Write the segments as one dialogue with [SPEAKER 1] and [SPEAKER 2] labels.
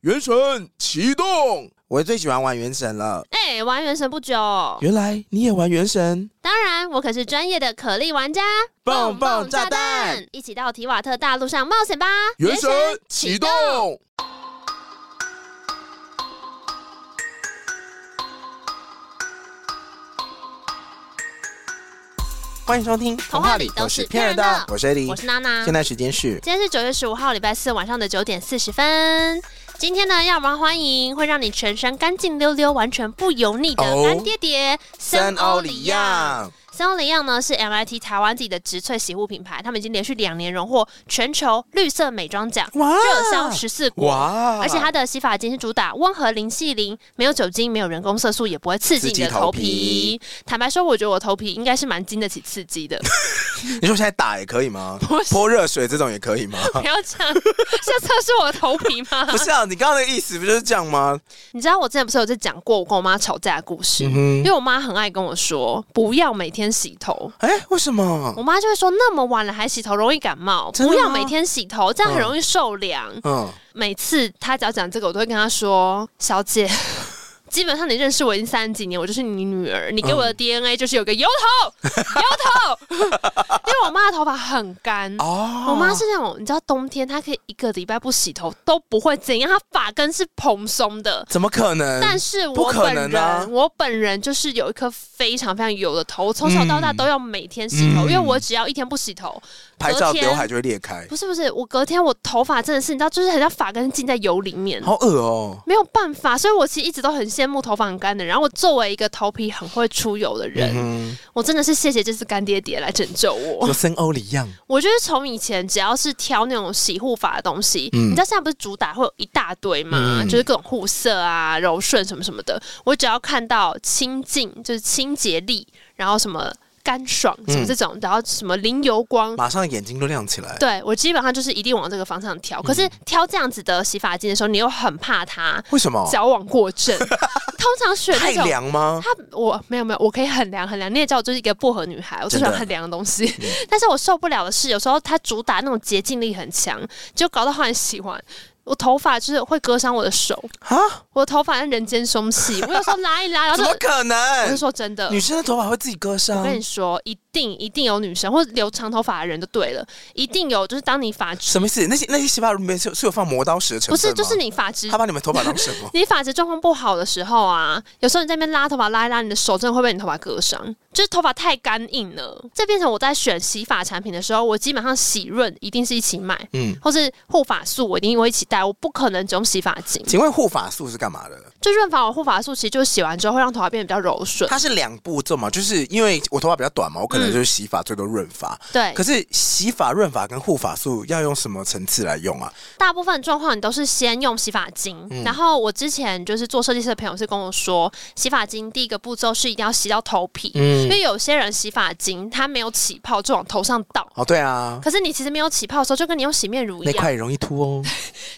[SPEAKER 1] 原神启动。
[SPEAKER 2] 我最喜欢玩原神了。
[SPEAKER 3] 哎、玩原神不久，
[SPEAKER 2] 原来你也玩原神？
[SPEAKER 3] 当然我可是专业的可莉玩家。
[SPEAKER 2] 蹦蹦炸弹，
[SPEAKER 3] 一起到提瓦特大陆上冒险吧！
[SPEAKER 1] 原神启动。
[SPEAKER 2] 欢迎收听《
[SPEAKER 3] 童话里都是骗人的
[SPEAKER 2] 我是 AD，
[SPEAKER 3] 我是娜娜
[SPEAKER 2] 现。在时间是
[SPEAKER 3] 今天是九月十五号，礼拜四晚上的九点四十分。今天呢，要玩欢迎会让你全身干净溜溜、完全不油腻的
[SPEAKER 2] 哦
[SPEAKER 3] 干爹爹
[SPEAKER 2] 森
[SPEAKER 3] 森
[SPEAKER 2] 欧里。亚。
[SPEAKER 3] 森欧里漾呢是 MIT 台湾自己的植萃洗护品牌，他们已经连续两年荣获全球绿色美妆奖，
[SPEAKER 2] 哇
[SPEAKER 3] 热销十四国。
[SPEAKER 2] 哇
[SPEAKER 3] 而且它的洗发精是主打温和零系零，没有酒精，没有人工色素，也不会刺激你
[SPEAKER 2] 刺激
[SPEAKER 3] 的
[SPEAKER 2] 头
[SPEAKER 3] 头皮。坦白说，我觉得我头皮应该是蛮经得起刺 激的。
[SPEAKER 2] 你说现在打也可以吗
[SPEAKER 3] 不？是
[SPEAKER 2] 泼热水这种也可 以吗？
[SPEAKER 3] 不要这样，是测试我的头皮吗？
[SPEAKER 2] 不是啊，你刚刚的意思不就是这样吗？
[SPEAKER 3] 你知道我之前不是有在讲过我跟我妈吵架的故事？因
[SPEAKER 2] 嗯哼，
[SPEAKER 3] 为我妈很爱跟我说，不要每天洗头。
[SPEAKER 2] 哎，为什么
[SPEAKER 3] 我？妈就会说，那么晚了还洗头容易感冒，
[SPEAKER 2] 真的
[SPEAKER 3] 不
[SPEAKER 2] 吗
[SPEAKER 3] 要每天洗头，这样
[SPEAKER 2] 嗯
[SPEAKER 3] 很容易受凉。
[SPEAKER 2] 嗯，
[SPEAKER 3] 每次她只要讲这个，我都会跟她说，小姐。 基本上你认识我已经三十几年，我就是你女儿，你给我的
[SPEAKER 2] 嗯
[SPEAKER 3] DNA 就是有个油 头，油头，因为我妈的头发很干，
[SPEAKER 2] 哦
[SPEAKER 3] 我妈是那种，你知道冬天她可以一个礼拜不洗头都不会怎样，她发根是蓬松的。
[SPEAKER 2] 怎么可能？
[SPEAKER 3] 但是
[SPEAKER 2] 嗯不
[SPEAKER 3] 我
[SPEAKER 2] 可
[SPEAKER 3] 本
[SPEAKER 2] 能
[SPEAKER 3] 人，
[SPEAKER 2] 啊
[SPEAKER 3] 我本人就是有一颗非常非常油的头，我从小到大都要每天洗头，
[SPEAKER 2] 嗯
[SPEAKER 3] 因为我只要一天不洗头，
[SPEAKER 2] 拍照
[SPEAKER 3] 隔天
[SPEAKER 2] 刘海就会裂开，
[SPEAKER 3] 不是不是，我隔天我头发真的是，你知道，就是很像发根浸在油里面，
[SPEAKER 2] 好恶哦。
[SPEAKER 3] 没有办法，所以我其实一直都很羡慕头发很干的人。然后我作为一个头皮很会出油的人，
[SPEAKER 2] 嗯
[SPEAKER 3] 我真的是谢谢这次干爹爹来拯救我
[SPEAKER 2] 哼，。就森欧里样。
[SPEAKER 3] 我就是从以前只要是挑那种洗护法的东西，
[SPEAKER 2] 嗯
[SPEAKER 3] 你知道现在不是主打会有一大堆嘛，
[SPEAKER 2] 嗯
[SPEAKER 3] 就是各种护色啊、柔顺什么什么的。我只要看到清净，就是清洁力，然后什么干爽什
[SPEAKER 2] 嗯
[SPEAKER 3] 么这种，然后什么零油光。
[SPEAKER 2] 马上眼睛都亮起来。
[SPEAKER 3] 对我基本上就是一定往这个方向挑，可
[SPEAKER 2] 嗯
[SPEAKER 3] 是挑这样子的洗发精的时候，你又很怕它
[SPEAKER 2] 为什么？
[SPEAKER 3] 矫枉过 正。通常选
[SPEAKER 2] 哦太
[SPEAKER 3] 那种
[SPEAKER 2] 凉吗？
[SPEAKER 3] 它我没有没有，我可以很凉很凉。你也知道，我就是一个薄荷女孩，我最喜欢
[SPEAKER 2] 真的嗯
[SPEAKER 3] 很凉的东西。 但是我受不了的是，有时候它主打那种洁净力很强，就搞到后来洗完，我头发就是会割伤我的手，
[SPEAKER 2] 啊？
[SPEAKER 3] 我的头发像人间凶器。我有时候拉一拉，然后
[SPEAKER 2] 怎
[SPEAKER 3] 就
[SPEAKER 2] 么可
[SPEAKER 3] 我是
[SPEAKER 2] 能？
[SPEAKER 3] 说真的
[SPEAKER 2] 女。生的头发会自己割伤
[SPEAKER 3] 我跟你说，一定一定有女生或者留长头发的人就对了，一定有。就是当你发质
[SPEAKER 2] 什么意思？那些那些洗发乳里面是有是有放磨刀石的成分
[SPEAKER 3] 不是，
[SPEAKER 2] 吗
[SPEAKER 3] 就是你发质？
[SPEAKER 2] 他把你们头发当什么
[SPEAKER 3] 你发质状况不好的时候啊，有时候你在那边拉头发拉一拉，你的手真的会被你头发割伤，就是头发太干硬了。这变成我在选洗发产品的时候，我基本上洗润一定是一起买，
[SPEAKER 2] 嗯，
[SPEAKER 3] 或是护发素我一定会一起带，我不可能只用洗发精。
[SPEAKER 2] 请问护发素是干嘛的？
[SPEAKER 3] 就润发我护发素其实就是洗完之后会让头发变得比较柔顺，
[SPEAKER 2] 它是两步骤嘛，就是因为我头发比较短嘛，我可能就是洗发最多润发。
[SPEAKER 3] 嗯对
[SPEAKER 2] 可。是洗发、润发跟护发素要用什么层次来用啊？
[SPEAKER 3] 大部分状况你都是先用洗发精，
[SPEAKER 2] 嗯
[SPEAKER 3] 然后我之前就是做设计师的朋友是跟我说，洗发精第一个步骤是一定要洗到头皮，因
[SPEAKER 2] 嗯，
[SPEAKER 3] 为有些人洗发精它没有起泡就往头上倒，
[SPEAKER 2] 哦，对啊，
[SPEAKER 3] 可是你其实没有起泡的时候，就跟你用洗面乳一
[SPEAKER 2] 那
[SPEAKER 3] 样，
[SPEAKER 2] 块也容易秃哦。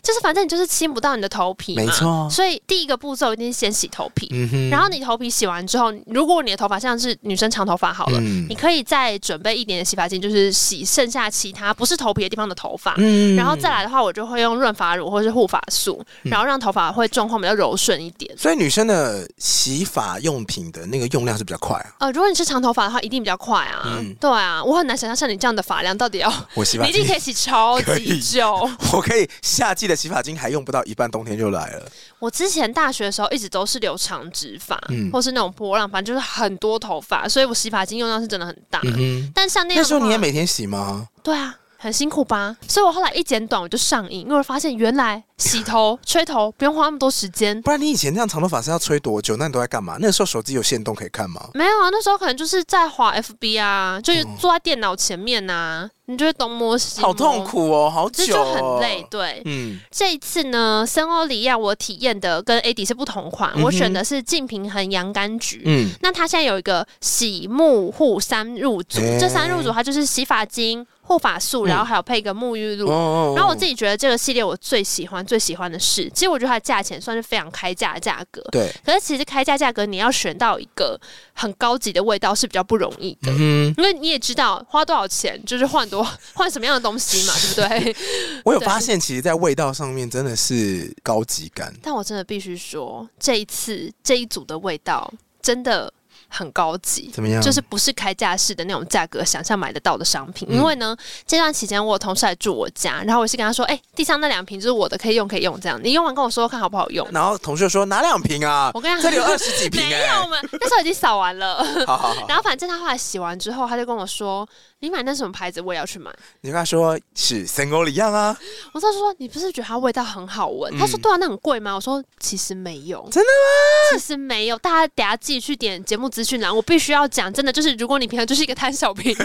[SPEAKER 3] 就是反正你就是亲不到你的头皮嘛。
[SPEAKER 2] 没错
[SPEAKER 3] 所以第一个步骤一定是先洗头皮。
[SPEAKER 2] 嗯哼
[SPEAKER 3] 然后你头皮洗完之后，如果你的头发像是女生长头发好了，
[SPEAKER 2] 嗯
[SPEAKER 3] 你可以再准备一点点洗发精，就是洗剩下其他不是头皮的地方的头发。
[SPEAKER 2] 嗯
[SPEAKER 3] 然后再来的话，我就会用润发乳或是护发素，然后让头发会状况比较柔顺一点。
[SPEAKER 2] 所以女生的洗发用品的那个用量是比较快啊。
[SPEAKER 3] 呃，如果你是长头发的话，一定比较快啊。
[SPEAKER 2] 嗯
[SPEAKER 3] 对啊，我很难想象像你这样的发量到底要，
[SPEAKER 2] 我洗发
[SPEAKER 3] 你一定
[SPEAKER 2] 精
[SPEAKER 3] 可以洗超
[SPEAKER 2] 可
[SPEAKER 3] 级
[SPEAKER 2] 以
[SPEAKER 3] 久。
[SPEAKER 2] 我 可以夏季的洗发精还用不到一半，冬天就来了。
[SPEAKER 3] 我之前大学的时候一直都是留长直发，
[SPEAKER 2] 嗯
[SPEAKER 3] 或是那种波浪，反正就是很多头发，所以我洗发精用量是真的很大。
[SPEAKER 2] 嗯哼，
[SPEAKER 3] 但像那样
[SPEAKER 2] 那
[SPEAKER 3] 的
[SPEAKER 2] 时候你也
[SPEAKER 3] 话
[SPEAKER 2] 每天洗吗？
[SPEAKER 3] 对啊，很辛苦吧？所以我后来一剪短我就上瘾，因为我发现原来洗头、 吹头不用花那么多时间。
[SPEAKER 2] 不然你以前那样长头发是要吹多久？那你都在干嘛？那时候手机有线动可以看吗？
[SPEAKER 3] 没有啊，那时候可能就是在滑 FB 啊，就是坐在电脑前面呐、啊，你就会东摸西摸
[SPEAKER 2] 哦好痛，苦哦，好
[SPEAKER 3] 这
[SPEAKER 2] 久、
[SPEAKER 3] 就
[SPEAKER 2] 哦，
[SPEAKER 3] 很累。。对，
[SPEAKER 2] 嗯，
[SPEAKER 3] 这一次呢，森欧里亚我体验的跟 AD 是不同款，
[SPEAKER 2] 嗯哼
[SPEAKER 3] 我选的是净平衡洋甘菊。
[SPEAKER 2] 嗯，
[SPEAKER 3] 那它现在有一个洗沐护三入组，
[SPEAKER 2] 欸
[SPEAKER 3] 这三入组它就是洗发精、护发素，然后还有配一个沐浴露。
[SPEAKER 2] 嗯哦
[SPEAKER 3] 然后我自
[SPEAKER 2] 己
[SPEAKER 3] 己觉得这个系列我最喜欢，最喜欢的事。其实我觉得它的价钱算是非常开价的价格，
[SPEAKER 2] 对，
[SPEAKER 3] 可是其实开价价格你要选到一个很高级的味道是比较不容易的，
[SPEAKER 2] 嗯，
[SPEAKER 3] 因为你也知道花多少钱就是换多换什么样的东西嘛，对 不对？
[SPEAKER 2] 我有发现，其实，在味道上面真的是高级感。
[SPEAKER 3] 但我真的必须说，这一次这一组的味道真的很高级。
[SPEAKER 2] 怎么样？
[SPEAKER 3] 就是不是开架式的那种价格，想象买得到的商品。
[SPEAKER 2] 嗯
[SPEAKER 3] 因为呢，这段期间我有同事来住我家，然后我是跟他说：“哎、地上那两瓶就是我的，可以用，可以用。”这样，你用完跟我说看好不好用。
[SPEAKER 2] 然后同学说哪两瓶啊？
[SPEAKER 3] 我跟他
[SPEAKER 2] 嗯 这里有二十几瓶
[SPEAKER 3] 没
[SPEAKER 2] 哎、
[SPEAKER 3] 有嘛，那时候已经扫完了。
[SPEAKER 2] 好好好，
[SPEAKER 3] 然后反正他后来洗完之后，他就跟我说：“你买那什么牌子，我也要去买。
[SPEAKER 2] 你跟他说是森沟里样啊，”
[SPEAKER 3] 我当时说：“你不是觉得它味道很好闻？”
[SPEAKER 2] 嗯
[SPEAKER 3] 他说：“对啊，那很贵吗？”我说：“其实没有，
[SPEAKER 2] 真的
[SPEAKER 3] 吗？其实没有。大家等下自己去点节目资讯栏，我必须要讲，真的就是，如果你平常就是一个贪小便宜。”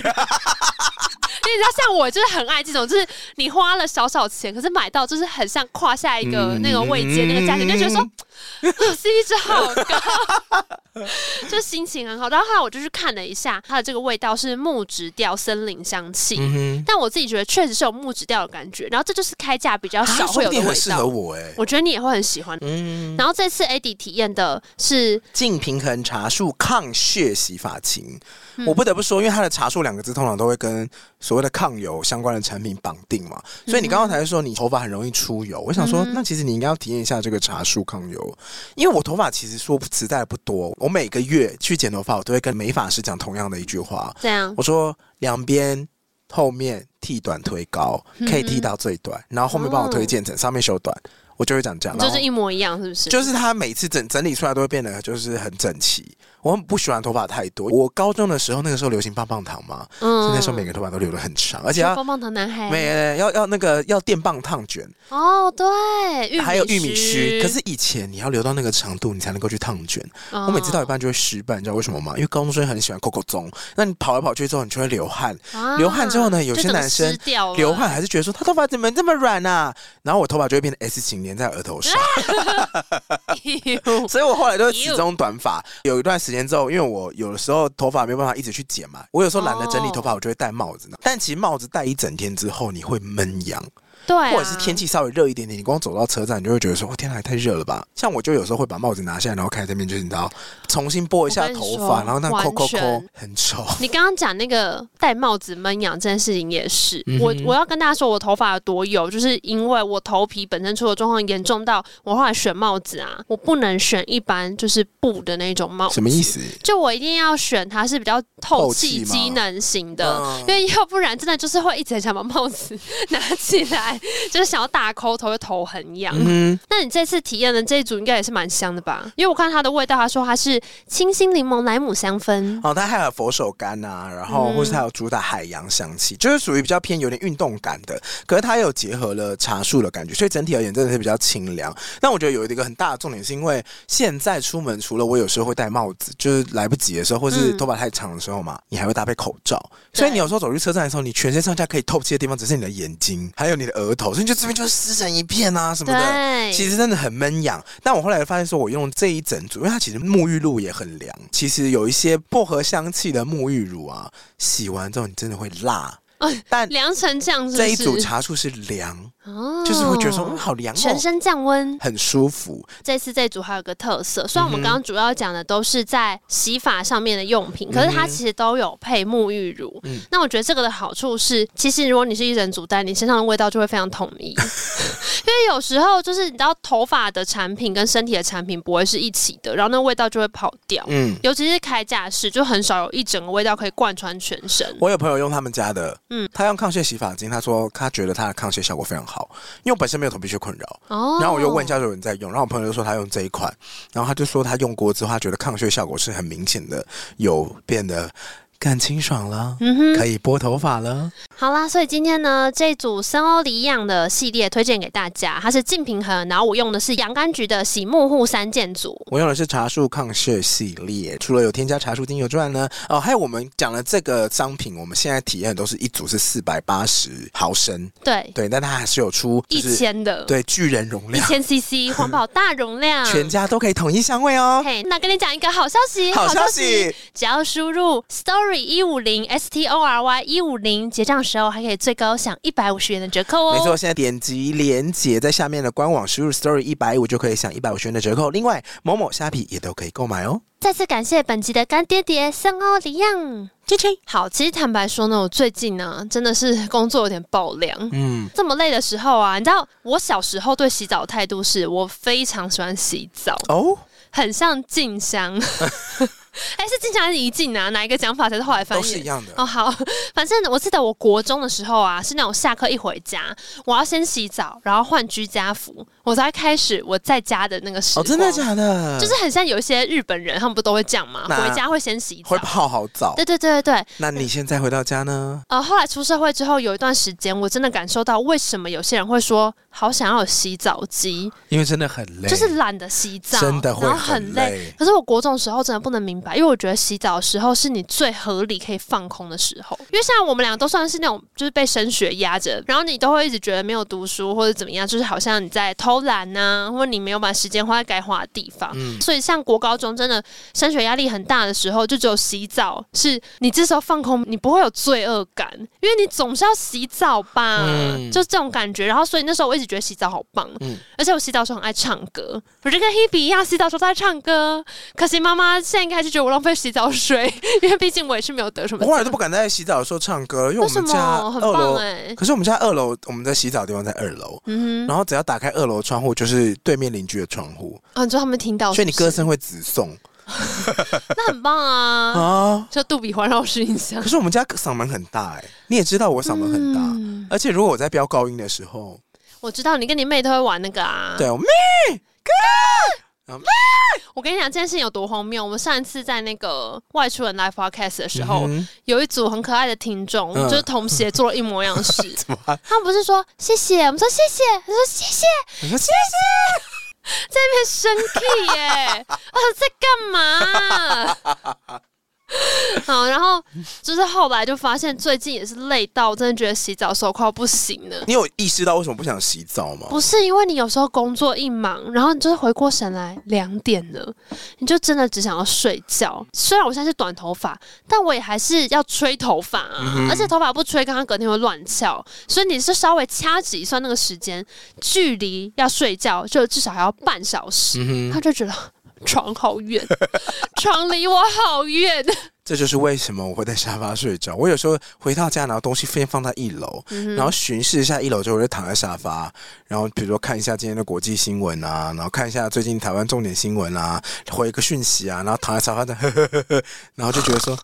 [SPEAKER 3] 因为 你知道，像我就是很爱这种，就是你花了少少钱，可是买到就是很像跨下一个
[SPEAKER 2] 嗯
[SPEAKER 3] 那个位阶、那个价钱，就觉得说 啊 CP 值好高， 就心情很好。然后后来我就去看了一下，它的这个味道是木质调森林香气，
[SPEAKER 2] 嗯
[SPEAKER 3] 但我自己觉得确实是有木质调的感觉，然后这就是开价比较
[SPEAKER 2] 哼，
[SPEAKER 3] 少
[SPEAKER 2] 啊
[SPEAKER 3] 会
[SPEAKER 2] 说不
[SPEAKER 3] 有
[SPEAKER 2] 定
[SPEAKER 3] 的味
[SPEAKER 2] 很适合
[SPEAKER 3] 道。
[SPEAKER 2] 我哎、
[SPEAKER 3] 我觉得你也会很喜欢。
[SPEAKER 2] 嗯，
[SPEAKER 3] 然后这次 AD 体验的是
[SPEAKER 2] 净平衡茶树抗屑洗发精，
[SPEAKER 3] 嗯
[SPEAKER 2] 我不得不说，因为它的茶树两个字通常都会跟所谓的抗油相关的产品绑定嘛，所以你刚刚才说你头发很容易出
[SPEAKER 3] 嗯
[SPEAKER 2] 油，我想说，那其实你应该要体验一下这个茶树抗油，因为我头发其实说实在的不多，我每个月去剪头发，我都会跟美发师讲同样的一句话，
[SPEAKER 3] 这样，
[SPEAKER 2] 我说两边后面剃短推高，
[SPEAKER 3] 嗯
[SPEAKER 2] 可以剃到最短，然后后面帮我推荐成上面修短，我就会讲这样，然
[SPEAKER 3] 哦就
[SPEAKER 2] 后
[SPEAKER 3] 是一模一样，是不是？
[SPEAKER 2] 就是它每次整整理出来都会变得就是很整齐。我很不喜欢头发太多。我高中的时候，那个时候流行棒棒糖嘛，所以
[SPEAKER 3] 嗯
[SPEAKER 2] 那时候每个头发都留得很长，而且
[SPEAKER 3] 是
[SPEAKER 2] 要
[SPEAKER 3] 棒棒糖男孩
[SPEAKER 2] 每要要那个要电棒烫卷，
[SPEAKER 3] 哦，对，玉
[SPEAKER 2] 还有玉米须。
[SPEAKER 3] 须。
[SPEAKER 2] 可是以前你要留到那个长度，你才能够去烫卷。
[SPEAKER 3] 哦
[SPEAKER 2] 我每次到一半就会失败，你知道为什么吗？因为高中生很喜欢 Coco 棕，那你跑来跑去之后，你就会流汗。
[SPEAKER 3] 啊
[SPEAKER 2] 流汗之后呢有些
[SPEAKER 3] 就整个
[SPEAKER 2] 男生
[SPEAKER 3] 湿掉了
[SPEAKER 2] 流汗还是觉得说他头发怎么这么软啊？然后我头发就会变成 S 型连在额头上，
[SPEAKER 3] 啊
[SPEAKER 2] 所以我后来都是始终短发。有一段时间之后，因为我有的时候头发没有办法一直去剪嘛，我有时候懒得整理
[SPEAKER 3] 哦
[SPEAKER 2] 头发，我就会戴帽子。但其实帽子戴一整天之后，你会闷痒，
[SPEAKER 3] 对啊，
[SPEAKER 2] 或者是天气稍微热一点点，你光走到车站，你就会觉得说，哦天哪，也太热了吧！像我就有时候会把帽子拿下来，然后开始在面就是你知道，重新拨一下头发，然后那样抠抠
[SPEAKER 3] 完全
[SPEAKER 2] 抠，很丑。
[SPEAKER 3] 你刚刚讲那个戴帽子闷痒这件事情也是，
[SPEAKER 2] 嗯哼
[SPEAKER 3] 我我要跟大家说，我头发有多油，就是因为我头皮本身出的状况严重到我后来选帽子啊，我不能选一般就是布的那种帽子，
[SPEAKER 2] 什么意？思？
[SPEAKER 3] 就我一定要选它是比较透气
[SPEAKER 2] 透气吗
[SPEAKER 3] 机能型的，
[SPEAKER 2] 嗯
[SPEAKER 3] 因为要不然真的就是会一直很想把帽子拿起来，就是想要大抠头，会头很痒。
[SPEAKER 2] 嗯，
[SPEAKER 3] 那你这次体验的这一组应该也是蛮香的吧？因为我看它的味道，他说它是清新柠檬莱姆香氛。
[SPEAKER 2] 哦，它还有佛手柑呐、然后或是它有主打海洋香气，就是属于比较偏有点运动感的，可是它有结合了茶树的感觉，所以整体而言真的是比较清凉。那我觉得有一个很大的重点是因为现在出门，除了我有时候会戴帽子，就是来不及的时候，或是
[SPEAKER 3] 嗯
[SPEAKER 2] 头发太长的时候嘛，你还会搭配口罩，
[SPEAKER 3] 对
[SPEAKER 2] 所以你有时候走去车站的时候，你全身上下可以透气的地方只是你的眼睛，还有你的额头，所以你就这边就是湿成一片啊什么的。
[SPEAKER 3] 对，
[SPEAKER 2] 其实真的很闷痒。但我后来发现，说我用这一整组，因为它其实沐浴露也很凉。其实有一些薄荷香气的沐浴乳啊，洗完之后你真的会辣。 但
[SPEAKER 3] 哦凉成这样是不是，
[SPEAKER 2] 这一组茶树是凉，
[SPEAKER 3] 哦
[SPEAKER 2] 就是会觉得说，嗯，好凉
[SPEAKER 3] 全
[SPEAKER 2] 哦，
[SPEAKER 3] 身降温。
[SPEAKER 2] 很舒服。
[SPEAKER 3] 这次这组还有个特色，虽然我
[SPEAKER 2] 嗯
[SPEAKER 3] 们
[SPEAKER 2] 哼
[SPEAKER 3] 刚刚主要讲的都是在洗发上面的用品，可是它
[SPEAKER 2] 嗯哼
[SPEAKER 3] 其实都有配沐浴乳。
[SPEAKER 2] 嗯
[SPEAKER 3] 那我觉得这个的好处是，其实如果你是一人组单，你身上的味道就会非常统 一，因为有时候就是你知道头发的产品跟身体的产品不会是一起的，然后那味道就会跑掉。
[SPEAKER 2] 嗯，
[SPEAKER 3] 尤其是开架式，就很少有一整个味道可以贯穿全身。
[SPEAKER 2] 我有朋友用他们家的，
[SPEAKER 3] 嗯
[SPEAKER 2] 嗯，他用抗屑洗发精，他说他觉得他的抗屑效果非常好，因为我本身没有头皮屑困扰。
[SPEAKER 3] 哦
[SPEAKER 2] 然后我就问一下有人在用，然后我朋友就说他用这一款，然后他就说他用过之后，他觉得抗屑效果是很明显的，有变得更清爽了，
[SPEAKER 3] 嗯哼，
[SPEAKER 2] 可以拨头发了。
[SPEAKER 3] 好啦，所以今天呢，这组森欧黎漾的系列推荐给大家，它是净平衡，然后我用的是洋甘菊的洗木护三件组。
[SPEAKER 2] 我用的是茶树抗屑系列，除了有添加茶树精油之外呢，哦，还有我们讲的这个商品，我们现在体验的都是一组是四百八十毫升，
[SPEAKER 3] 对，
[SPEAKER 2] 对，但它还是有出就
[SPEAKER 3] 一
[SPEAKER 2] 是
[SPEAKER 3] 千的，
[SPEAKER 2] 对巨人容
[SPEAKER 3] 一
[SPEAKER 2] 量，
[SPEAKER 3] 千 CC 环保大容量。
[SPEAKER 2] 全家都可以统一香味哦。
[SPEAKER 3] 嘿，那跟你讲一个好消息，
[SPEAKER 2] 好消息，
[SPEAKER 3] 只要输入 story Story 一五零 S T O R Y 一五零，结账时候还可以最高享一百五十元的折扣哦。
[SPEAKER 2] 没错，现在点击链接，在下面的官网输入 story 一百五就可以享一百五十元的折扣。另外，某某虾皮也都可以购买哦。
[SPEAKER 3] 再次感谢本集的干爹爹圣欧里漾。
[SPEAKER 2] 切切，
[SPEAKER 3] 好，其实坦白说呢，我最近呢、真的是 工作有点爆量。
[SPEAKER 2] 嗯，
[SPEAKER 3] 这么累的时候啊，你知道我小时候对洗澡的态度是我非常喜欢洗澡，
[SPEAKER 2] 哦，
[SPEAKER 3] 很像静香， 还是静香还是怡静啊？哪一个讲法才是后来翻
[SPEAKER 2] 都是一
[SPEAKER 3] 译？
[SPEAKER 2] 样的。
[SPEAKER 3] 哦，好，反正我记得我国中的时候啊，是那种下课一回家，我要先洗澡，然后换居家服，我才开始我在家的那个时
[SPEAKER 2] 哦，
[SPEAKER 3] 光。
[SPEAKER 2] 真的假的？
[SPEAKER 3] 就是很像有一些日本人，他们不都会这样吗？
[SPEAKER 2] 那
[SPEAKER 3] 回家会先洗澡
[SPEAKER 2] 会。泡好澡
[SPEAKER 3] 对。对对对对，
[SPEAKER 2] 那你现在回到家呢？
[SPEAKER 3] 呃，后来出社会之后，有一段时间，我真的感受到为什么有些人会说好想要有洗澡机，
[SPEAKER 2] 因为真的很累，
[SPEAKER 3] 就是懒得洗澡，
[SPEAKER 2] 哎真的会
[SPEAKER 3] 然后
[SPEAKER 2] 很
[SPEAKER 3] 很
[SPEAKER 2] 累。
[SPEAKER 3] 可是我国中的时候真的不能明白，因为我觉得洗澡的时候是你最合理可以放空的时候，因为像我们俩都算是那种就是被升学压着，然后你都会一直觉得没有读书或者怎么样，就是好像你在偷懒呐、或者你没有把时间花在该花的地方。所以像国高中真的升学压力很大的时候，就只有洗澡是你这时候放空，你不会有罪恶感，因为你总是要洗澡吧，
[SPEAKER 2] 嗯
[SPEAKER 3] 就是这种感觉。然后所以那时候我一直觉得洗澡好棒，而且我洗澡的时候很爱唱歌，我就跟 Hebe 一样，洗澡的时候都在唱歌。可惜妈妈现在应该是觉得我浪费洗澡水， 因为毕竟我也是没有得什么
[SPEAKER 2] 我
[SPEAKER 3] 奖。
[SPEAKER 2] 后来都不敢在洗澡的时候唱歌，因为我
[SPEAKER 3] 为什
[SPEAKER 2] 们家
[SPEAKER 3] 么？很
[SPEAKER 2] 二
[SPEAKER 3] 棒
[SPEAKER 2] 楼，
[SPEAKER 3] 哎、
[SPEAKER 2] 可是我们家二楼，我们在洗澡的地方在二楼，
[SPEAKER 3] 嗯哼，
[SPEAKER 2] 然后只要打开二楼的窗户，就是对面邻居的窗户，
[SPEAKER 3] 啊，你知道他们听到
[SPEAKER 2] 所
[SPEAKER 3] 是
[SPEAKER 2] 以
[SPEAKER 3] 不
[SPEAKER 2] 你
[SPEAKER 3] 是，
[SPEAKER 2] 歌声会直送
[SPEAKER 3] 那很棒啊，
[SPEAKER 2] 啊。
[SPEAKER 3] 就杜比环绕式音响
[SPEAKER 2] 可。是我们家嗓门很大哎，你也知道我嗓门很大，
[SPEAKER 3] 嗯
[SPEAKER 2] 而且如果我在飙高音的时候，
[SPEAKER 3] 我知道你跟你妹都会玩那个啊。
[SPEAKER 2] 对，我妹
[SPEAKER 3] 我跟你讲这件事情有多荒谬。我们上一次在那个外出人 live podcast 的时候，
[SPEAKER 2] 嗯
[SPEAKER 3] 有一组很可爱的听众，
[SPEAKER 2] 嗯
[SPEAKER 3] 就是童鞋做了一模一样的 事。
[SPEAKER 2] 怎么啊
[SPEAKER 3] 他们不是说谢谢，我们说谢谢，他说谢谢，
[SPEAKER 2] 你说
[SPEAKER 3] 很生气耶！啊，在干嘛？ 好，然后就是后来就发现，最近也是累到，我真的觉得洗澡的时候快要不行了。
[SPEAKER 2] 你有意识到为什么不想洗澡吗？
[SPEAKER 3] 不是因为你有时候工作一忙，然后你就是回过神来两点了，你就真的只想要睡觉。虽然我现在是短头发，但我也还是要吹头发啊，而且头发不吹，刚刚隔天会乱翘，所以你是稍微掐指一算那个时间，距离要睡觉就至少还要半小时，他就觉得。床好远， 床离我好远。
[SPEAKER 2] 这就是为什么我会在沙发睡着。我有时候回到家，然后东西先放在一楼，
[SPEAKER 3] 嗯
[SPEAKER 2] 然后巡视一下一楼之后，我就躺在沙发，然后比如说看一下今天的国际新闻啊，然后看一下最近台湾重点新闻啊，回一个讯息啊，然后躺在沙发上， 呵呵呵呵，然后就觉得 说，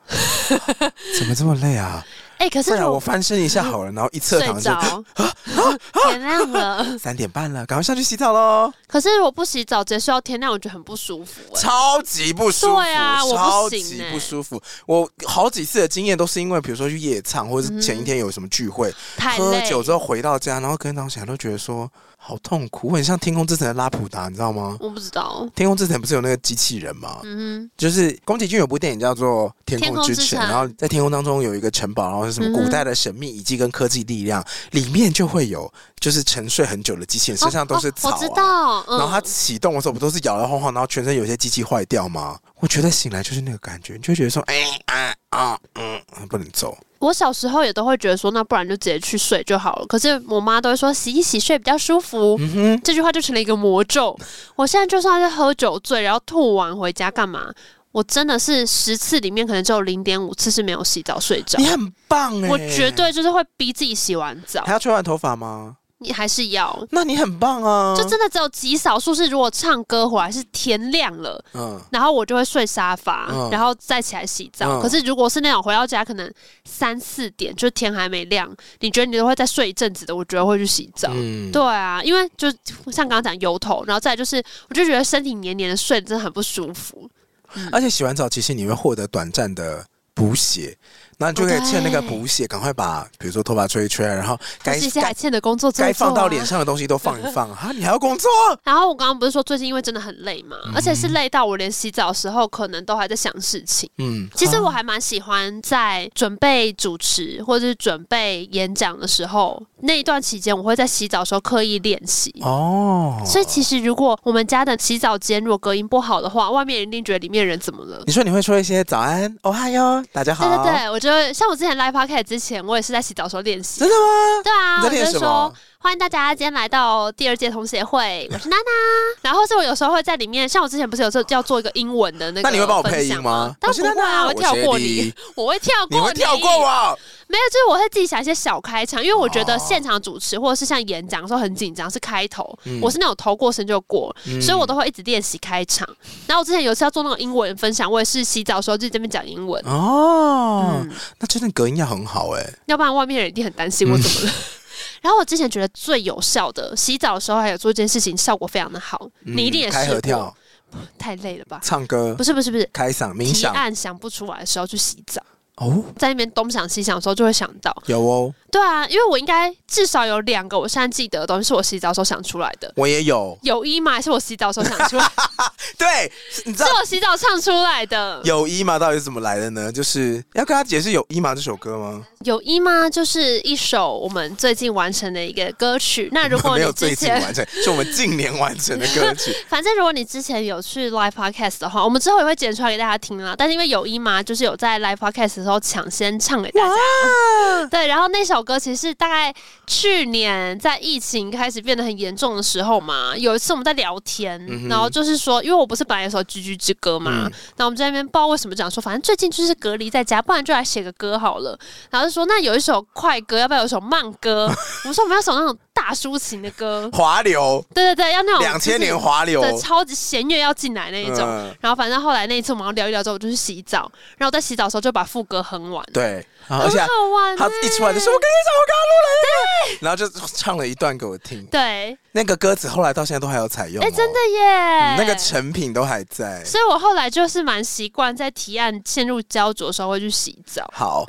[SPEAKER 2] 怎么这么累啊？
[SPEAKER 3] 哎、可
[SPEAKER 2] 不
[SPEAKER 3] 是
[SPEAKER 2] 然我
[SPEAKER 3] 我
[SPEAKER 2] 翻身一下好了，然后一侧
[SPEAKER 3] 睡
[SPEAKER 2] 躺着，
[SPEAKER 3] 着， 天亮了。
[SPEAKER 2] 三点半了，赶快上去洗澡喽，
[SPEAKER 3] 可是我不洗澡，直接睡到天亮，我觉得很不舒服、哎。
[SPEAKER 2] 超级不舒服，
[SPEAKER 3] 对啊我不
[SPEAKER 2] 超
[SPEAKER 3] 行
[SPEAKER 2] 级
[SPEAKER 3] 欸
[SPEAKER 2] 不舒服。我好几次的经验都是因为，比如说去夜唱，或者是前一天有什么聚会。
[SPEAKER 3] 嗯太
[SPEAKER 2] 喝
[SPEAKER 3] 累。
[SPEAKER 2] 酒之后回到家，然后跟早起来都觉得说好痛苦，我很像《天空之城》的拉普达，你知道吗？
[SPEAKER 3] 我不知道。
[SPEAKER 2] 《天空之城》不是有那个机器人吗？
[SPEAKER 3] 嗯
[SPEAKER 2] 就是宫崎骏有部电影叫做《天
[SPEAKER 3] 天
[SPEAKER 2] 空
[SPEAKER 3] 空
[SPEAKER 2] 之
[SPEAKER 3] 之
[SPEAKER 2] 城》，
[SPEAKER 3] 城
[SPEAKER 2] 然后在天空当中有一个城堡，然后是什么
[SPEAKER 3] 嗯哼
[SPEAKER 2] 古代的神秘遗迹跟科技力量，里面就会有就是沉睡很久的机器人，
[SPEAKER 3] 哼，
[SPEAKER 2] 身上都是
[SPEAKER 3] 哦
[SPEAKER 2] 草、啊
[SPEAKER 3] 我知道。嗯、
[SPEAKER 2] 然后它启动的时候不都是摇摇晃晃，然后全身有些机器坏掉吗？我觉得醒来就是那个感觉，你就会觉得说，哎、啊啊嗯，不能走。
[SPEAKER 3] 我小时候也都会觉得说，那不然就直接去睡就好了。可是我妈都会说，洗一洗睡比较舒服。
[SPEAKER 2] 嗯哼，
[SPEAKER 3] 这句话就成了一个魔咒。我现在就算是喝酒醉，然后吐完回家干嘛，我真的是十次里面可能只有零点五次是没有洗澡睡着
[SPEAKER 2] 你。很棒哎、
[SPEAKER 3] 我绝对就是会逼自己洗完澡
[SPEAKER 2] 还，要吹完头发吗？
[SPEAKER 3] 你还是要。
[SPEAKER 2] 那你很棒啊！
[SPEAKER 3] 就真的只有极少数是，如果唱歌回来是天亮了，
[SPEAKER 2] 嗯，
[SPEAKER 3] 然后我就会睡沙发，
[SPEAKER 2] 嗯
[SPEAKER 3] 然后再起来洗
[SPEAKER 2] 嗯
[SPEAKER 3] 澡。可是如果是那种回到家可能三四点，就是天还没亮，你觉得你都会再睡一阵子的，我觉得会去洗澡。
[SPEAKER 2] 嗯，
[SPEAKER 3] 对啊，因为就像刚刚讲油头，然后再来就是，我就觉得身体黏黏的睡，真的很不舒服。
[SPEAKER 2] 而且洗完澡，其实你会获得短暂的补血，那你就可以趁那个补血，赶快把比如说头发吹一吹，然后
[SPEAKER 3] 还
[SPEAKER 2] 该
[SPEAKER 3] 是一些还
[SPEAKER 2] 该
[SPEAKER 3] 欠的工作做一做啊
[SPEAKER 2] 该放到脸上的东西都放一放啊！你还要工作？
[SPEAKER 3] 然后我刚刚不是说最近因为真的很累嘛，
[SPEAKER 2] 嗯
[SPEAKER 3] 而且是累到我连洗澡的时候可能都还在想事情。
[SPEAKER 2] 嗯，
[SPEAKER 3] 其实我还蛮喜欢在准备主持或者是准备演讲的时候，那一段期间我会在洗澡的时候刻意练习。
[SPEAKER 2] 哦，
[SPEAKER 3] 所以其实如果我们家的洗澡间如果隔音不好的话，外面人一定觉得里面人怎么了。
[SPEAKER 2] 你说你会说一些早安、哦嗨哟，大家好，
[SPEAKER 3] 对对，对，我觉得像我之前 live podcast 之前，我也是在洗澡的时候练习
[SPEAKER 2] 真。的吗？
[SPEAKER 3] 对啊，
[SPEAKER 2] 你
[SPEAKER 3] 我
[SPEAKER 2] 在
[SPEAKER 3] 就
[SPEAKER 2] 练
[SPEAKER 3] 是
[SPEAKER 2] 什
[SPEAKER 3] 说
[SPEAKER 2] 么？
[SPEAKER 3] 欢迎大家今天来到第二届同协会，我是娜娜。然后是我有时候会在里面，像我之前不是有时候要做一个英文的那个，
[SPEAKER 2] 那你会帮我配音吗？
[SPEAKER 3] 当
[SPEAKER 2] 我是
[SPEAKER 3] 然不会啊，
[SPEAKER 2] 娜
[SPEAKER 3] 我会
[SPEAKER 2] 娜
[SPEAKER 3] 跳过
[SPEAKER 2] 我是
[SPEAKER 3] 你
[SPEAKER 2] AD，
[SPEAKER 3] 我会跳过
[SPEAKER 2] 你会跳过我？
[SPEAKER 3] 没有，就是我会自己想一些小开场，因为我觉
[SPEAKER 2] 哦
[SPEAKER 3] 得现场主持或者是像演讲的时候很紧张，是开头，
[SPEAKER 2] 嗯
[SPEAKER 3] 我是那种头过身就过，
[SPEAKER 2] 嗯
[SPEAKER 3] 所以我都会一直练习开场。然后我之前有一次要做那种英文分享，我也是洗澡的时候就这边讲英文，
[SPEAKER 2] 哦
[SPEAKER 3] 嗯，
[SPEAKER 2] 那真的隔音要很好哎。
[SPEAKER 3] 要不然外面人一定很担心
[SPEAKER 2] 嗯
[SPEAKER 3] 我怎么了。 然后我之前觉得最有效的，洗澡的时候还有做一件事情，效果非常的好，
[SPEAKER 2] 嗯
[SPEAKER 3] 你一定也
[SPEAKER 2] 开
[SPEAKER 3] 试
[SPEAKER 2] 合
[SPEAKER 3] 过。
[SPEAKER 2] 跳、
[SPEAKER 3] 太累了吧？
[SPEAKER 2] 唱歌
[SPEAKER 3] 不、是不是不是，
[SPEAKER 2] 开嗓、冥
[SPEAKER 3] 提
[SPEAKER 2] 想
[SPEAKER 3] 案想不出来的时候去洗澡，
[SPEAKER 2] 哦，
[SPEAKER 3] 在那边东想西想的时候就会想到。
[SPEAKER 2] 有哦，
[SPEAKER 3] 对啊，因为我应该至少有两个我现在记得的东西是我洗澡的时候想出来的。
[SPEAKER 2] 我也有。
[SPEAKER 3] 有一嘛，还是我洗澡的时候想出来，
[SPEAKER 2] 对，是啊你知
[SPEAKER 3] 是
[SPEAKER 2] 道
[SPEAKER 3] 我洗澡唱出来的。
[SPEAKER 2] 有一嘛到底是怎么来的呢？就是要跟他解释有一嘛这首歌吗？
[SPEAKER 3] 有一吗？就是一首我们最近完成的一个歌曲。那如果
[SPEAKER 2] 没有
[SPEAKER 3] 你
[SPEAKER 2] 最
[SPEAKER 3] 之
[SPEAKER 2] 近
[SPEAKER 3] 前
[SPEAKER 2] 完成，是我们近年完成的歌 曲。
[SPEAKER 3] 反正如果你之前有去 live podcast 的话，我们之后也会剪出来给大家听啦。但是因为有一嘛，就是有在 live podcast 的时候抢先唱给大家。对，然后那首歌其实是大概去年在疫情开始变得很严重的时候嘛，有一次我们在聊天，
[SPEAKER 2] 嗯
[SPEAKER 3] 然后就是说，因为我不是本来有首《居居之歌》嘛，那、我们在那边不知道为什么讲说，反正最近就是隔离在家，不然就来写个歌好了。然后就说那有一首快歌，要不要有一首慢 歌？我们说我们要首那种大抒情的歌，
[SPEAKER 2] 华流，
[SPEAKER 3] 对对对，要那种
[SPEAKER 2] 两千
[SPEAKER 3] 哦就是
[SPEAKER 2] 年华流，
[SPEAKER 3] 对，超级弦乐要进来那一种。
[SPEAKER 2] 嗯
[SPEAKER 3] 然后反正后来那一次我们聊一聊之后，我就去洗澡，然后我在洗澡的时候就把副歌哼完，
[SPEAKER 2] 对，然后
[SPEAKER 3] 很
[SPEAKER 2] 而且
[SPEAKER 3] 好玩、
[SPEAKER 2] 他
[SPEAKER 3] 欸。
[SPEAKER 2] 一出来就说：“我跟你讲，我刚刚录了一个。”然后就唱了一段给我听，
[SPEAKER 3] 对，哎、
[SPEAKER 2] 那个歌词后来到现在都还有采用哦，
[SPEAKER 3] 真的
[SPEAKER 2] 嗯，
[SPEAKER 3] 耶、
[SPEAKER 2] 那个成品都还在。
[SPEAKER 3] 所以我后来就是蛮习惯在提案陷入焦灼的时候会去洗澡，
[SPEAKER 2] 好，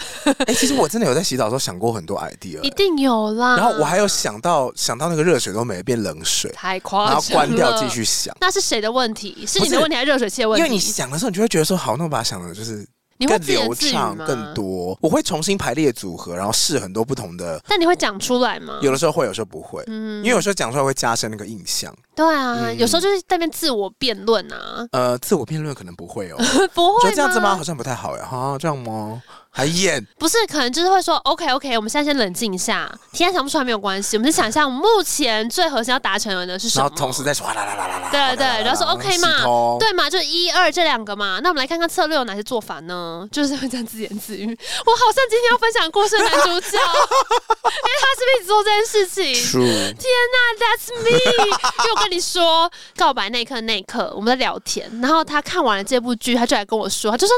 [SPEAKER 2] 哎、其实我真的有在洗澡的时候想过很多 idea，
[SPEAKER 3] 一定啊有啦。
[SPEAKER 2] 然后我还有想到想到那个热水都没变冷水，
[SPEAKER 3] 太
[SPEAKER 2] 然
[SPEAKER 3] 夸
[SPEAKER 2] 后
[SPEAKER 3] 张
[SPEAKER 2] 关掉
[SPEAKER 3] 了
[SPEAKER 2] 继。续想，
[SPEAKER 3] 那是谁的问题？是
[SPEAKER 2] 不
[SPEAKER 3] 你的
[SPEAKER 2] 是
[SPEAKER 3] 问题还是热水器的问
[SPEAKER 2] 因
[SPEAKER 3] 题？
[SPEAKER 2] 为你想的时候，你就会觉得说好，那我把它想的就是
[SPEAKER 3] 你会
[SPEAKER 2] 更
[SPEAKER 3] 自言
[SPEAKER 2] 流
[SPEAKER 3] 自语
[SPEAKER 2] 畅、
[SPEAKER 3] 吗？
[SPEAKER 2] 更，多。我会重新排列组合，然后试很多不同的，
[SPEAKER 3] 但你会讲出来吗？
[SPEAKER 2] 有的时候会，有时候不会，
[SPEAKER 3] 嗯
[SPEAKER 2] 因为有时候讲出来会加深那个印象。
[SPEAKER 3] 对啊，
[SPEAKER 2] 嗯
[SPEAKER 3] 有时候就是在那边自我辩论啊，
[SPEAKER 2] 呃，自我辩论可能不会哦，
[SPEAKER 3] 不会
[SPEAKER 2] 就这样子
[SPEAKER 3] 吗
[SPEAKER 2] 吗？好像不太好呀，哈，这样吗？还演
[SPEAKER 3] 不是，可能就是会说，OK OK，我们现在先冷静一下，提案想不出来没有关系，我们先想一下我们目前最核心要达成的是什
[SPEAKER 2] 然
[SPEAKER 3] 么
[SPEAKER 2] 后。同时再说啦啦啦啦啦，
[SPEAKER 3] 对对，然后说 OK 嘛，
[SPEAKER 2] 对，
[SPEAKER 3] 对嘛，就一二这两个嘛。那我们来看看策略有哪些做法呢？就是会这样自言自语。我好像今天要分享故事的男主角，因为他是不是一直做这件事情？
[SPEAKER 2] True，
[SPEAKER 3] 天呐、t h a t s me！因为我跟你说，告白那一刻，那一刻我们在聊天，然后他看完了这部剧，他就来跟我说，他就说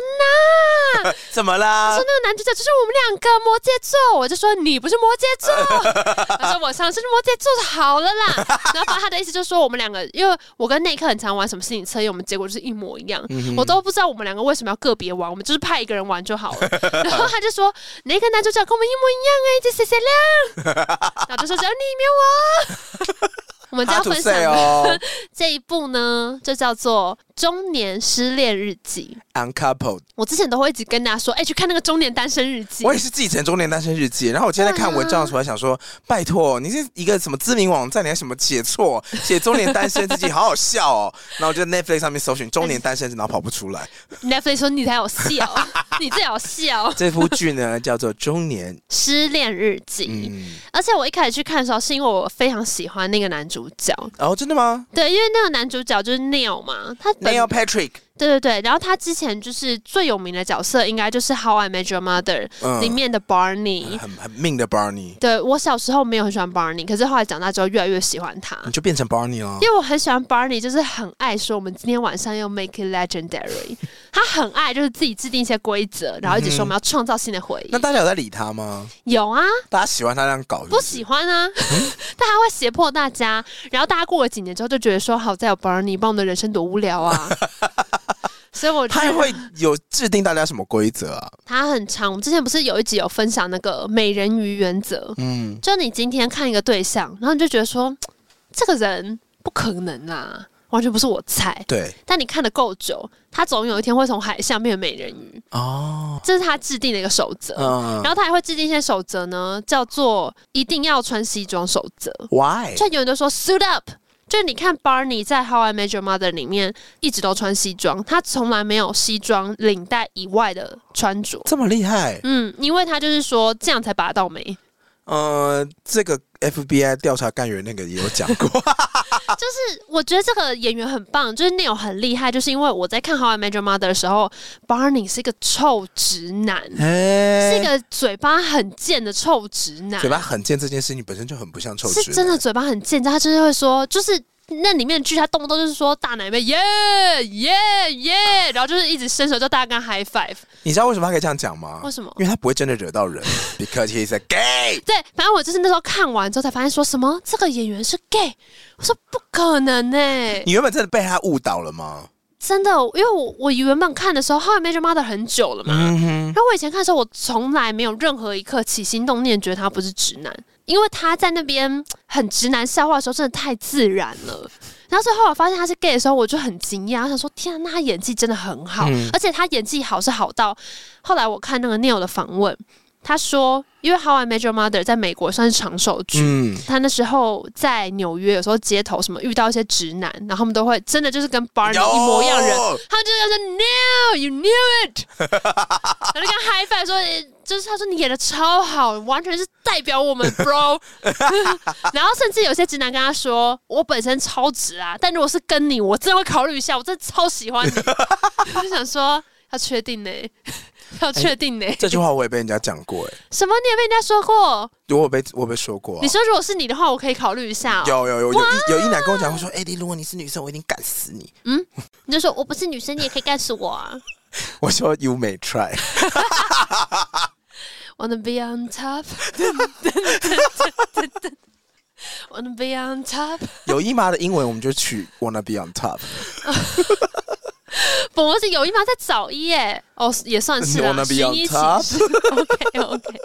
[SPEAKER 3] 那。
[SPEAKER 2] 怎么啦
[SPEAKER 3] 说？那个男主角就是我们两个摩羯座，我就说你不是摩羯座， 他说我上次是摩羯座就好了啦。 然后反正他的意思就是说我们两个，因为我跟内克很常玩什么心理测验，我们结果就是一模一样，我都不知道我们两个为什么要个别玩，我们就是派一个人玩就好了。然后他就说那个男主角跟我们一模一样哎、这谁谁亮？ 然后就说只有你没有我。 我们就要
[SPEAKER 2] Hard to
[SPEAKER 3] 分享
[SPEAKER 2] say
[SPEAKER 3] 的
[SPEAKER 2] 哦
[SPEAKER 3] 这一部呢，就叫做《中年失恋日记》。
[SPEAKER 2] ，Uncoupled，
[SPEAKER 3] 我之前都会一直跟大家说，哎、去看那个中年单身日记
[SPEAKER 2] 我。也是继承中年单身日记。然后我今天在看文章的时候，还想说，拜托，你是一个什么知名网站，你还什么写错写中年单身日记，好好笑哦。然后我就在 Netflix 上面搜寻中年单身，然后跑不出来。
[SPEAKER 3] Netflix 说你才有笑， 你最有笑。
[SPEAKER 2] 这部剧呢叫做《中年》，
[SPEAKER 3] 失恋日记，
[SPEAKER 2] 嗯，
[SPEAKER 3] 而且我一开始去看的时候，是因为我非常喜欢那个男主角，
[SPEAKER 2] 哦，真的吗
[SPEAKER 3] 对，因为那个男主角就是 Neil 嘛，他本
[SPEAKER 2] ？Neil Patrick，
[SPEAKER 3] 对对对，然后他之前就是最有名的角色，应该就是《How I Met Your Mother》
[SPEAKER 2] 嗯
[SPEAKER 3] 里面的 Barney。
[SPEAKER 2] 很很命的 Barney，
[SPEAKER 3] 对我小时候没有很喜欢 Barney，可是后来长大之后越来越喜欢他。
[SPEAKER 2] 你就变成 Barney 了
[SPEAKER 3] 因。为我很喜欢 Barney，就是很爱说我们今天晚上要 make it legendary，他很爱就是自己制定一些规则，然后一直说我们要创造新的回忆
[SPEAKER 2] 那。大家有在理他吗？
[SPEAKER 3] 有啊，
[SPEAKER 2] 大家喜欢他这样搞是
[SPEAKER 3] 不
[SPEAKER 2] 是
[SPEAKER 3] 喜欢啊，
[SPEAKER 2] 嗯
[SPEAKER 3] 但他会胁迫大家， 然后大家过了几年之后就觉得说，好在有 Barney，不然我们的人生多无聊啊。所以我觉
[SPEAKER 2] 他也
[SPEAKER 3] 得
[SPEAKER 2] 会有制定大家什么规则啊？
[SPEAKER 3] 它很长。我们之前不是有一集有分享那个美人鱼原则，
[SPEAKER 2] 嗯，
[SPEAKER 3] 就你今天看一个对象，然后你就觉得说这个人不可能啊，完全不是我菜。
[SPEAKER 2] 对，
[SPEAKER 3] 但你看的够久，他总有一天会从海象变成美人鱼，
[SPEAKER 2] 哦，
[SPEAKER 3] 这是他制定的一个守则。
[SPEAKER 2] 嗯
[SPEAKER 3] 然后他还会制定一些守则呢，叫做一定要穿西装守则。
[SPEAKER 2] ，Why？
[SPEAKER 3] 就有人就说 suit up，就是你看 Barney 在 How I Met Your Mother 里面一直都穿西装，他从来没有西装领带以外的穿着。
[SPEAKER 2] 这么厉害？
[SPEAKER 3] 嗯，因为他就是说这样才拔到眉，
[SPEAKER 2] 呃，这个 FBI 调查干员那个也有讲 过，啊
[SPEAKER 3] 就是我觉得这个演员很棒，就是内容很厉害，就是因为我在看《How I Met Your Mother》的时候，Barney 是一个臭直男，
[SPEAKER 2] 哎
[SPEAKER 3] 是一个嘴巴很贱的臭直男，
[SPEAKER 2] 嘴巴很贱这件事情本身就很不像臭直男，
[SPEAKER 3] 是真的嘴巴很贱，但他就是会说，就是。那里面的剧，他动不动就是说大奶妹耶耶耶，然后就是一直伸手叫大家跟他 high five，
[SPEAKER 2] 你知道为什么他可以这样讲吗？
[SPEAKER 3] 为什么
[SPEAKER 2] 因为他不会真的惹到 人，because he's a gay。
[SPEAKER 3] 对，反正我就是那时候看完之后才发现，说什么这个演员是 gay，我说不可能呢、欸
[SPEAKER 2] 你原本真的被他误导了吗？
[SPEAKER 3] 真的，因为我我原本看的时候，《How I Met Your Mother》很久了嘛，
[SPEAKER 2] 嗯
[SPEAKER 3] 然后我以前看的时候，我从来没有任何一刻起心动念觉得他不是直男，因为他在那边很直男笑话的时候，真的太自然了。然后最后我发现他是 gay 的时候，我就很惊讶，我想说天啊，那他演技真的很好，
[SPEAKER 2] 嗯
[SPEAKER 3] 而且他演技好是好到后来我看那个 Neil 的访问，他说，因为《How I Met Your Mother》在美国算是长寿剧，
[SPEAKER 2] 嗯，
[SPEAKER 3] 他那时候在纽约，有时候街头什么遇到一些直男，然后他们都会真的就是跟 Barney
[SPEAKER 2] 有
[SPEAKER 3] 一模一样的人，他们就要说 No, you knew it，然后就跟他 high five 说，诶就是他说你演的超好，完全是代表我们 bro。然后甚至有些直男跟他说，我本身超直啊，但如果是跟你，我真的会考虑一下，我真的超喜欢你。 我就想说要确定呢、要确定呢、
[SPEAKER 2] 这句话我也被人家讲过、欸，哎，
[SPEAKER 3] 什么你也被人家说过？
[SPEAKER 2] 我有被我有被说过啊、
[SPEAKER 3] 你说如果是你的话，我可以考虑一下、哦。
[SPEAKER 2] 有有有有一有一男跟我讲，我说：“哎、欸，如果你是女生，我一定干死你。
[SPEAKER 3] 你就说我不是女生，你也可以干死我啊。”
[SPEAKER 2] 我说：“You may try。
[SPEAKER 3] Wanna be on top？Wanna be on top？”
[SPEAKER 2] 有一妈的英文我们就取 “wanna be on top”。
[SPEAKER 3] 不是有一码在早一耶，哦，也算 是 啦，
[SPEAKER 2] Wanna be
[SPEAKER 3] 寻
[SPEAKER 2] on
[SPEAKER 3] 一起
[SPEAKER 2] top？
[SPEAKER 3] 是 OK OK。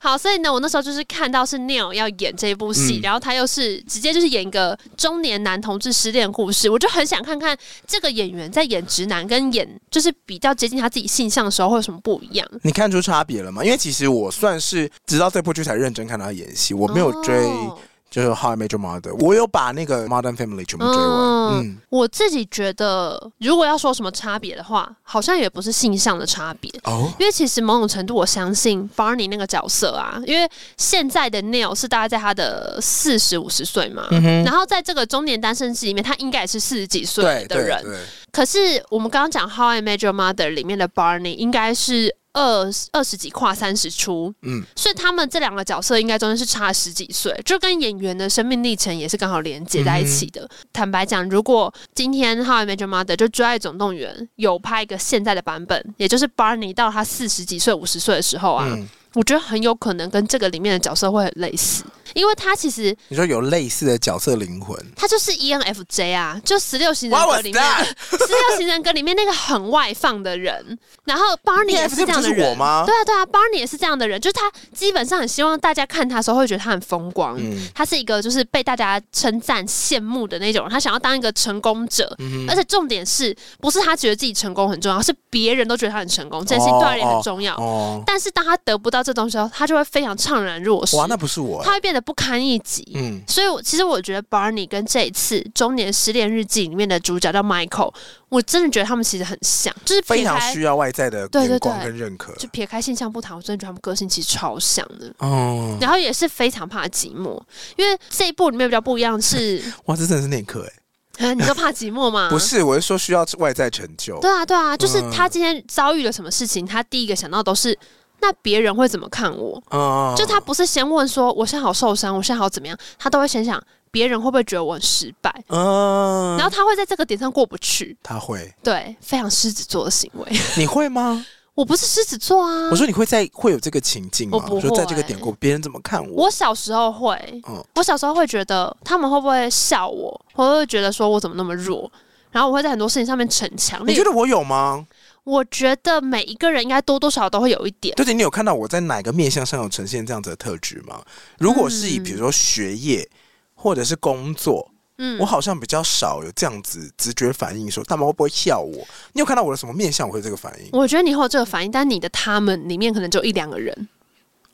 [SPEAKER 3] 好，所以呢，我那时候就是看到是 Neil 要演这部
[SPEAKER 2] 嗯
[SPEAKER 3] 戏，然后他又是直接就是演一个中年男同志失恋故事，我就很想看看这个演员在演直男跟演就是比较接近他自己性向的时候会有什么不一样。
[SPEAKER 2] 你看出差别了吗？因为其实我算是直到这部剧才认真看到他演戏，我没有追
[SPEAKER 3] 哦
[SPEAKER 2] 就是《How I Met Your Mother》，我有把那个《Modern Family》全部追
[SPEAKER 3] 哦
[SPEAKER 2] 完。嗯，
[SPEAKER 3] 我自己觉得，如果要说什么差别的话，好像也不是性向的差别。
[SPEAKER 2] 哦，
[SPEAKER 3] 因为其实某种程度，我相信 Barney 那个角色啊，因为现在的 Neil 是大概在他的四十五十岁嘛，
[SPEAKER 2] 嗯
[SPEAKER 3] 然后在这个中年单身期里面，他应该也是四十几岁
[SPEAKER 2] 对
[SPEAKER 3] 的
[SPEAKER 2] 对
[SPEAKER 3] 人。
[SPEAKER 2] 对，
[SPEAKER 3] 可是我们刚刚讲《How I Met Your Mother》里面的 Barney 应该是二二十几跨三十出，嗯
[SPEAKER 2] 嗯，
[SPEAKER 3] 所以他们这两个角色应该中间是差十几岁，就跟演员的生命历程也是刚好连接在一起
[SPEAKER 2] 嗯
[SPEAKER 3] 的。坦白讲，如果今天《How I Met Your Mother》就《追爱总动员》有拍一个现在的版本，也就是 Barney 到他四十几岁、五十岁的时候啊。
[SPEAKER 2] 嗯
[SPEAKER 3] 我觉得很有可能跟这个里面的角色会很类似，因为他其实
[SPEAKER 2] 你说有类似的角色灵魂。
[SPEAKER 3] 他就是 ENFJ 啊，就十六型人
[SPEAKER 2] What
[SPEAKER 3] 格
[SPEAKER 2] was
[SPEAKER 3] 里面
[SPEAKER 2] that？
[SPEAKER 3] 《十六型人格》里面那个很外放的人，然后 Barney 也是这样
[SPEAKER 2] 不
[SPEAKER 3] 的
[SPEAKER 2] 就是
[SPEAKER 3] 人
[SPEAKER 2] 我吗
[SPEAKER 3] 对啊，对啊，Barney 也是这样的人，就是他基本上很希望大家看他的时候会觉得他很风光，
[SPEAKER 2] 嗯
[SPEAKER 3] 他是一个就是被大家称赞、羡慕的那种人，他想要当一个成功者，
[SPEAKER 2] 嗯
[SPEAKER 3] 而且重点是不是他觉得自己成功很重要，是别人都觉得他很成功，这件事情对他而言很重要。
[SPEAKER 2] 哦，
[SPEAKER 3] 但是当他得不到这东西的时候，他就会非常怅然若失，
[SPEAKER 2] 哇，那不是我、
[SPEAKER 3] 他
[SPEAKER 2] 欸。
[SPEAKER 3] 会变得不堪一击。
[SPEAKER 2] 嗯，
[SPEAKER 3] 所以我，其实我觉得 Barney 跟这一次《中年失恋日记》里面的主角叫 Michael，我真的觉得他们其实很像，就是
[SPEAKER 2] 非
[SPEAKER 3] 撇
[SPEAKER 2] 常
[SPEAKER 3] 开
[SPEAKER 2] 需要外在的
[SPEAKER 3] 对对
[SPEAKER 2] 眼光
[SPEAKER 3] 对
[SPEAKER 2] 跟认可。
[SPEAKER 3] 就撇开性向不谈，我真的觉得他们个性其实超像的。
[SPEAKER 2] 哦，
[SPEAKER 3] 然后也是非常怕寂寞，因为这一部里面比较不一 样是，
[SPEAKER 2] 哇，这真的是内科哎。
[SPEAKER 3] 啊你说怕寂寞吗？
[SPEAKER 2] 不。是，我是说需要外在成就。
[SPEAKER 3] 对啊，对啊，就是
[SPEAKER 2] 嗯
[SPEAKER 3] 他今天遭遇了什么事情，他第一个想到都是那别人会怎么看我。
[SPEAKER 2] 嗯，
[SPEAKER 3] 就他不是先问说我现在好受伤，我现在好怎么样，他都会先想别人会不会觉得我很失败，
[SPEAKER 2] 嗯，
[SPEAKER 3] 然后他会在这个点上过不去。
[SPEAKER 2] 他会，
[SPEAKER 3] 对，非常狮子座的行为。
[SPEAKER 2] 你会吗？
[SPEAKER 3] 我不是狮子座啊，
[SPEAKER 2] 我说你会在会有这个情境吗？
[SPEAKER 3] 我不会欸
[SPEAKER 2] 说在这个典故，别人怎么看我？
[SPEAKER 3] 我小时候会，
[SPEAKER 2] 嗯
[SPEAKER 3] 我小时候会觉得他们会不会笑我，我会觉得说我怎么那么弱。然后我会在很多事情上面逞强。
[SPEAKER 2] 你
[SPEAKER 3] 例
[SPEAKER 2] 觉
[SPEAKER 3] 如，
[SPEAKER 2] 得我有吗？
[SPEAKER 3] 我觉得每一个人应该多多少少都会有一点。
[SPEAKER 2] 对对，你有看到我在哪个面向上有呈现这样子的特质吗？如果是以
[SPEAKER 3] 嗯
[SPEAKER 2] 比如说学业或者是工作，
[SPEAKER 3] 嗯
[SPEAKER 2] 我，好像比较少有这样子直觉反应，说大妈会不会笑我？你有看到我的什么面相我会有这个反应？
[SPEAKER 3] 我觉得你会有这个反应，但你的他们里面可能只有一两个人。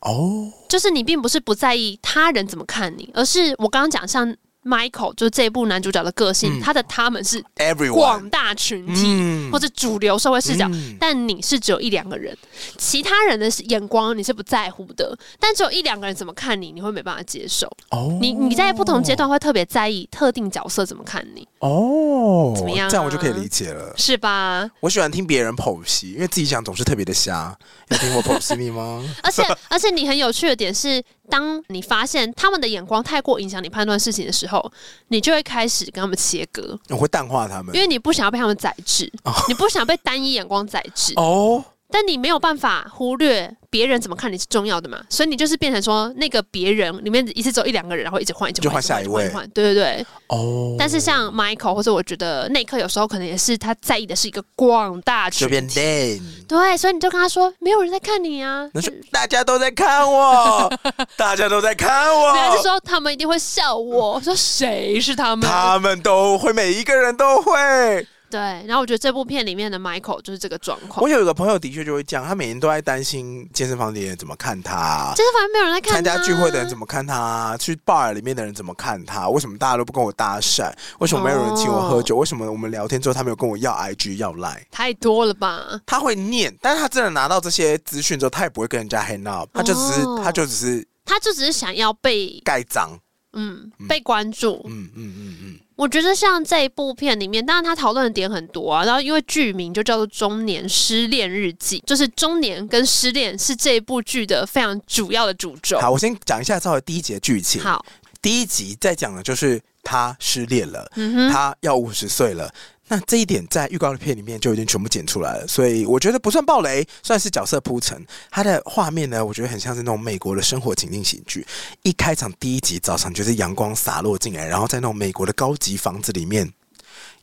[SPEAKER 2] 哦，
[SPEAKER 3] 就是你并不是不在意他人怎么看你，而是我刚刚讲像 Michael 就是这一部男主角的个性，
[SPEAKER 2] 嗯
[SPEAKER 3] 他的他们是
[SPEAKER 2] everyone，
[SPEAKER 3] 广大群体、
[SPEAKER 2] 嗯
[SPEAKER 3] 或者主流社会视角。
[SPEAKER 2] 嗯
[SPEAKER 3] 但你是只有一两个人，其他人的眼光你是不在乎的，但只有一两个人怎么看你，你会没办法接受。
[SPEAKER 2] 哦
[SPEAKER 3] 你你在不同阶段会特别在意特定角色怎么看你，
[SPEAKER 2] 哦，
[SPEAKER 3] 怎么样啊
[SPEAKER 2] 这样我就可以理解了。
[SPEAKER 3] 哦是吧？
[SPEAKER 2] 我喜欢听别人剖析，因为自己讲总是特别的瞎。要听我剖析你 吗？
[SPEAKER 3] 而且而且你很有趣的点是，当你发现他们的眼光太过影响你判断事情的时候，你就会开始跟他们切割。
[SPEAKER 2] 我会淡化他们
[SPEAKER 3] 因。为你不想要被他们宰制，你不想被单一眼光宰制，
[SPEAKER 2] 哦，
[SPEAKER 3] 但你没有办法忽略别人怎么看你是重要的嘛，所以你就是变成说那个别人里面一次只有一两个人，然后一直换，一直
[SPEAKER 2] 就换
[SPEAKER 3] 直
[SPEAKER 2] 下一位
[SPEAKER 3] 直换对对对。
[SPEAKER 2] 哦，
[SPEAKER 3] 但是像 Michael 或者我觉得内克有时候可能也是他在意的是一个广大
[SPEAKER 2] 就
[SPEAKER 3] 群
[SPEAKER 2] 变
[SPEAKER 3] 体，
[SPEAKER 2] Dan，
[SPEAKER 3] 对，所以你就跟他说没有人在看你啊，
[SPEAKER 2] 那说大家都在看 我，大家都在看
[SPEAKER 3] 没啊有就
[SPEAKER 2] 我，
[SPEAKER 3] 说他们一定会笑我，我说谁是他们？
[SPEAKER 2] 啊他们都会，每一个人都会。
[SPEAKER 3] 对，然后我觉得这部片里面的 Michael 就是这个状况
[SPEAKER 2] 我，有一个朋友的确就会这样，他每天都在担心健身房里的人怎么看他。啊
[SPEAKER 3] 就是反正没有人在看啊
[SPEAKER 2] 参加聚会的人怎
[SPEAKER 3] 么
[SPEAKER 2] 么看他？啊去 bar 里面的人怎么看他？啊为什么大家都不跟我搭讪？为什么没有人请我喝酒？为什么我们聊天之后他没有跟我要 IG 要 Line？
[SPEAKER 3] 太多了吧？
[SPEAKER 2] 他会念，但是他真的拿到这些资讯之后，他也不会跟人家 hang out，他就只是、
[SPEAKER 3] 哦
[SPEAKER 2] 他就只是
[SPEAKER 3] 他就只是想要被
[SPEAKER 2] 盖章。
[SPEAKER 3] 嗯被关注。
[SPEAKER 2] 嗯嗯嗯嗯，
[SPEAKER 3] 我觉得像这一部片里面，当然他讨论的点很多啊。然后因为剧名就叫做《中年失恋日记》，就是中年跟失恋是这一部剧的非常主要的主轴。
[SPEAKER 2] 好，我先讲一下稍微第一集的剧情。
[SPEAKER 3] 好，
[SPEAKER 2] 第一集在讲的就是他失恋了，
[SPEAKER 3] 嗯哼，
[SPEAKER 2] 他要五十岁了。那这一点在预告的片里面就已经全部剪出来了，所以我觉得不算暴雷，算是角色铺陈。它的画面呢，我觉得很像是那种美国的生活情境喜剧。一开场第一集早上就是阳光洒落进来，然后在那种美国的高级房子里面，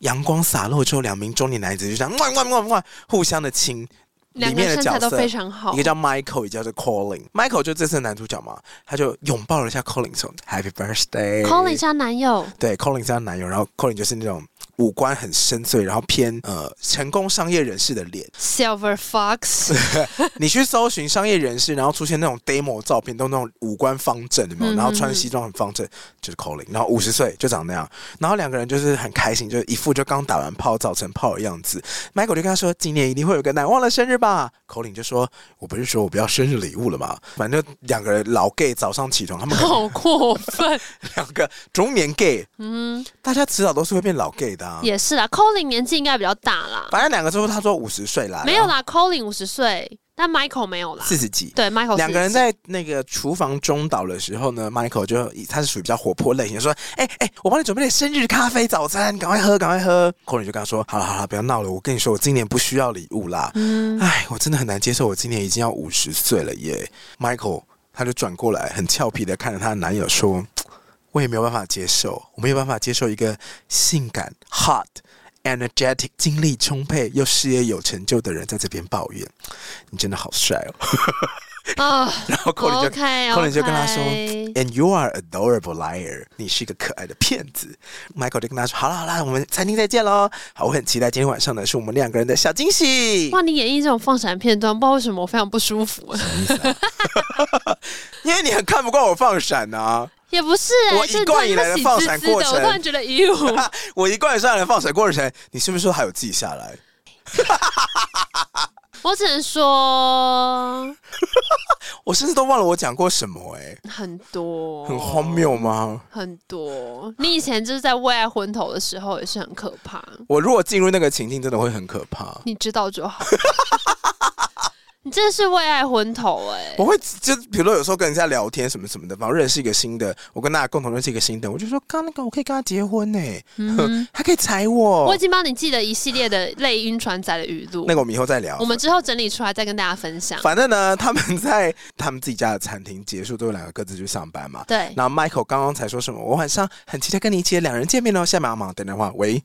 [SPEAKER 2] 阳光洒落之后，两名中年男子就这样哇哇哇哇互相的亲。
[SPEAKER 3] 两
[SPEAKER 2] 里
[SPEAKER 3] 个
[SPEAKER 2] 面
[SPEAKER 3] 人
[SPEAKER 2] 的
[SPEAKER 3] 身
[SPEAKER 2] 角
[SPEAKER 3] 材
[SPEAKER 2] 色
[SPEAKER 3] 都非常好
[SPEAKER 2] 一。个叫 Michael，一个叫做 Colin。Michael 就这次的男主角嘛，他就拥抱了一下 Colin，说 Happy Birthday。
[SPEAKER 3] Colin 像男友，
[SPEAKER 2] 对，Colin 是她男友，然后 Colin 就是那种五官很深邃，然后偏呃成功商业人士的脸。
[SPEAKER 3] Silver Fox，
[SPEAKER 2] 你去搜寻商业人士，然后出现那种 demo 照片，都那种五官方正，有没有？
[SPEAKER 3] 嗯
[SPEAKER 2] 然后穿西装很方正，就是 Colin。然后五十岁就长那样，然后两个人就是很开心，就是一副就刚打完炮、早晨炮的样子。Michael 就跟他说：“今年一定会有个难忘的生日吧？”Colin 就说：“我不是说我不要生日礼物了吗？反正两个人老 gay 早上起床，他们可能
[SPEAKER 3] 好过分。
[SPEAKER 2] 两个中年 gay，
[SPEAKER 3] 嗯，
[SPEAKER 2] 大家迟早都是会变老 gay 的、啊。”
[SPEAKER 3] 也是啦。Colin 年纪应该比较大啦，
[SPEAKER 2] 反正两个之后，他说五十岁啦，
[SPEAKER 3] 没有啦。Colin 五十岁，但 Michael 没有啦。
[SPEAKER 2] 四十几。
[SPEAKER 3] 对，Michael
[SPEAKER 2] 两个人
[SPEAKER 3] 40
[SPEAKER 2] 在那个厨房中岛的时候呢，Michael 就他是属于比较活泼类型，说：“哎、哎、我帮你准备了生日咖啡早餐，赶快喝，赶快喝。”Colin 就跟他说：“好了好了，不要闹了，我跟你说，我今年不需要礼物啦。
[SPEAKER 3] 嗯，
[SPEAKER 2] 哎，我真的很难接受，我今年已经要五十岁了耶。”Michael 他就转过来，很俏皮的看着他的男友说：“我也没有办法接受，我没有办法接受一个性感、hot、energetic、精力充沛又事业有成就的人在这边抱怨，你真的好帅哦。”
[SPEAKER 3] 啊，
[SPEAKER 2] 然后 Colin 就
[SPEAKER 3] OK，
[SPEAKER 2] Colin 就跟他说哎
[SPEAKER 3] OK
[SPEAKER 2] And you are adorable liar，你是一个可爱的骗子。Michael 就跟他说：“好啦好啦，我们餐厅再见喽。好，我很期待今天晚上呢是我们两个人的小惊喜。
[SPEAKER 3] 哇，你演绎这种放闪片段，不知道为什么我非常不舒服。
[SPEAKER 2] 因为你很看不惯我放闪啊，
[SPEAKER 3] 也不是、欸，
[SPEAKER 2] 我
[SPEAKER 3] 就是
[SPEAKER 2] 一贯以来的放闪过程
[SPEAKER 3] 突然那么喜滋滋的我突然觉得，哎哟，
[SPEAKER 2] 我一贯上来放闪过程，你是不是说还有记下来？
[SPEAKER 3] 我只能说
[SPEAKER 2] 我甚至都忘了我讲过什么、欸，
[SPEAKER 3] 很多，
[SPEAKER 2] 很荒，谬吗？
[SPEAKER 3] 很多。你以前就是在为爱昏头的时候，也是很可怕。
[SPEAKER 2] 我如果进入那个情境，真的会很可怕。
[SPEAKER 3] 你知道就好。你真的是为爱昏头哎、
[SPEAKER 2] 我会就比如说有时候跟人家聊天什么什么的，然后认识一个新的，我跟大家共同认识一个新的，我就说刚刚那个我可以跟他结婚呢、
[SPEAKER 3] 嗯
[SPEAKER 2] 他可以踩我。
[SPEAKER 3] 我已经帮你记了一系列的类晕船仔的语录，
[SPEAKER 2] 那个我们以后再聊。
[SPEAKER 3] 我们之后整理出来再跟大家分享。
[SPEAKER 2] 反正呢，他们在他们自己家的餐厅结束之后，两个各自去上班嘛。
[SPEAKER 3] 对，
[SPEAKER 2] 然后 Michael 刚刚才说什么？我晚上很期待跟你一起两人见面哦。下面阿忙等等话，喂，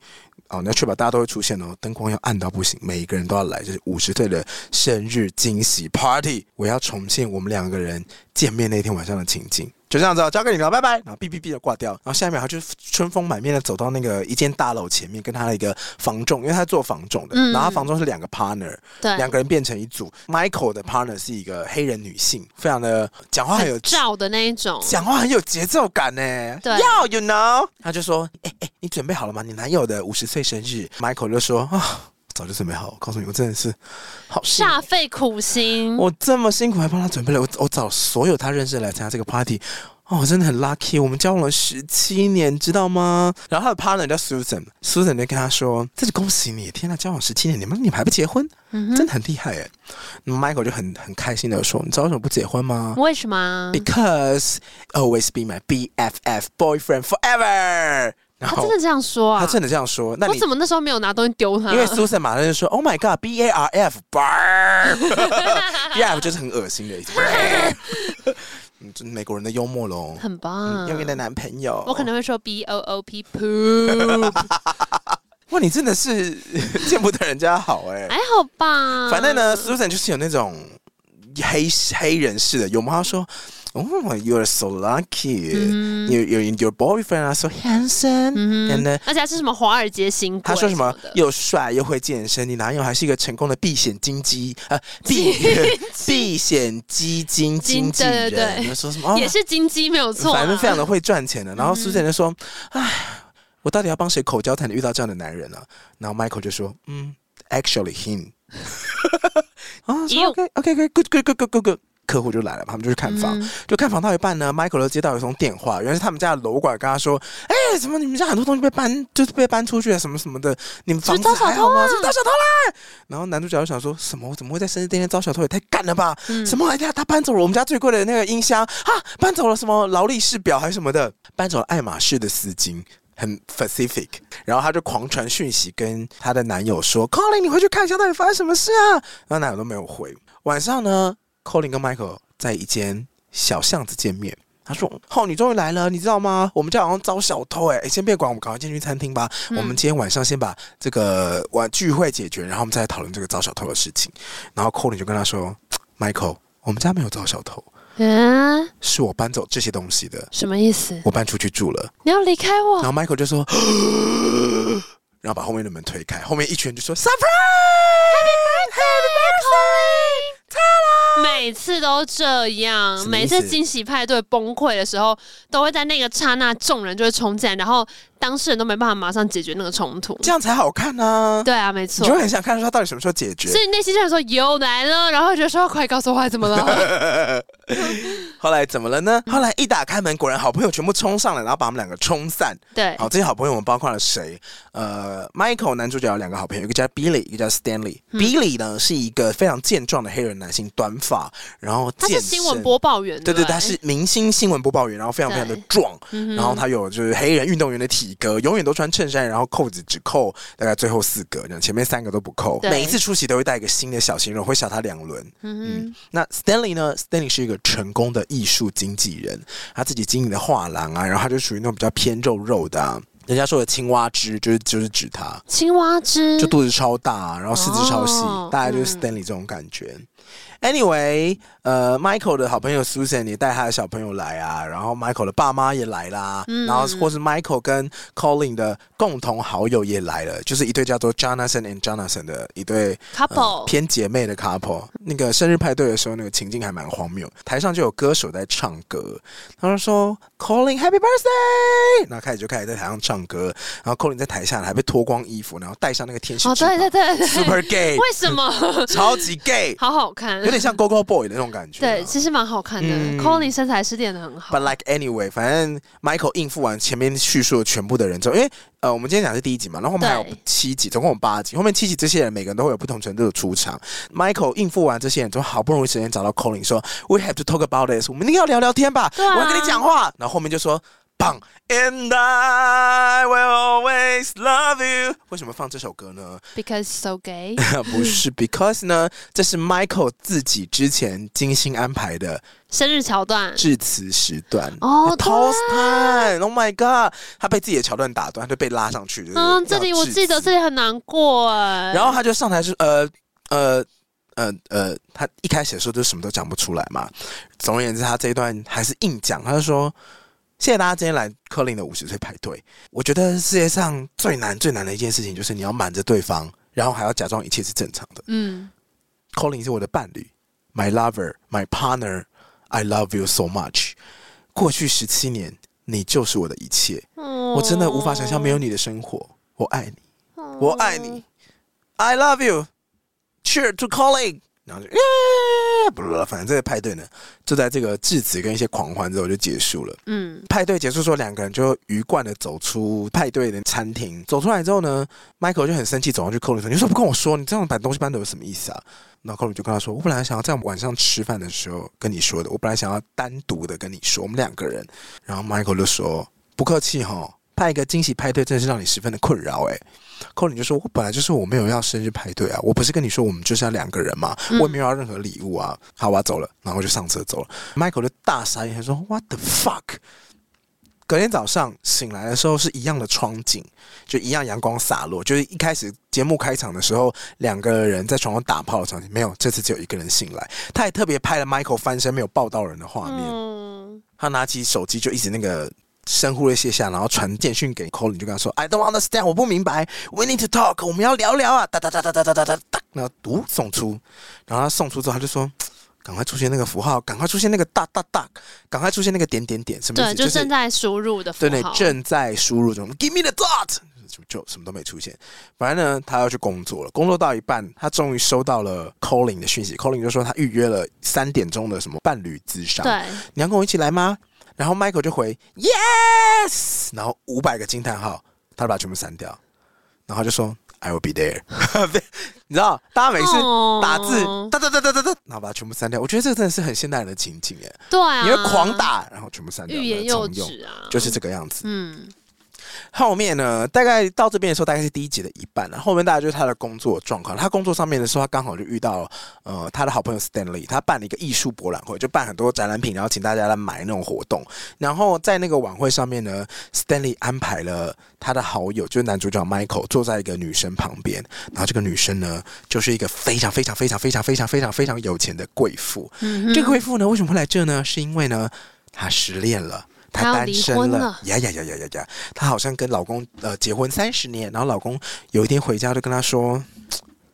[SPEAKER 2] 哦，你要确保大家都会出现哦，灯光要暗到不行，每一个人都要来，这、是五十岁的生日惊喜 party。我要重现我们两个人见面那天晚上的情景。就这样子、哦，交给你了，拜拜。然后哔哔哔的挂掉，然后下一秒他就春风满面的走到那个一间大楼前面，跟他的一个房仲，因为他做房仲的，
[SPEAKER 3] 嗯
[SPEAKER 2] 然后他房仲是两个 partner，
[SPEAKER 3] 对，
[SPEAKER 2] 两个人变成一组。Michael 的 partner 是一个黑人女性，非常的讲话很有
[SPEAKER 3] 很照的那一种，
[SPEAKER 2] 讲话很有节奏感呢。
[SPEAKER 3] 对
[SPEAKER 2] 要 you know，他就说，哎、哎、你准备好了吗？你男友的五十岁生日，Michael 就说啊，早就准备好。我告诉你，我真的是好幸运
[SPEAKER 3] 煞费苦心。
[SPEAKER 2] 我这么辛苦还帮他准备了，我我找所有他认识的来参加这个 party。哦，我真的很 lucky，我们交往了十七年，知道吗？然后他的 partner 叫 Susan，Susan 就跟他说：“这是恭喜你，天呐，交往十七年，你们你们还不结婚，
[SPEAKER 3] 嗯哼
[SPEAKER 2] 真的很厉害哎。”Michael 就很很开心的说：“你知道为什么不结婚吗？
[SPEAKER 3] 为什么？啊
[SPEAKER 2] Because always be my BFF boyfriend forever。然
[SPEAKER 3] 他
[SPEAKER 2] 后
[SPEAKER 3] 真的这样说啊
[SPEAKER 2] 他？真的这样说，那
[SPEAKER 3] 我
[SPEAKER 2] 你
[SPEAKER 3] 怎么那时候没有拿东西丢他？
[SPEAKER 2] 因为 Susan 马上就说 Oh my God B A R F bar，B F 就是很恶心的意思。 嗯，这是美国人的幽默喽。
[SPEAKER 3] 很
[SPEAKER 2] 嗯
[SPEAKER 3] 棒，
[SPEAKER 2] 要给你哦的男朋友，
[SPEAKER 3] 我可能会说 b o o p poop，
[SPEAKER 2] 哇，你真的是 见不得人家好哎、
[SPEAKER 3] 还好吧？
[SPEAKER 2] 反正呢，Susan 就是有那种黑黑人式的幽默，他说，Oh, you are so lucky，、
[SPEAKER 3] 嗯哼
[SPEAKER 2] you you your boyfriend are so handsome，、
[SPEAKER 3] 嗯哼
[SPEAKER 2] and then
[SPEAKER 3] 而且还是什么华尔街新贵，
[SPEAKER 2] 他说什么
[SPEAKER 3] 的
[SPEAKER 2] 又帅又会健身，你男友还是一个成功的避险金鸡呃 避避险基金经纪人，
[SPEAKER 3] 对对对
[SPEAKER 2] 你说什么、哦
[SPEAKER 3] 也是金鸡没有错啊，嗯
[SPEAKER 2] 反正非常的会赚钱的。然后苏珊就说：“唉，我到底要帮谁口交才能遇到这样的男人呢、然后 Michael 就说：“嗯，actually him。”啊，说
[SPEAKER 3] You
[SPEAKER 2] OK OK OK good good good good good good。客户就来了，他们就去看房，
[SPEAKER 3] 嗯
[SPEAKER 2] 就看房到一半呢，Michael 就接到一通电话，原来是他们家的楼管跟他说：“哎、怎么你们家很多东西被搬，就是被搬出去了，啊什么什么的，你们房子
[SPEAKER 3] 是不是
[SPEAKER 2] 还
[SPEAKER 3] 遭小
[SPEAKER 2] 好
[SPEAKER 3] 偷
[SPEAKER 2] 吗？
[SPEAKER 3] 啊
[SPEAKER 2] 是不是遭小偷啦？”然后男主角就想说什么？我怎么会在生日那天遭小偷？也太干了吧！
[SPEAKER 3] 嗯
[SPEAKER 2] 什么来着？他搬走了我们家最贵的那个音箱啊，搬走了什么劳力士表还是什么的，搬走了爱马仕的丝巾。很 specific，然后他就狂传讯息跟她的男友说：“Colin，你回去看一下到底发生什么事啊。”然后男友都没有回。晚上呢，Colin 跟 Michael 在一间小巷子见面。他说：“哦，你终于来了，你知道吗？我们家好像遭小偷哎、诶先别管，我们赶快进去餐厅吧。
[SPEAKER 3] 嗯
[SPEAKER 2] 我们今天晚上先把这个晚聚会解决，然后我们再来讨论这个遭小偷的事情。”然后 Colin 就跟他说：“Michael，我们家没有遭小偷，
[SPEAKER 3] 嗯，
[SPEAKER 2] 是我搬走这些东西的，
[SPEAKER 3] 什么意思？
[SPEAKER 2] 我搬出去住了。”
[SPEAKER 3] 你要离开我？
[SPEAKER 2] 然后 Michael 就说， 然后把后面的门推开，后面一群人就说 surprise，happy
[SPEAKER 3] 每次都这样
[SPEAKER 2] 什，么意
[SPEAKER 3] 每
[SPEAKER 2] 思
[SPEAKER 3] 次惊喜派对崩溃的时候，都会在那个刹那，众人就会冲进来，然后当事人都没办法马上解决那个冲突
[SPEAKER 2] birthday，。这样才好看啊！
[SPEAKER 3] 对啊，没
[SPEAKER 2] 你
[SPEAKER 3] 错
[SPEAKER 2] 就。会很想看出他到底什么时候解决
[SPEAKER 3] 所。以内心就想说又来了，然后就说快告诉我还怎 么了？
[SPEAKER 2] 后来怎么了呢？后来一打开门，果然好朋友全部冲上来，然后把我们两个冲散。
[SPEAKER 3] 对，
[SPEAKER 2] 好，这些好朋友们包括了谁？呃，Michael 男主角有两个好朋友，一个叫 Billy，一个叫 Stanley。Billy
[SPEAKER 3] 嗯
[SPEAKER 2] 呢是一个非常健壮的黑人男性，短发，然后
[SPEAKER 3] 他
[SPEAKER 2] 健
[SPEAKER 3] 是
[SPEAKER 2] 身
[SPEAKER 3] 新闻播报员，
[SPEAKER 2] 对
[SPEAKER 3] 对
[SPEAKER 2] 对，
[SPEAKER 3] 不
[SPEAKER 2] 他是明星新闻播报员，然后非常非常的
[SPEAKER 3] 对
[SPEAKER 2] 壮，
[SPEAKER 3] 嗯哼
[SPEAKER 2] 然后他有就是黑人运动员的体格，永远都穿衬衫，然后扣子只扣大概最后四格，这样前面三个都不扣。
[SPEAKER 3] 对
[SPEAKER 2] 每一次出席都会带一个新的小鲜肉，会小他两轮。
[SPEAKER 3] 嗯
[SPEAKER 2] 那 Stanley 呢？Stanley 是一个成功的艺术经纪人，啊他自己经营的画廊啊，然后他就属于那种比较偏肉肉的、啊，人家说的青蛙汁，就是就是指他。
[SPEAKER 3] 哼，青蛙汁
[SPEAKER 2] 就肚子超大，然后四肢超细，
[SPEAKER 3] 嗯哦
[SPEAKER 2] 大概就是 Stanley 这种感觉。Anyway，呃，Michael 的好朋友 Susan 也带他的小朋友来啊，然后 Michael 的爸妈也来啦，
[SPEAKER 3] 嗯
[SPEAKER 2] 然后或是 Michael 跟 Colin 的共同好友也来了，就是一对叫做 Jonathan and Jonathan 的一对呃
[SPEAKER 3] couple，
[SPEAKER 2] 偏姐妹的 couple，那个生日派对的时候，那个情境还蛮荒谬。台上就有歌手在唱歌，他们说 Colin Happy Birthday，然后开始就开始在台上唱歌，然后 Colin 在台下还被脱光衣服，然后戴上那个天使
[SPEAKER 3] 哦，
[SPEAKER 2] 翅膀
[SPEAKER 3] 对对对对，
[SPEAKER 2] ，super gay，
[SPEAKER 3] 为什么？
[SPEAKER 2] 超级 gay。
[SPEAKER 3] 好好好看啊
[SPEAKER 2] 有，点像 Go Go Boy 的那种感觉啊、
[SPEAKER 3] 对，其实蛮好看的。
[SPEAKER 2] 嗯
[SPEAKER 3] Colin 身材是练的很好
[SPEAKER 2] But，like anyway，反正 Michael 应付完前面叙述的全部的人之后，因为呃，我们今天讲的是第一集嘛，然后后面还有
[SPEAKER 3] 对
[SPEAKER 2] 七集，总共有八集。后面七集这些人每个人都会有不同程度的出场。Michael 应付完这些人之后，好不容易时间找到 Colin 说，We have to talk about this，我们一定要聊聊天吧，
[SPEAKER 3] 对啊
[SPEAKER 2] 我要跟你讲话。然后后面就说。棒，And I will always love you。为什么放这首歌呢？
[SPEAKER 3] because so gay，
[SPEAKER 2] 不是 because 呢，这是 Michael 自己之前精心安排的
[SPEAKER 3] 生日桥段，
[SPEAKER 2] 致辞时段
[SPEAKER 3] 哦
[SPEAKER 2] t o s time，Oh my god，他被自己的桥段打断，他就被拉上去。就是
[SPEAKER 3] 嗯，这里
[SPEAKER 2] 要
[SPEAKER 3] 我
[SPEAKER 2] 致
[SPEAKER 3] 记得
[SPEAKER 2] 辞
[SPEAKER 3] 这里很难过哎，
[SPEAKER 2] 然后他就上台是呃呃呃呃，他一开始的时候就什么都讲不出来嘛。总而言之，他这一段还是硬讲，他就说。谢谢大家今天来柯林的五十岁派对。我觉得世界上最难最难的一件事情，就是你要瞒着对方，然后还要假装一切是正常的。
[SPEAKER 3] 嗯
[SPEAKER 2] Colin 是我的伴侣，my lover, my partner, I love you so much。过去十七年，你就是我的一切，
[SPEAKER 3] 哦
[SPEAKER 2] 我真的无法想象没有你的生活。我爱你，我爱你，I love you。Cheer to Colin。然后就，耶不不不，反正这个派对呢，就在这个致辞跟一些狂欢之后就结束了。
[SPEAKER 3] 嗯，
[SPEAKER 2] 派对结束之后，两个人就鱼贯的走出派对的餐厅。走出来之后呢，Michael 就很生气，走上去扣了说：“你为什么不跟我说？你这样把东西搬走有什么意思啊？”然后寇 o 就跟他说：“我本来想要在晚上吃饭的时候跟你说的，我本来想要单独的跟你说，我们两个人。”然后 Michael 就说：“不客气哈、办一个惊喜派对真的是让你十分的困扰哎、寇 o 就说：“我本来就是我没有要生日派对啊，我不是跟你说我们就是要两个人嘛，
[SPEAKER 3] 嗯
[SPEAKER 2] 我也没有要任何礼物啊。好，我要走了，然后就上车走了。Michael 就大傻眼，他说：“What the fuck！” 隔天早上醒来的时候是一样的窗景，就一样阳光洒落。就是一开始节目开场的时候，两个人在床上打炮的场景，没有，这次只有一个人醒来。他也特别拍了 Michael 翻身没有抱到人的画面。
[SPEAKER 3] 嗯
[SPEAKER 2] 他拿起手机就一直那个深呼了一些下，然后传简讯给 Colin，就跟他说：“I don't understand，我不明白，We need to talk，我们要聊聊啊！”哒哒哒哒哒哒哒哒哒，然后读送出，然后他送出之后，他就说：“赶快出现那个符号，赶快出现那个哒哒哒，赶快出现那个点点点，什么意
[SPEAKER 3] 对，
[SPEAKER 2] 思？
[SPEAKER 3] 就
[SPEAKER 2] 就是
[SPEAKER 3] 正在输入的符
[SPEAKER 2] 对对，
[SPEAKER 3] 号，
[SPEAKER 2] 正在输入中，Give me the dot，就就什么都没出现。反正呢，他要去工作了，工作到一半，他终于收到了 Colin 的讯息，Colin 就说他预约了三点钟的什么伴侣咨商。
[SPEAKER 3] 对，
[SPEAKER 2] 你要跟我一起来吗？然后 Michael 就回 Yes，然后五百个惊叹号，他就把它全部删掉，然后他就说 I will be there 。 你知道，大家每次
[SPEAKER 3] 哦
[SPEAKER 2] 打字哒哒哒哒哒哒，然后把它全部删掉。我觉得这个真的是很现代人的情景耶，
[SPEAKER 3] 对啊，
[SPEAKER 2] 你会狂打，然后全部删掉，
[SPEAKER 3] 欲言
[SPEAKER 2] 然后
[SPEAKER 3] 又
[SPEAKER 2] 重用，
[SPEAKER 3] 止啊，
[SPEAKER 2] 就是这个样子。
[SPEAKER 3] 嗯
[SPEAKER 2] 后面呢，大概到这边的时候，大概是第一集的一半了。后面大概就是他的工作状况。他工作上面的时候，他刚好就遇到呃他的好朋友 Stanley，他办了一个艺术博览会，就办很多展览品，然后请大家来买那种活动。然后在那个晚会上面呢，Stanley 安排了他的好友，就是男主角 Michael，坐在一个女生旁边。然后这个女生呢，就是一个非常非常非常非常非常非常非常有钱的贵妇。
[SPEAKER 3] 嗯哼，
[SPEAKER 2] 这个贵妇呢，为什么会来这呢？是因为呢，她失恋了。
[SPEAKER 3] 她
[SPEAKER 2] 她
[SPEAKER 3] 要
[SPEAKER 2] 单
[SPEAKER 3] 离
[SPEAKER 2] 身
[SPEAKER 3] 婚
[SPEAKER 2] 了
[SPEAKER 3] 了，
[SPEAKER 2] 呀呀呀呀呀呀！她好像跟老公呃结婚三十年，然后老公有一天回家就跟她说，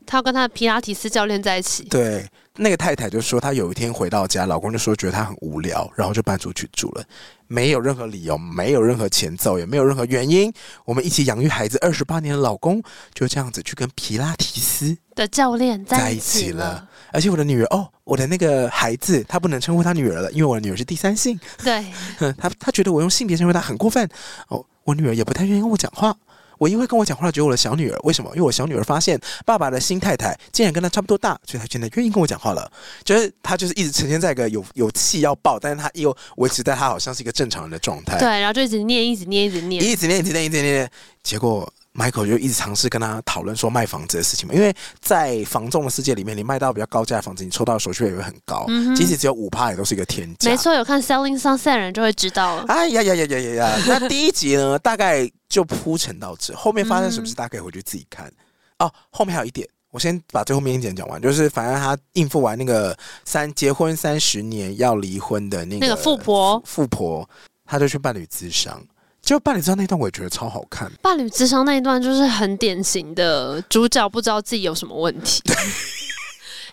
[SPEAKER 3] 他要跟他的皮拉提斯教练在一起，
[SPEAKER 2] 对，那个太太就说她有一天回到家，老公就说觉得她很无聊，然后就搬出去住了，没有任何理由，没有任何前奏，也没有任何原因。我们一起养育孩子二十八年的老公就这样子去跟皮拉提斯
[SPEAKER 3] 的教练
[SPEAKER 2] 在一
[SPEAKER 3] 一
[SPEAKER 2] 起了
[SPEAKER 3] 了，，
[SPEAKER 2] 而且我的女儿哦，我的那个孩子，她不能称呼她女儿了，因为我的女儿是第三性。
[SPEAKER 3] 对，
[SPEAKER 2] 哼嗯他他觉得我用性别称呼他很过分。哦，我女儿也不太愿意跟我讲话，唯一会跟我讲话的只有我的小女儿。为什么？因为我小女儿发现爸爸的新太太竟然跟她差不多大，所以她现在愿意跟我讲话了。就是她就是一直呈现在一个有有气要爆，但是她又维持在她好像是一个正常人的状态。
[SPEAKER 3] 对，然后就一直念，一直念，一直念，
[SPEAKER 2] 一直念，一直念，一直念一直念，结果 Michael 就一直尝试跟他讨论说卖房子的事情嘛，因为在房仲的世界里面，你卖到比较高价的房子，你抽到的手续费也会很高，
[SPEAKER 3] 嗯哼
[SPEAKER 2] 即使只有五趴也都是一个天价。
[SPEAKER 3] 没错，有看《Selling Sunset》的人就会知道了。
[SPEAKER 2] 哎呀呀呀呀呀 呀！那第一集呢，大概就铺陈到这，后面发生什么事，大家可以回去自己看。哦，后面还有一点，我先把最后面一点讲完，就是反正他应付完那个三结婚三十年要离婚的那个
[SPEAKER 3] 那个富婆
[SPEAKER 2] 富富婆，他就去伴侣咨商。结果伴侣咨商那段我也觉得超好看，
[SPEAKER 3] 伴侣智商那一段就是很典型的主角不知道自己有什么问题，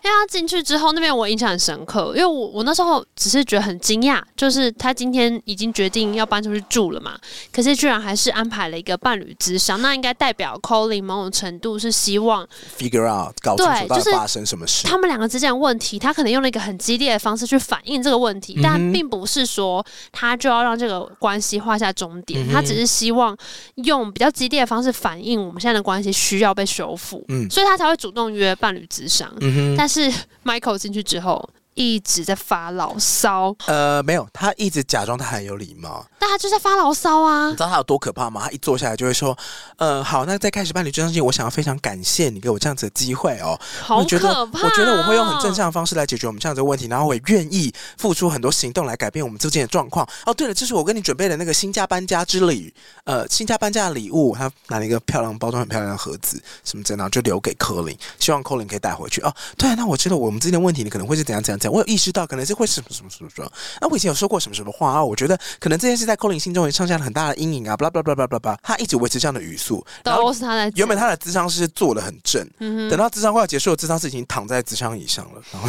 [SPEAKER 3] 因为他进去之后，那边我印象很深刻，因为我我那时候只是觉得很惊讶，就是他今天已经决定要搬出去住了嘛，可是居然还是安排了一个伴侣之商，那应该代表 Colin 某种程度是希望
[SPEAKER 2] figure out 搞清楚
[SPEAKER 3] 对
[SPEAKER 2] 到
[SPEAKER 3] 就是
[SPEAKER 2] 底发生什么事。
[SPEAKER 3] 他们两个之间的问题，他可能用了一个很激烈的方式去反映这个问题，但
[SPEAKER 2] 嗯哼
[SPEAKER 3] 并不是说他就要让这个关系画下终点，
[SPEAKER 2] 嗯哼
[SPEAKER 3] 他只是希望用比较激烈的方式反映我们现在的关系需要被修复，
[SPEAKER 2] 嗯
[SPEAKER 3] 所以他才会主动约伴侣咨商。
[SPEAKER 2] 嗯哼，
[SPEAKER 3] 但是 Michael 进去之后一直在发牢骚，
[SPEAKER 2] 呃，没有，他一直假装他很有礼貌，
[SPEAKER 3] 但他就是在发牢骚啊
[SPEAKER 2] 你知。道他有多可怕吗？他一坐下来就会说，呃，好，那在开始办理这件事情，我想要非常感谢你给我这样子的机会哦。
[SPEAKER 3] 好
[SPEAKER 2] 我觉得，
[SPEAKER 3] 可怕、啊哦
[SPEAKER 2] 我觉得我会用很正。向的方式来解决我们这样子的问题，然后我也愿意付出很多行动来改变我们之间的状况。哦，对了，这是我跟你准备的那个新家搬家之礼，呃，新家搬家的礼物，他拿了一个漂亮包装很漂亮的盒子，什么之类的，然后就留给柯林，希望柯林可以带回去。哦，对啊，那我知道我们之间的问题，你可能会是怎样怎样怎样，我有意识到可能是会什么什么什么什么。那、我以前有说过什么什么话啊，我觉得可能这件事在柯林心中也上下了很大的阴影啊，巴拉巴拉巴拉巴拉，他一直维持这样的语速，然后
[SPEAKER 3] 都是他在讲
[SPEAKER 2] 原本他的智商是做的很正。
[SPEAKER 3] 嗯
[SPEAKER 2] 等
[SPEAKER 3] 哼，
[SPEAKER 2] 到智商快要结束了，智商是已经躺在智商椅上了。 然后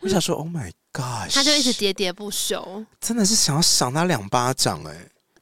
[SPEAKER 2] 我想说，Oh my God！
[SPEAKER 3] 他就一直喋喋不休。
[SPEAKER 2] 真的是想要赏他两巴掌哎、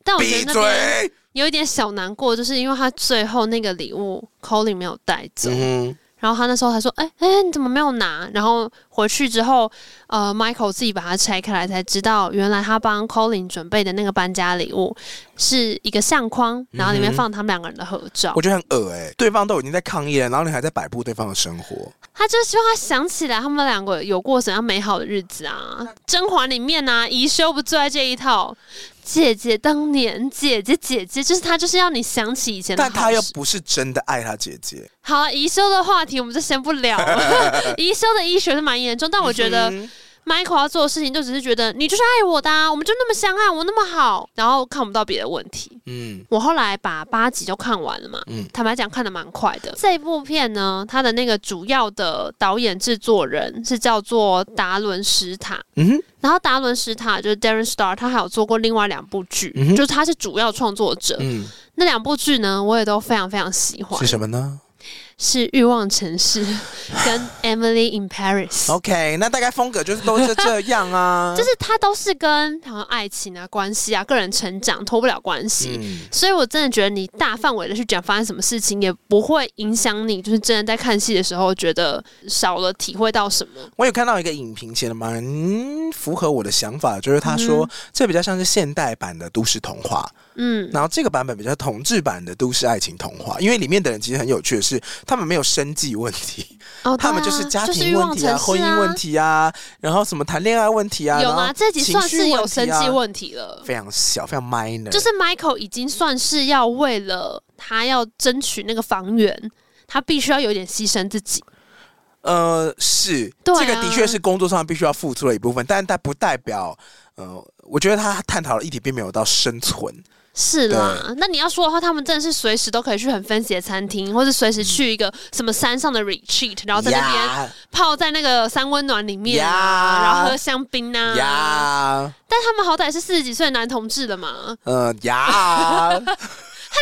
[SPEAKER 3] 但我觉
[SPEAKER 2] 闭
[SPEAKER 3] 得那边
[SPEAKER 2] 嘴！
[SPEAKER 3] 有一点小难过，就是因为他最后那个礼物 Colin 没有带走，
[SPEAKER 2] 嗯
[SPEAKER 3] 然后他那时候还说：“哎、哎、你怎么没有拿？”然后回去之后，呃，Michael 自己把它拆开来，才知道原来他帮 Colin 准备的那个搬家礼物是一个相框，然后里面
[SPEAKER 2] 嗯哼
[SPEAKER 3] 放他们两个人的合照。
[SPEAKER 2] 哼，我觉得很恶哎、对方都已经在抗议了，然后你还在摆布对方的生活。
[SPEAKER 3] 他就是希望他想起来他们两个有过什么样美好的日子啊，《甄嬛》里面啊，宜修不最爱这一套。姐姐当年，姐姐姐姐，就是他，就是要你想起以前的好
[SPEAKER 2] 但
[SPEAKER 3] 事。
[SPEAKER 2] 他又不是真的爱他姐姐，
[SPEAKER 3] 好啊，宜修的话题我们就先不聊 了。宜修的医学是蛮严重，但我觉得
[SPEAKER 2] 嗯
[SPEAKER 3] Michael 要做的事情就只是觉得你就是爱我的、啊，我们就那么相爱，我那么好，然后看不到别的问题。
[SPEAKER 2] 嗯
[SPEAKER 3] 我后来把八集就看完了嘛，
[SPEAKER 2] 嗯
[SPEAKER 3] 坦白讲看的蛮快的。这一部片呢，它的那个主要的导演制作人是叫做达伦史塔，
[SPEAKER 2] 嗯哼
[SPEAKER 3] 然后达伦史塔就是 Darren Star，他还有做过另外两部剧，
[SPEAKER 2] 嗯哼
[SPEAKER 3] 就是他是主要创作者。
[SPEAKER 2] 嗯，
[SPEAKER 3] 那两部剧呢，我也都非常非常喜欢
[SPEAKER 2] 是。什么呢
[SPEAKER 3] 是《欲望 城市》跟《Emily in Paris》，
[SPEAKER 2] ？OK，那大概风格就是都是这样啊，
[SPEAKER 3] 就是它都是跟好像爱情啊、关系啊、个人成长脱不了关系。
[SPEAKER 2] 嗯
[SPEAKER 3] 所以，我真的觉得你大范围的去讲发生什么事情，也不会影响你，就是真的在看戏的时候觉得少了体会到什么。
[SPEAKER 2] 我有看到一个影评写的蛮符合我的想法，就是他说、这比较像是现代版的都市童话，
[SPEAKER 3] 嗯，
[SPEAKER 2] 然后这个版本比较同志版的都市爱情童话，因为里面的人其实很有趣的是，他们没有生计问题，
[SPEAKER 3] 哦，
[SPEAKER 2] 他们
[SPEAKER 3] 对
[SPEAKER 2] 就
[SPEAKER 3] 啊
[SPEAKER 2] 是家
[SPEAKER 3] 就是
[SPEAKER 2] 庭
[SPEAKER 3] 欲
[SPEAKER 2] 问
[SPEAKER 3] 望
[SPEAKER 2] 题
[SPEAKER 3] 城
[SPEAKER 2] 啊、
[SPEAKER 3] 市
[SPEAKER 2] 婚姻问题啊，然后什么谈恋爱问题啊，
[SPEAKER 3] 有
[SPEAKER 2] 然
[SPEAKER 3] 啦，
[SPEAKER 2] 后
[SPEAKER 3] 这集
[SPEAKER 2] 情
[SPEAKER 3] 算
[SPEAKER 2] 绪
[SPEAKER 3] 是有
[SPEAKER 2] 问题
[SPEAKER 3] 生
[SPEAKER 2] 啊
[SPEAKER 3] 计问题了。
[SPEAKER 2] 非常小，非常 minor，
[SPEAKER 3] 就是 Michael 已经算是要为了他要争取那个房源，他必须要有点牺牲自己。
[SPEAKER 2] 呃是、
[SPEAKER 3] 对啊
[SPEAKER 2] 这个的确是工作上必须要付出的一部分，但它不代表呃，我觉得他探讨的议题并没有到生存，
[SPEAKER 3] 是啦，那你要说的话，他们真的是随时都可以去很 fancy 的餐厅，或是随时去一个什么山上的 retreat，然后在那边
[SPEAKER 2] 呀
[SPEAKER 3] 泡在那个山温暖里面啊，
[SPEAKER 2] 呀
[SPEAKER 3] 然后喝香槟啊。
[SPEAKER 2] 呀
[SPEAKER 3] 但他们好歹是四十几岁的男同志了嘛，
[SPEAKER 2] 呃呀，
[SPEAKER 3] 他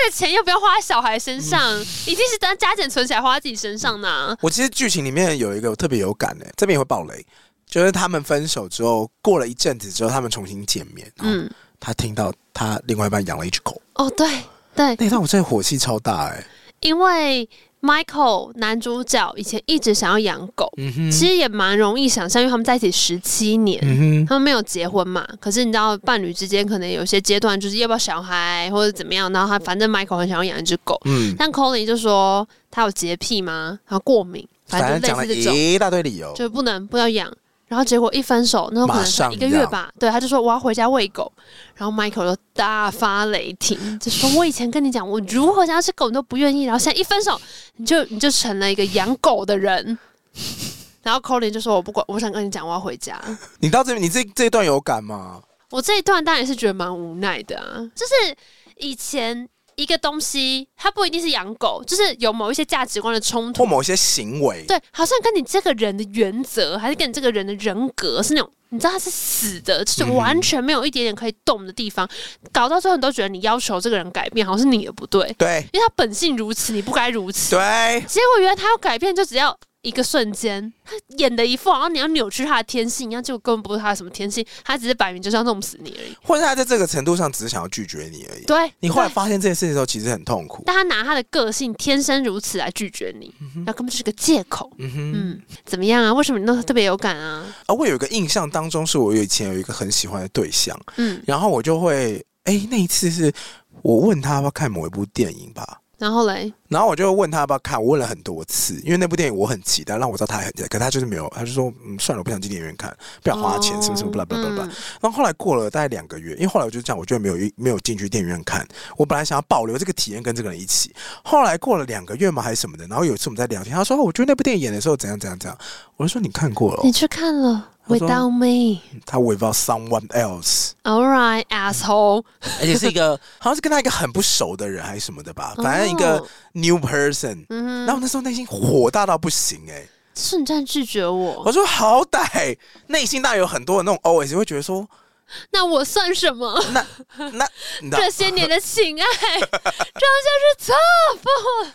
[SPEAKER 3] 的钱又不要花在小孩身上， 一定是等加减存起来花在自己身上呢、
[SPEAKER 2] 我其实剧情里面有一个我特别有感的、这边也会爆雷，就是他们分手之后，过了一阵子之后，他们重新见面，嗯，
[SPEAKER 3] 嗯，
[SPEAKER 2] 他听到他另外一半养了一只狗，
[SPEAKER 3] 哦对对，
[SPEAKER 2] 那一段我真的火气超大哎、
[SPEAKER 3] 因为 Michael 男主角以前一直想要养狗，
[SPEAKER 2] 嗯哼，
[SPEAKER 3] 其实也蛮容易想象，因为他们在一起十七年，
[SPEAKER 2] 嗯哼，
[SPEAKER 3] 他们没有结婚嘛，可是你知道伴侣之间可能有些阶段就是要不要小孩或者怎么样，然后他反正 Michael 很想要养一只狗，
[SPEAKER 2] 嗯，
[SPEAKER 3] 但 Colin 就说他有洁癖吗？然后过敏，
[SPEAKER 2] 反
[SPEAKER 3] 反
[SPEAKER 2] 正
[SPEAKER 3] 正
[SPEAKER 2] 讲
[SPEAKER 3] 就
[SPEAKER 2] 了
[SPEAKER 3] 类似这种，
[SPEAKER 2] 一大堆理由，
[SPEAKER 3] 就是不能不要养。然后结果一分手，那时候可能
[SPEAKER 2] 马上
[SPEAKER 3] 才一个月吧，对，他就说我要回家喂狗，然后 Michael 就大发雷霆，就说我以前跟你讲我如何想要吃狗你都不愿意，然后现在一分手你就你就成了一个养狗的人。然后 Colin 就说我不管，我想跟你讲我要回家。
[SPEAKER 2] 你到这边，你这这一段有感吗？
[SPEAKER 3] 我这一段当然也是觉得蛮无奈的啊，就是以前一个东西，它不一定是养狗，就是有某一些价值观的冲
[SPEAKER 2] 或
[SPEAKER 3] 突，
[SPEAKER 2] 某些行为，
[SPEAKER 3] 对，好像跟你这个人的原则，还是跟你这个人的人格是那种。你知道他是死的，就是
[SPEAKER 2] 嗯
[SPEAKER 3] 完全没有一点点可以动的地方，搞到最后你都觉得你要求这个人改变，好像是你的不对，
[SPEAKER 2] 对
[SPEAKER 3] 因为他本性如此，你不该如此。
[SPEAKER 2] 对
[SPEAKER 3] 结果原来他要改变，就只要一个瞬间，他演的一副好像你要扭曲他的天性一样，结果根本不是他的什么天性，他只是摆明就是要弄死你而已。
[SPEAKER 2] 或者他在这个程度上只是想要拒绝你而已。
[SPEAKER 3] 对，
[SPEAKER 2] 你后来
[SPEAKER 3] 对
[SPEAKER 2] 发现这件事情的时候，其实很痛苦。
[SPEAKER 3] 但他拿他的个性天生如此来拒绝你，那、根本就是个借口。
[SPEAKER 2] 嗯哼，
[SPEAKER 3] 嗯，怎么样啊？为什么你都特别有感啊？
[SPEAKER 2] 啊，我有一个印象当中，是我以前有一个很喜欢的对象，
[SPEAKER 3] 嗯，
[SPEAKER 2] 然后我就会，哎、那一次是我问他要不要看某一部电影吧，
[SPEAKER 3] 然后嘞，
[SPEAKER 2] 然后我就问他要不要看，我问了很多次，因为那部电影我很期待，让我知道他很期待，可他就是没有，他就说，嗯，算了，我不想进电影院看，不想花钱，什么什么，
[SPEAKER 3] 哦
[SPEAKER 2] 巴拉巴拉巴拉。
[SPEAKER 3] 嗯
[SPEAKER 2] 然后后来过了大概两个月，因为后来我就这样，我就没有没有进去电影院看。我本来想要保留这个体验跟这个人一起。后来过了两个月嘛还是什么的，然后有一次我们在聊天，他说、哦我觉得那部电影演的时候怎样怎样怎样，我就说你看过了哦、
[SPEAKER 3] 你去看了
[SPEAKER 2] 他说
[SPEAKER 3] ，Without Me。
[SPEAKER 2] 他 without someone else，
[SPEAKER 3] All right, asshole。
[SPEAKER 2] 而且是一个 好像是跟他一个很不熟的人还是什么的吧，反正一个
[SPEAKER 3] 哦
[SPEAKER 2] new person。
[SPEAKER 3] 嗯
[SPEAKER 2] 然后我那时候内心火大到不行哎、
[SPEAKER 3] 瞬间拒绝我，
[SPEAKER 2] 我说好歹 内心大有很多的那种 OS 会觉得说，
[SPEAKER 3] 那我算什么？
[SPEAKER 2] 那那你知道
[SPEAKER 3] 这些年的情 爱，这就是错付。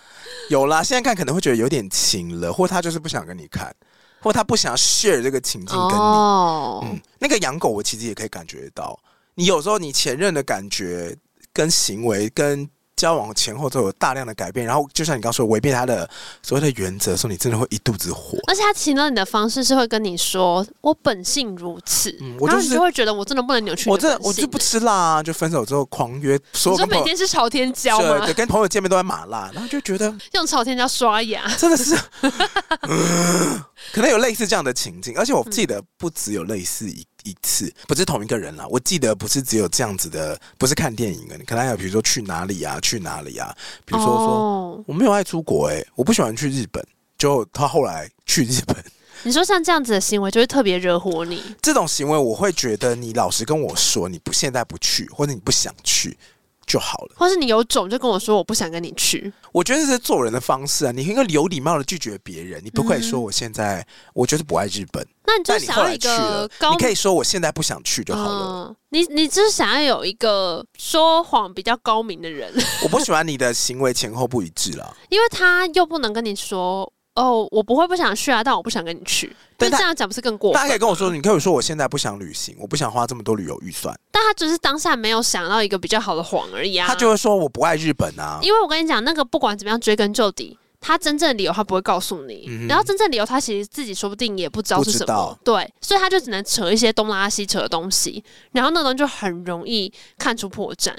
[SPEAKER 2] 有啦，现在看可能会觉得有点轻了，或他就是不想跟你看，或他不想 share 这个情境跟你。
[SPEAKER 3] 哦，
[SPEAKER 2] 嗯，那个养狗我其实也可以感觉到，你有时候你前任的感觉跟行为跟。交往前后都有大量的改变，然后就像你刚说，违背他的所谓的原则的时候，你真的会一肚子火。
[SPEAKER 3] 而且他请到你的方式是会跟你说“我本性如此”，
[SPEAKER 2] 嗯我
[SPEAKER 3] 然后
[SPEAKER 2] 就是
[SPEAKER 3] 你就会觉得我真的不能扭曲你
[SPEAKER 2] 我
[SPEAKER 3] 的
[SPEAKER 2] 真
[SPEAKER 3] 本
[SPEAKER 2] 的
[SPEAKER 3] 性。
[SPEAKER 2] 我就不吃辣啊！就分手之后狂约所有
[SPEAKER 3] 你说
[SPEAKER 2] 跟朋
[SPEAKER 3] 每
[SPEAKER 2] 友，
[SPEAKER 3] 天吃朝天椒
[SPEAKER 2] 对
[SPEAKER 3] 吗
[SPEAKER 2] 啊对，？跟朋友见面都在麻辣，然后就觉得
[SPEAKER 3] 用朝天椒刷牙，
[SPEAKER 2] 真的是，呃可能有类似这样的情境，而且我
[SPEAKER 3] 嗯
[SPEAKER 2] 记得不只有类似一一次，不是同一个人啦。我记得不是只有这样子的，不是看电影啊，你可能还有比如说去哪里啊，去哪里啊，比如说说、
[SPEAKER 3] 哦，
[SPEAKER 2] 我没有爱出国、欸，我不喜欢去日本。就他后来去日本，
[SPEAKER 3] 你说像这样子的行为就会特别惹火你，
[SPEAKER 2] 这种行为我会觉得你老实跟我说，你不现在不去，或者你不想去就好了。
[SPEAKER 3] 或是你有种就跟我说我不想跟你去，
[SPEAKER 2] 我觉得这是做人的方式啊，你应该有礼貌的拒绝别人，你不可以说我现在、我就是不爱日本。
[SPEAKER 3] 那你嗯就
[SPEAKER 2] 但你
[SPEAKER 3] 想
[SPEAKER 2] 后
[SPEAKER 3] 要
[SPEAKER 2] 来
[SPEAKER 3] 一
[SPEAKER 2] 去
[SPEAKER 3] 个
[SPEAKER 2] 了，
[SPEAKER 3] 高
[SPEAKER 2] 你可以说我现在不想去就好了。
[SPEAKER 3] 嗯，你你就是想要有一个说谎比较高明的人，
[SPEAKER 2] 我不喜欢你的行为前后不一致啦。
[SPEAKER 3] 因为他又不能跟你说哦，我不会不想去啊，但我不想跟你去。
[SPEAKER 2] 但
[SPEAKER 3] 但
[SPEAKER 2] 他
[SPEAKER 3] 这样讲不是更过
[SPEAKER 2] 大
[SPEAKER 3] 分？
[SPEAKER 2] 家可以跟我说，你可以说我现在不想旅行，我不想花这么多旅游预算。
[SPEAKER 3] 但他只是当下没有想到一个比较好的谎而已啊。
[SPEAKER 2] 他就会说我不爱日本啊。
[SPEAKER 3] 因为我跟你讲，那个不管怎么样追根究底，他真正的理由他不会告诉你，
[SPEAKER 2] 嗯哼
[SPEAKER 3] 然后真正理由他其实自己说不定也不知道是
[SPEAKER 2] 不
[SPEAKER 3] 什
[SPEAKER 2] 知道
[SPEAKER 3] 么，对，所以他就只能扯一些东拉西扯的东西，然后那个东西就很容易看出破绽。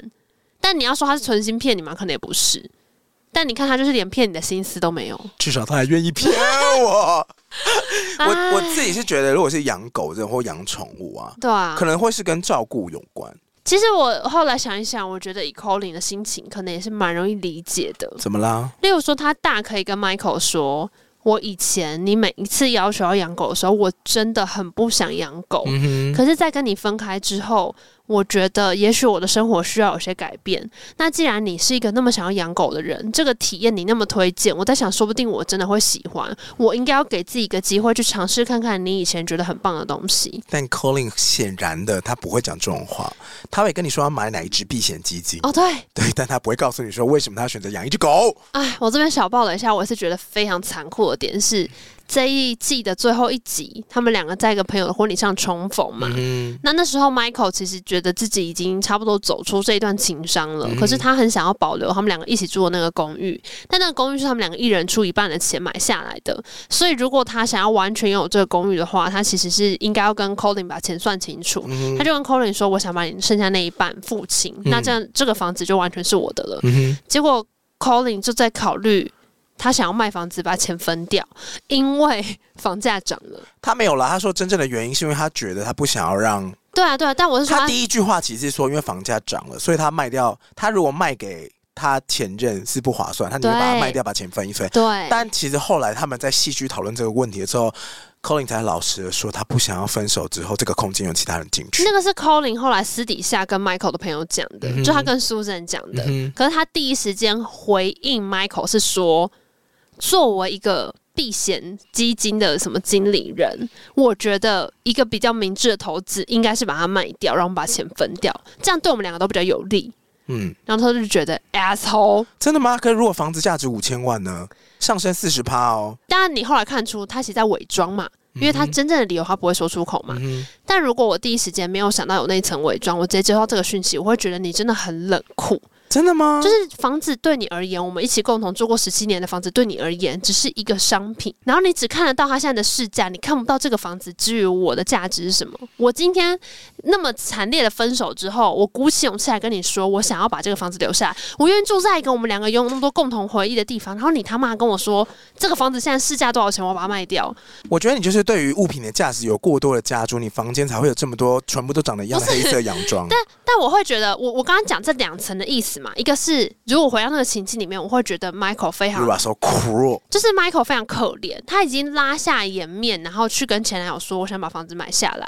[SPEAKER 3] 但你要说他是存心骗你吗？可能也不是。但你看他就是连骗你的心思都没有。
[SPEAKER 2] 至少他还愿意 骗
[SPEAKER 3] 啊
[SPEAKER 2] 我。我我
[SPEAKER 3] 哎
[SPEAKER 2] 自己是觉得，如果是养狗这种或养宠物啊，
[SPEAKER 3] 对啊
[SPEAKER 2] 可，能会是跟照顾有关。
[SPEAKER 3] 其实我后来想一想，我觉得 e c o l i n 的心情可能也是蛮容易理解的。
[SPEAKER 2] 怎么啦？
[SPEAKER 3] 例如说，他大可以跟 Michael 说：“我以前你每一次要求要养狗的时候，我真的很不想养狗。
[SPEAKER 2] 嗯哼，
[SPEAKER 3] 可是，在跟你分开之后，我觉得也许我的生活需要有些改变。那既然你是一个那么想要养狗的人，这个体验你那么推荐，我在想，说不定我真的会喜欢。我应该要给自己一个机会去尝试看看你以前觉得很棒的东西。
[SPEAKER 2] 但 Colin 显然的他不会讲这种话，他会跟你说要买哪一只避险基金，
[SPEAKER 3] 哦，对，
[SPEAKER 2] 对，但他不会告诉你说为什么他选择养一只狗。
[SPEAKER 3] 哎，我这边小爆了一下，我是觉得非常残酷的点是，这一季的最后一集，他们两个在一个朋友的婚礼上重逢嘛。
[SPEAKER 2] 嗯
[SPEAKER 3] 那那时候，Michael 其实觉得自己已经差不多走出这一段情伤了，
[SPEAKER 2] 嗯
[SPEAKER 3] 可是他很想要保留他们两个一起住的那个公寓，但那个公寓是他们两个一人出一半的钱买下来的，所以如果他想要完全拥有这个公寓的话，他其实是应该要跟 Colin 把钱算清楚。
[SPEAKER 2] 嗯
[SPEAKER 3] 他就跟 Colin 说：“我想把你剩下那一半付清，那这样这个房子就完全是我的了。”
[SPEAKER 2] 嗯哼。
[SPEAKER 3] 结果 Colin 就在考虑，他想要卖房子把钱分掉，因为房价涨了。
[SPEAKER 2] 他没有啦，他说真正的原因是因为他觉得他不想要让
[SPEAKER 3] 对啊，对啊，但我是说
[SPEAKER 2] 他
[SPEAKER 3] 他，
[SPEAKER 2] 第一句话其实是说，因为房价涨了，所以他卖掉。他如果卖给他前任是不划算，他宁愿把它
[SPEAKER 3] 对
[SPEAKER 2] 卖掉，把钱分一分。
[SPEAKER 3] 对，
[SPEAKER 2] 但其实后来他们在戏剧讨论这个问题的时候，Colin 才老实的说，他不想要分手之后这个空间有其他人进去
[SPEAKER 3] 那。个是 Colin 后来私底下跟 Michael 的朋友讲的，
[SPEAKER 2] 嗯哼
[SPEAKER 3] 就他跟 Susan 讲的。
[SPEAKER 2] 嗯
[SPEAKER 3] 可是他第一时间回应 Michael 是说，作为一个避险基金的什么经理人，我觉得一个比较明智的投资应该是把它卖掉，然后把钱分掉，这样对我们两个都比较有利。
[SPEAKER 2] 嗯，
[SPEAKER 3] 然后他就觉得 asshole。
[SPEAKER 2] 真的吗？可是如果房子价值五千万呢？上升四十趴哦。
[SPEAKER 3] 当然，你后来看出他其实在伪装嘛，因为他
[SPEAKER 2] 嗯哼
[SPEAKER 3] 真正的理由他不会说出口嘛。
[SPEAKER 2] 嗯哼，
[SPEAKER 3] 但如果我第一时间没有想到有那一层伪装，我直接接到这个讯息，我会觉得你真的很冷酷。
[SPEAKER 2] 真的吗？
[SPEAKER 3] 就是房子对你而言，我们一起共同住过十七年的房子对你而言只是一个商品，然后你只看得到它现在的市价，你看不到这个房子之于我的价值是什么。我今天那么惨烈的分手之后，我鼓起勇气来跟你说，我想要把这个房子留下来，我愿意住在一个我们两个拥有那么多共同回忆的地方。然后你他妈跟我说这个房子现在市价多少钱，我要把它卖掉，
[SPEAKER 2] 我觉得你就是对于物品的价值有过多的加注，你房间才会有这么多全部都长得一样的黑色洋装。
[SPEAKER 3] 但我会觉得，我我刚刚讲这两层的意思嘛，一个是如果回到那个情境里面，我会觉得 Michael 非常
[SPEAKER 2] You are so cruel。
[SPEAKER 3] 就是 Michael 非常可怜，他已经拉下颜面，然后去跟前男友说：“我想把房子买下来。”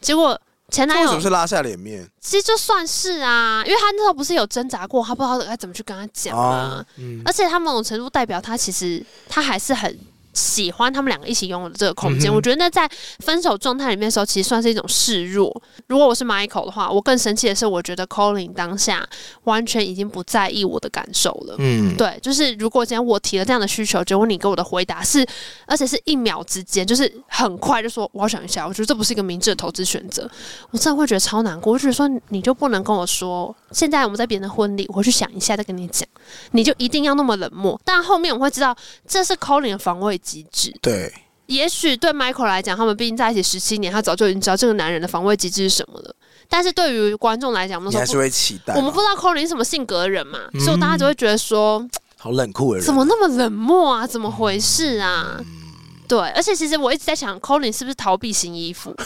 [SPEAKER 3] 结果前
[SPEAKER 2] 这
[SPEAKER 3] 男
[SPEAKER 2] 为什么
[SPEAKER 3] 友
[SPEAKER 2] 是拉下脸面？
[SPEAKER 3] 其实就算是啊，因为他那时候不是有挣扎过，他不知道该怎么去跟他讲啊。
[SPEAKER 2] 哦，嗯，
[SPEAKER 3] 而且他某种程度代表他其实他还是很喜欢他们两个一起拥有的这个空间。
[SPEAKER 2] 嗯哼
[SPEAKER 3] 我觉得那在分手状态里面的时候，其实算是一种示弱。如果我是 Michael 的话，我更生气的是，我觉得 Colin 当下完全已经不在意我的感受了。
[SPEAKER 2] 嗯，
[SPEAKER 3] 对，就是如果今天我提了这样的需求，结果你给我的回答是，而且是一秒之间，就是很快就说我要想一下，我觉得这不是一个明智的投资选择，我真的会觉得超难过。我就觉得说，你就不能跟我说，现在我们在别人的婚礼，我去想一下再跟你讲，你就一定要那么冷漠。但后面我会知道，这是 Colin 的防卫机制。
[SPEAKER 2] 对，
[SPEAKER 3] 也许对 Michael 来讲，他们毕竟在一起十七年，他早就已经知道这个男人的防卫机制是什么了。但是对于观众来讲，我们
[SPEAKER 2] 你
[SPEAKER 3] 说
[SPEAKER 2] 还是会期待嘛。
[SPEAKER 3] 我们不知道 Colin 是什么性格的人嘛，
[SPEAKER 2] 嗯
[SPEAKER 3] 所以我大家就会觉得说。
[SPEAKER 2] 好冷酷的人，嗯
[SPEAKER 3] 怎么那么冷漠啊？怎么回事啊？对，而且其实我一直在想，Colin 是不是逃避型依 附？因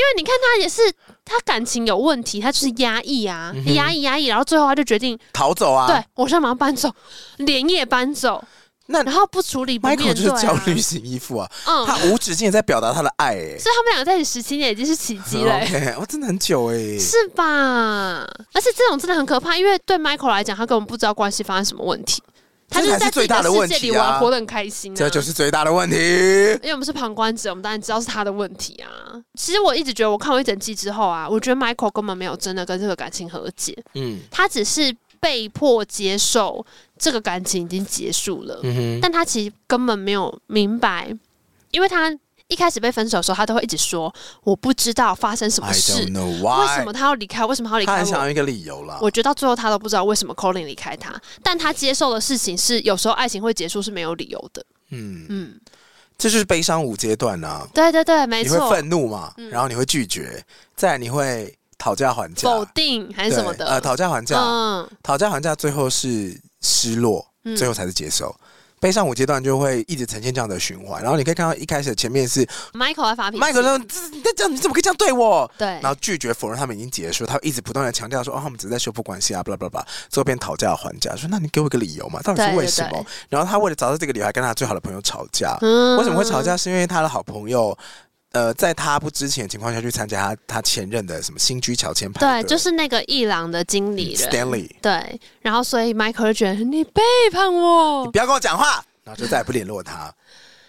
[SPEAKER 3] 为你看他也是，他感情有问题，他就是压抑啊，压抑压抑，然后最后他就决定，
[SPEAKER 2] 逃走嗯啊？
[SPEAKER 3] 对我现在马上搬走，连夜 搬走，
[SPEAKER 2] 那
[SPEAKER 3] 然后不处理不面对、
[SPEAKER 2] ，Michael
[SPEAKER 3] 啊，
[SPEAKER 2] 就是焦虑型依附啊，
[SPEAKER 3] 嗯，
[SPEAKER 2] 他无止境地在表达他的爱、欸，
[SPEAKER 3] 所以他们两个在一起十七年已经是奇迹了、 欸
[SPEAKER 2] OK，我真的很久哎、欸，
[SPEAKER 3] 是啊吧？而且这种真的很可怕，因为对 Michael 来讲，他根本不知道关系发生什么问题，他就是在自
[SPEAKER 2] 这才是最
[SPEAKER 3] 己世界里
[SPEAKER 2] 大的问题
[SPEAKER 3] 玩，
[SPEAKER 2] 啊
[SPEAKER 3] 活得很开心、啊。
[SPEAKER 2] 这就是最大的问题。
[SPEAKER 3] 因为我们是旁观者，我们当然知道是他的问题啊。其实我一直觉得，我看完一整季之后啊，我觉得 Michael 根本没有真的跟这个感情和解，
[SPEAKER 2] 嗯
[SPEAKER 3] 他只是被迫接受这个感情已经结束了，
[SPEAKER 2] 嗯哼，
[SPEAKER 3] 但他其实根本没有明白，因为他一开始被分手的时候，他都会一直说我不知道发生什么
[SPEAKER 2] I
[SPEAKER 3] 事，
[SPEAKER 2] don't know
[SPEAKER 3] 为什
[SPEAKER 2] why，
[SPEAKER 3] 么他要离开，为什么他要离
[SPEAKER 2] 他
[SPEAKER 3] 开
[SPEAKER 2] 很想
[SPEAKER 3] 我。
[SPEAKER 2] 要一个理由啦。
[SPEAKER 3] 我觉得到最后，他都不知道为什么 Colin 离开他，但他接受的事情是，有时候爱情会结束是没有理由的。
[SPEAKER 2] 嗯，
[SPEAKER 3] 嗯，
[SPEAKER 2] 这就是悲伤五阶段啊。
[SPEAKER 3] 对对对，没
[SPEAKER 2] 你会
[SPEAKER 3] 错。
[SPEAKER 2] 愤怒嘛，
[SPEAKER 3] 嗯
[SPEAKER 2] 然后你会拒绝，再来你会讨价还价，
[SPEAKER 3] 否定还是
[SPEAKER 2] 对
[SPEAKER 3] 什么的，
[SPEAKER 2] 呃，讨价还价，
[SPEAKER 3] 嗯，
[SPEAKER 2] 讨价还价最后是失落，
[SPEAKER 3] 嗯
[SPEAKER 2] 最后才是接受。悲伤五阶段就会一直呈现这样的循环，然后你可以看到一开始前面是
[SPEAKER 3] Michael 在发脾气，
[SPEAKER 2] 麦克说：“这你在这样，你怎么可以这样对我？”
[SPEAKER 3] 对
[SPEAKER 2] 然，后拒绝否认他们已经结束，他一直不断的强调说：“哦，他们只是在修复关系啊，巴拉巴拉巴拉。”最后边讨价还价，说：“那你给我一个理由嘛，到底
[SPEAKER 3] 对
[SPEAKER 2] 是为
[SPEAKER 3] 对
[SPEAKER 2] 什么？”
[SPEAKER 3] 对
[SPEAKER 2] 然后他为了找到这个理由，还跟他最好的朋友吵架。
[SPEAKER 3] 嗯
[SPEAKER 2] 为什么会吵？架？是因为他的好朋友，呃，在他不知情的情况下去参加他他前任的什么新居乔迁派
[SPEAKER 3] 对，
[SPEAKER 2] 对，
[SPEAKER 3] 就是那个伊朗的经理人，
[SPEAKER 2] Stanley，
[SPEAKER 3] 对，然后所以 Michael 就觉得你背叛
[SPEAKER 2] 你
[SPEAKER 3] 我，
[SPEAKER 2] 不要跟我讲话，然后就再也不联络他。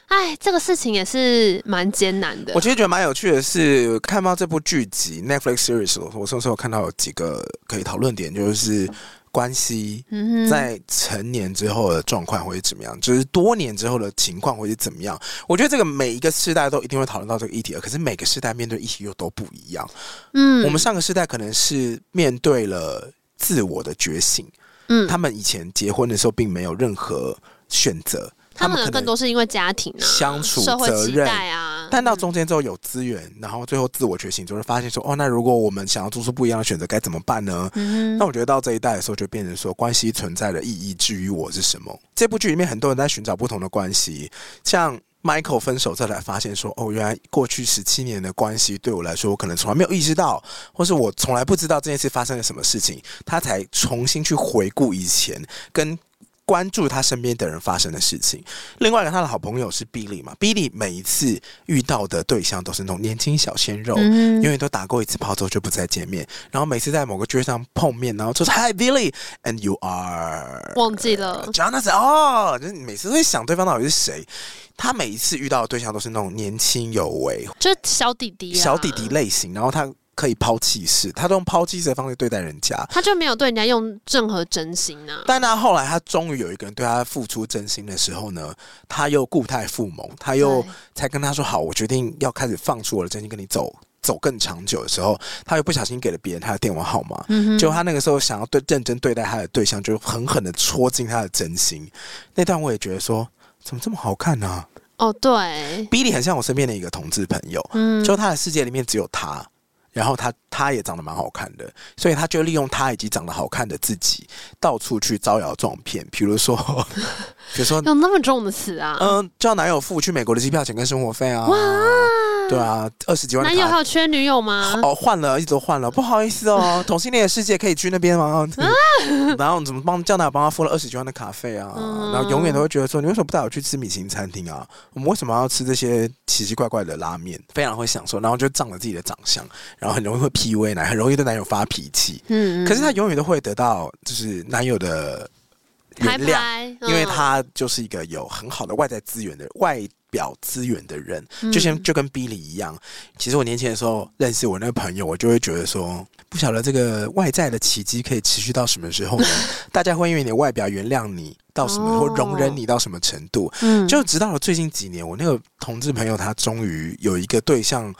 [SPEAKER 3] 哎，这个事情也是蛮艰难的
[SPEAKER 2] 我。其实觉得蛮有趣的是，看到这部剧集 Netflix series，我我上次有看到有几个可以讨论点，就是关系。
[SPEAKER 3] 嗯哼，
[SPEAKER 2] 在成年之后的状况会是怎么样？就是多年之后的情况会是怎么样？我觉得这个每一个世代都一定会讨论到这个议题，可是每个世代面对议题又都不一样。
[SPEAKER 3] 嗯
[SPEAKER 2] 我们上个世代可能是面对了自我的觉醒，
[SPEAKER 3] 嗯
[SPEAKER 2] 他们以前结婚的时候并没有任何选择，
[SPEAKER 3] 他
[SPEAKER 2] 们
[SPEAKER 3] 们
[SPEAKER 2] 可
[SPEAKER 3] 更
[SPEAKER 2] 能
[SPEAKER 3] 多是因为家庭啊、
[SPEAKER 2] 相处
[SPEAKER 3] 社会
[SPEAKER 2] 责
[SPEAKER 3] 期
[SPEAKER 2] 任
[SPEAKER 3] 待啊，
[SPEAKER 2] 但到中间之后有资源，然后最后自我觉醒，就会发现说，哦，那如果我们想要做出不一样的选择，该怎么办呢？
[SPEAKER 3] 嗯
[SPEAKER 2] 那
[SPEAKER 3] 哼，
[SPEAKER 2] 我觉得到这一代的时候，就变成说关系存在的意义至于我是什么。这部剧里面很多人在寻找不同的关系，像 Michael 分手再来发现说，哦，原来过去十七年的关系对我来说，我可能从来没有意识到，或是我从来不知道这件事发生了什么事情，他才重新去回顾以前跟。关注他身边的人发生的事情。另外一个，他的好朋友是 Billy 嘛，Billy 每一次遇到的对象都是那种年轻小鲜肉，
[SPEAKER 3] 嗯
[SPEAKER 2] 哦因
[SPEAKER 3] 哼
[SPEAKER 2] 为都打过一次炮之后就不再见面，然后每次在某个聚会上碰面，然后就是 Hi Billy，and you are
[SPEAKER 3] 忘记了，
[SPEAKER 2] Jonathan 哦，就是你每次都会想对方到底是谁。他每一次遇到的对象都是那种年轻有为、
[SPEAKER 3] 就是小弟弟、啊，
[SPEAKER 2] 小弟弟类型，然后他可以抛弃式，他都用抛弃式的方式对待人家。
[SPEAKER 3] 他就没有对人家用任何真心啊呐、
[SPEAKER 2] 但他后来，他终于有一个人对他付出真心的时候呢，他又固态复萌，他又
[SPEAKER 3] 对
[SPEAKER 2] 才跟他说好，我决定要开始放出我的真心跟你走走更长久的时候，他又不小心给了别人他的电话号码，
[SPEAKER 3] 嗯哼
[SPEAKER 2] 就他那个时候想要对认真对待他的对象，就狠狠的戳进他的真心。那段我也觉得说，怎么这么好看呢、啊、
[SPEAKER 3] 哦，对，
[SPEAKER 2] ？Billy 很像我身边的一个同志朋友，
[SPEAKER 3] 嗯，
[SPEAKER 2] 就他的世界里面只有他，然后他他也长得蛮好看的，所以他就利用他以及长得好看的自己，到处去招摇撞骗。比如说， 比如 说，
[SPEAKER 3] 有那么重的词啊？
[SPEAKER 2] 嗯，叫男友付去美国的机票钱跟生活费啊，对啊，二十几万
[SPEAKER 3] 男
[SPEAKER 2] 的
[SPEAKER 3] 友还
[SPEAKER 2] 卡。
[SPEAKER 3] 有缺女友吗？
[SPEAKER 2] 哦，换了，一直都换了，不好意思 哦，同性恋的世界可以去那边
[SPEAKER 3] 啊
[SPEAKER 2] 吗？ 然后怎么帮叫男友帮他付了二十几万的卡费啊？
[SPEAKER 3] 嗯
[SPEAKER 2] 然后永远都会觉得说，你为什么不带我去吃米其林餐厅啊？我们为什么要吃这些奇奇怪怪的拉面？非常会享受，然后就仗着自己的长相，然后很容易会 PUA 男，很容易对男友发脾气。
[SPEAKER 3] 嗯，嗯
[SPEAKER 2] 可是她永远都会得到就是男友的
[SPEAKER 3] 拍
[SPEAKER 2] 原谅，
[SPEAKER 3] 拍，
[SPEAKER 2] 因为
[SPEAKER 3] 嗯
[SPEAKER 2] 她就是一个有很好的外在资源的外表资源的人，
[SPEAKER 3] 嗯
[SPEAKER 2] 就像就跟 Billy 一样。其实我年轻的时候认识我那个朋友，我就会觉得说，不晓得这个外在的奇迹可以持续到什么时 候呢？大家会因为你的外表原谅你到什么，
[SPEAKER 3] 哦
[SPEAKER 2] 或容忍你到什么程度？
[SPEAKER 3] 嗯
[SPEAKER 2] 就直到了最近几年，我那个同志朋友他终于有一个对象，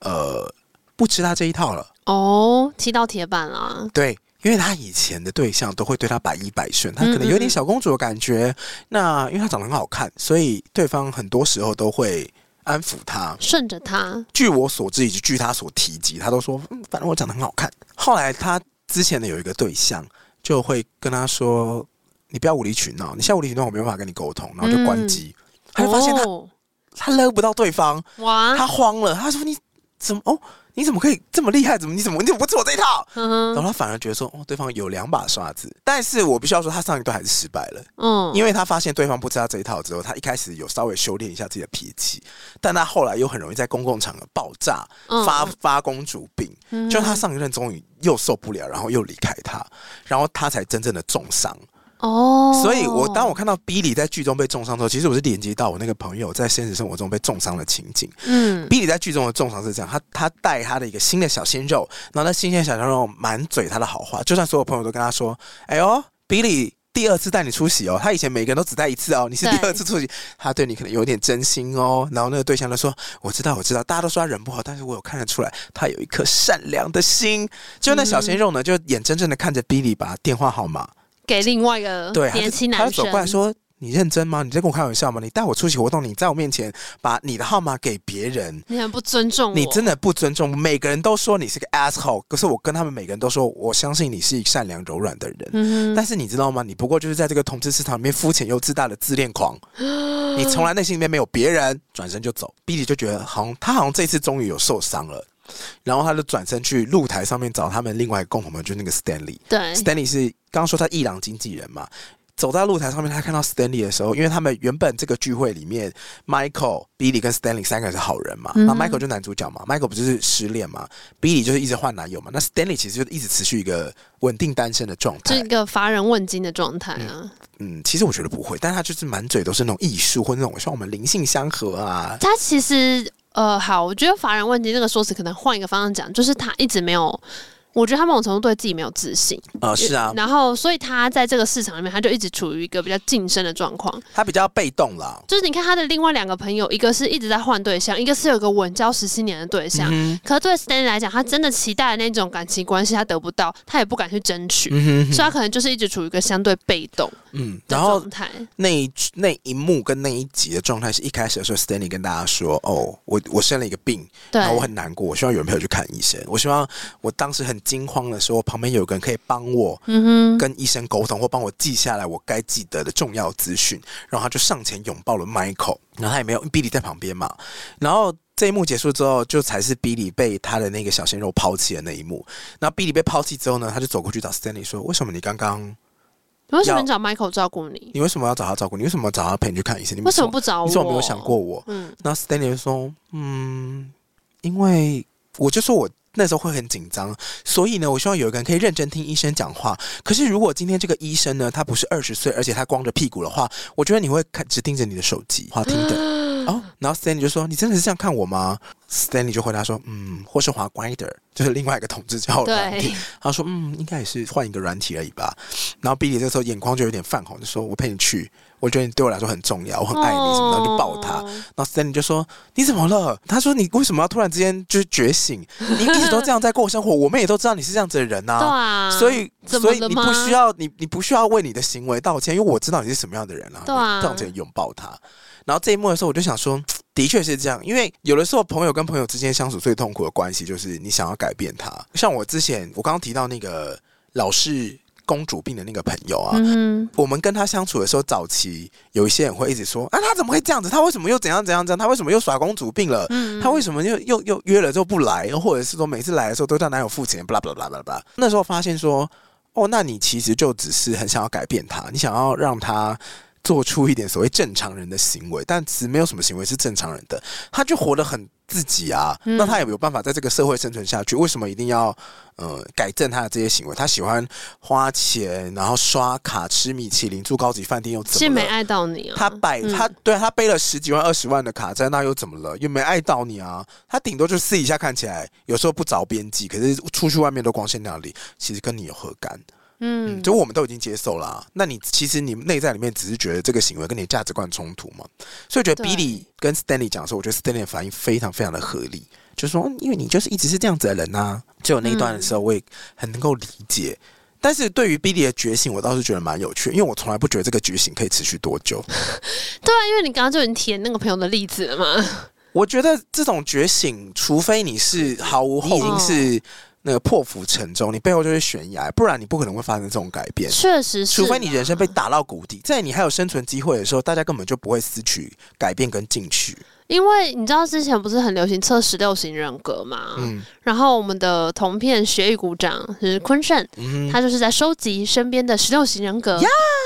[SPEAKER 2] 呃，不吃他这一套了。
[SPEAKER 3] 哦，踢到铁板啦。
[SPEAKER 2] 对，因为她以前的对象都会对她百依百顺，她可能有
[SPEAKER 3] 嗯
[SPEAKER 2] 点
[SPEAKER 3] 嗯嗯
[SPEAKER 2] 小公主的感觉。那因为她长得很好看，所以对方很多时候都会安抚她。
[SPEAKER 3] 顺着他，
[SPEAKER 2] 据我所知，以及据她所提及，她都说：“嗯，反正我长得很好看。”后来她之前的有一个对象就会跟她说：“你不要无理取闹，你现在无理取闹，我没办法跟你沟通。”然后就关机。她就发现她
[SPEAKER 3] 嗯哦、啊
[SPEAKER 2] 她勒不到对方，
[SPEAKER 3] 哇，
[SPEAKER 2] 她慌了。她说：“你怎么哦？你怎么可以这么厉害？怎么你怎么你怎么不吃我这一套？”
[SPEAKER 3] 嗯
[SPEAKER 2] 然
[SPEAKER 3] 哼
[SPEAKER 2] 后他反而觉得说，哦，对方有两把刷子，但是我必须要说，他上一段还是失败了，
[SPEAKER 3] 嗯，
[SPEAKER 2] 因为他发现对方不知道这一套之后，他一开始有稍微修炼一下自己的脾气，但他后来又很容易在公共场合爆炸，
[SPEAKER 3] 嗯
[SPEAKER 2] 发发公主病，
[SPEAKER 3] 嗯
[SPEAKER 2] 就他上一任终于又受不了，然后又离开他，然后他才真正的重伤。
[SPEAKER 3] 哦，
[SPEAKER 2] 所以我当我看到 Billy 在剧中被重伤之后，其实我是连接到我那个朋友在现实生活中被重伤的情景。
[SPEAKER 3] 嗯
[SPEAKER 2] Billy 在剧中的重伤是这样，他他带他的一个新的小鲜肉，然后那新鲜小鲜肉满嘴他的好话，就算所有朋友都跟他说：“哎呦，Billy 第二次带你出席哦，他以前每个人都只带一次哦，你是第
[SPEAKER 3] 对
[SPEAKER 2] 二次出席，他对你可能有点真心哦。”然后那个对象就说：“我知道，我知道，大家都说他人不好，但是我有看得出来，他有一颗善良的心。”就那小鲜肉呢，就眼睁睁的看着 Billy 把电话号码
[SPEAKER 3] 给另外一个
[SPEAKER 2] 对，他
[SPEAKER 3] 嗯
[SPEAKER 2] 就
[SPEAKER 3] 年轻
[SPEAKER 2] 他
[SPEAKER 3] 男
[SPEAKER 2] 就走
[SPEAKER 3] 生
[SPEAKER 2] 过来说：“你认真吗？你在跟我开玩笑吗？你带我出席活动，你在我面前把你的号码给别人。”
[SPEAKER 3] 你很不尊重我，
[SPEAKER 2] 你真的不尊重，每个人都说你是个 asshole，可是我跟他们每个人都说，我相信你是一个善良柔软的人。
[SPEAKER 3] 嗯哼
[SPEAKER 2] 但是你知道吗？你不过就是在这个同志市场里面肤浅又自大的自恋狂，你从来内心里面没有别人，转身就走。Billy 就觉得好像他好像这次终于有受伤了，然后他就转身去露台上面找他们另外一个共同朋友，就是那个 Stanley。
[SPEAKER 3] 对
[SPEAKER 2] Stanley 是刚刚说他伊朗经纪人嘛，走在露台上面，他看到 Stanley 的时候，因为他们原本这个聚会里面，Michael、Billy 跟 Stanley 三个人是好人嘛，
[SPEAKER 3] 嗯
[SPEAKER 2] 那 Michael 就男主角嘛，Michael 不就是失恋嘛，Billy 就是一直换男友嘛，那 Stanley 其实就一直持续一个稳定单身的状
[SPEAKER 3] 这
[SPEAKER 2] 态。
[SPEAKER 3] 个乏人问津的状态啊，
[SPEAKER 2] 嗯，其实我觉得不会，但他就是满嘴都是那种艺术或那种像我们灵性相合啊，
[SPEAKER 3] 他其实呃，好，我觉得乏人问津这个说辞可能换一个方向讲，就是他一直没有。我觉得他某种程度对自己没有自信，
[SPEAKER 2] 呃，是啊，
[SPEAKER 3] 然后所以他在这个市场里面，他就一直处于一个比较晋升的状况。
[SPEAKER 2] 他比较被动啦。
[SPEAKER 3] 就是你看他的另外两个朋友，一个是一直在换对象，一个是有个稳交十七年的对象。
[SPEAKER 2] 嗯
[SPEAKER 3] 可是对 Stanley 来讲，他真的期待的那种感情关系，他得不到，他也不敢去争取，
[SPEAKER 2] 哼，嗯哼
[SPEAKER 3] 所以他可能就是一直处于一个相对被动
[SPEAKER 2] 嗯，
[SPEAKER 3] 的
[SPEAKER 2] 然后
[SPEAKER 3] 状态。
[SPEAKER 2] 那一那一幕跟那一集的状态是一开始的时候，Stanley 跟大家说：“哦，我我生了一个病，
[SPEAKER 3] 对
[SPEAKER 2] 然，后我很难过，我希望有人陪我去看医生。我希望我当时很惊慌的时候，旁边有个人可以帮我
[SPEAKER 3] 嗯哼，
[SPEAKER 2] 跟医生沟通，或帮我记下来我该记得的重要资讯。然后他就上前拥抱了 Michael，然后他也没有 Billy 在旁边嘛。然后这一幕结束之后，就才是 Billy 被他的那个小鲜肉抛弃的那一幕。那 Billy 被抛弃之后呢，他就走过去找 Stanley 说：“为什么你刚刚，
[SPEAKER 3] 为什么
[SPEAKER 2] 要
[SPEAKER 3] 你找 Michael 照顾你？
[SPEAKER 2] 你为什么要找他照顾？你为什么找他陪你去看医生？你
[SPEAKER 3] 为什么？不找我？
[SPEAKER 2] 你怎么没有想过？我？”
[SPEAKER 3] 嗯
[SPEAKER 2] 然后 Stanley 就说：“嗯，因为我就说我那时候会很紧张，所以呢，我希望有一个人可以认真听医生讲话。可是如果今天这个医生呢，他不是二十岁，而且他光着屁股的话，我觉得你会看只盯着你的手机，话听的。哦，然后 Stanley 就说：“你真的是这样看我吗？”Stanley 就回答说：“嗯，或是滑乖的，就是另外一个统治教软体
[SPEAKER 3] 对。”
[SPEAKER 2] 他说：“嗯，应该也是换一个软体而已吧。”然后 Billy 这时候眼眶就有点泛红，就说：“我陪你去，我觉得你对我来说很重 要，我很爱你什么的。”然后就抱他。
[SPEAKER 3] 哦
[SPEAKER 2] 然后 Stanley 就说：“你怎么了？”他说：“你为什么要突然之间就是觉醒？你一直都这样在过生活，我们也都知道你是这样子的人呐、
[SPEAKER 3] 对啊，
[SPEAKER 2] 所以，
[SPEAKER 3] 怎么
[SPEAKER 2] 所以
[SPEAKER 3] 了
[SPEAKER 2] 你
[SPEAKER 3] 吗
[SPEAKER 2] 不需要你，你不需要为你的行为道歉，因为我知道你是什么样的人了、
[SPEAKER 3] 对啊
[SPEAKER 2] 这样子拥抱他。然后这一幕的时候，我就想说，的确是这样，因为有的时候朋友跟朋友之间相处最痛苦的关系，就是你想要改变他。像我之前我刚刚提到那个老是公主病的那个朋友啊，
[SPEAKER 3] 嗯
[SPEAKER 2] 我们跟他相处的时候，早期有一些人会一直说啊，他怎么会这样子？他为什么又怎样怎样怎样？他为什么又耍公主病了？
[SPEAKER 3] 嗯，
[SPEAKER 2] 他为什么又又又约了之后不来，或者是说每次来的时候都叫男友付钱，巴拉巴拉巴拉巴拉。那时候发现说，哦，那你其实就只是很想要改变他，你想要让他做出一点所谓正常人的行为，但其实没有什么行为是正常人的，他就活得很自己啊。
[SPEAKER 3] 嗯
[SPEAKER 2] 那他也没有办法在这个社会生存下去，为什么一定要呃改正他的这些行为？他喜欢花钱，然后刷卡吃米其林，住高级饭店又
[SPEAKER 3] 是
[SPEAKER 2] 怎么
[SPEAKER 3] 没
[SPEAKER 2] 了？
[SPEAKER 3] 爱到你啊？
[SPEAKER 2] 他摆、
[SPEAKER 3] 嗯
[SPEAKER 2] 他对他背了十几万、二十万的卡在那又怎么了？又没爱到你啊！他顶多就私底下看起来有时候不着边际，可是出去外面都光鲜亮丽，其实跟你有何干？嗯，
[SPEAKER 3] 嗯
[SPEAKER 2] 就我们都已经接受了啊、那你其实你内在里面只是觉得这个行为跟你的价值观冲突嘛？所以我觉得
[SPEAKER 3] 对
[SPEAKER 2] Billy 跟 Stanley 讲的时候，我觉得 Stanley 的反应非常非常的合理，就说嗯因为你就是一直是这样子的人呐、只有那一段的时
[SPEAKER 3] 嗯
[SPEAKER 2] 候，我也很能够理解。但是对于 Billy 的觉醒，我倒是觉得蛮有趣，因为我从来不觉得这个觉醒可以持续多久。
[SPEAKER 3] 对啊，因为你刚刚就已经提了那个朋友的例子了嘛，
[SPEAKER 2] 我觉得这种觉醒，除非你是毫无后，已经
[SPEAKER 3] 嗯
[SPEAKER 2] 是那个破釜沉舟，你背后就是悬崖，不然你不可能会发生这种改变。
[SPEAKER 3] 确实是
[SPEAKER 2] 除
[SPEAKER 3] 啦，
[SPEAKER 2] 非你人生被打到谷底，在你还有生存机会的时候，大家根本就不会失去改变跟进取。
[SPEAKER 3] 因为你知道之前不是很流行测十六型人格嘛，
[SPEAKER 2] 嗯
[SPEAKER 3] 然后我们的同片学艺股长就是坤盛，
[SPEAKER 2] 嗯，
[SPEAKER 3] 他就是在收集身边的十六型人格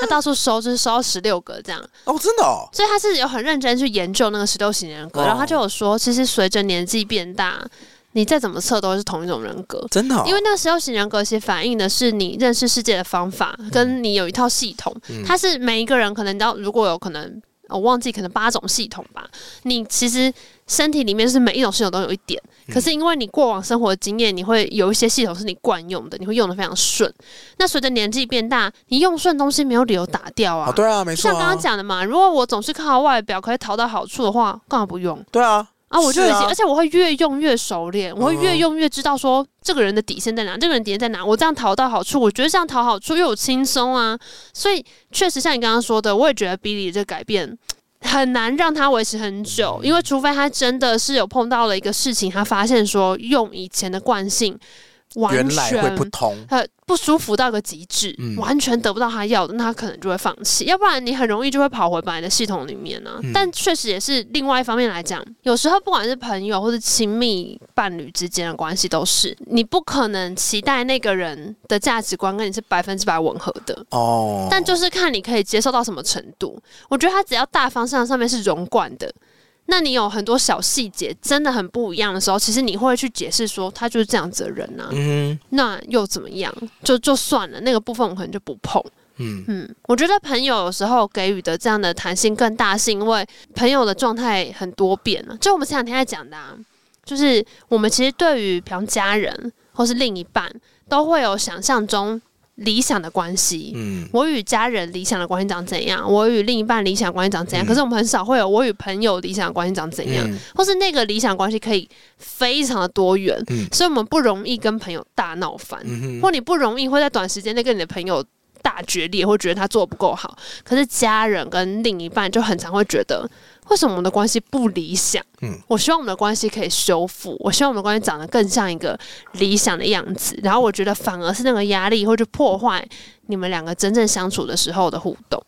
[SPEAKER 3] 他到处收，就是收到十六个这样，
[SPEAKER 2] 哦，真的哦，
[SPEAKER 3] 所以他是有很认真去研究那个十六型人格，
[SPEAKER 2] 哦
[SPEAKER 3] 然后他就有说，其实随着年纪变大，你再怎么测都是同一种人格。
[SPEAKER 2] 真的、哦，
[SPEAKER 3] 因为那个十六型人格其实反映的是你认识世界的方法，
[SPEAKER 2] 嗯
[SPEAKER 3] 跟你有一套系统。它是每一个人可能到，如果有可能，呃我忘记可能八种系统吧。你其实身体里面是每一种系统都有一点，
[SPEAKER 2] 嗯
[SPEAKER 3] 可是因为你过往生活的经验，你会有一些系统是你惯用的，你会用的非常顺。那随着年纪变大，你用顺的东西没有理由打掉啊。
[SPEAKER 2] 哦，对啊，没
[SPEAKER 3] 就
[SPEAKER 2] 错、
[SPEAKER 3] 像
[SPEAKER 2] 啊，
[SPEAKER 3] 刚刚讲的嘛，如果我总是靠外表可以讨到好处的话，干嘛不用？
[SPEAKER 2] 对啊，
[SPEAKER 3] 啊，我就已
[SPEAKER 2] 是
[SPEAKER 3] 经，
[SPEAKER 2] 啊
[SPEAKER 3] 而且我会越用越熟练，我会越
[SPEAKER 2] 嗯
[SPEAKER 3] 用越知道说这个人的底线在哪，这个人底线在哪，我这样讨到好处，我觉得这样讨好处又有轻松啊，所以确实像你刚刚说的，我也觉得 Billy 这个改变。很难让他维持很久，因为除非他真的是有碰到了一个事情，他发现说用以前的惯性完
[SPEAKER 2] 原来会
[SPEAKER 3] 全
[SPEAKER 2] 不同，
[SPEAKER 3] 呃不舒服到一个极致，
[SPEAKER 2] 嗯
[SPEAKER 3] 完全得不到他要的，那他可能就会放弃。要不然你很容易就会跑回本来的系统里面呢、啊
[SPEAKER 2] 嗯
[SPEAKER 3] 但确实也是另外一方面来讲，有时候不管是朋友或是亲密伴侣之间的关系，都是你不可能期待那个人的价值观跟你是百分之百吻合的。
[SPEAKER 2] 哦，
[SPEAKER 3] 但就是看你可以接受到什么程度。我觉得他只要大方向上面是融贯的，那你有很多小细节真的很不一样的时候，其实你会去解释说他就是这样子的人啊呐、
[SPEAKER 2] 嗯
[SPEAKER 3] 那又怎么样？就就算了，那个部分我可能就不碰。
[SPEAKER 2] 嗯
[SPEAKER 3] 嗯，我觉得朋友有时候给予的这样的弹性更大，是因为朋友的状态很多变啊。就我们前两天在讲的、啊，就是我们其实对于比方家人或是另一半，都会有想象中理想的关系。
[SPEAKER 2] 嗯，
[SPEAKER 3] 我与家人理想的关系长怎样？我与另一半理想关系长怎样？
[SPEAKER 2] 嗯
[SPEAKER 3] 可是我们很少会有我与朋友理想关系长怎样，
[SPEAKER 2] 嗯
[SPEAKER 3] 或是那个理想关系可以非常的多元，
[SPEAKER 2] 嗯
[SPEAKER 3] 所以我们不容易跟朋友大闹翻，
[SPEAKER 2] 嗯
[SPEAKER 3] 或
[SPEAKER 2] 哼，
[SPEAKER 3] 你不容易会在短时间内跟你的朋友大决裂，或觉得他做得不够好。可是家人跟另一半就很常会觉得，为什么我们的关系不理想？
[SPEAKER 2] 嗯
[SPEAKER 3] 我希望我们的关系可以修复，我希望我们的关系长得更像一个理想的样子。然后我觉得反而是那个压力会去破坏你们两个真正相处的时候的互动。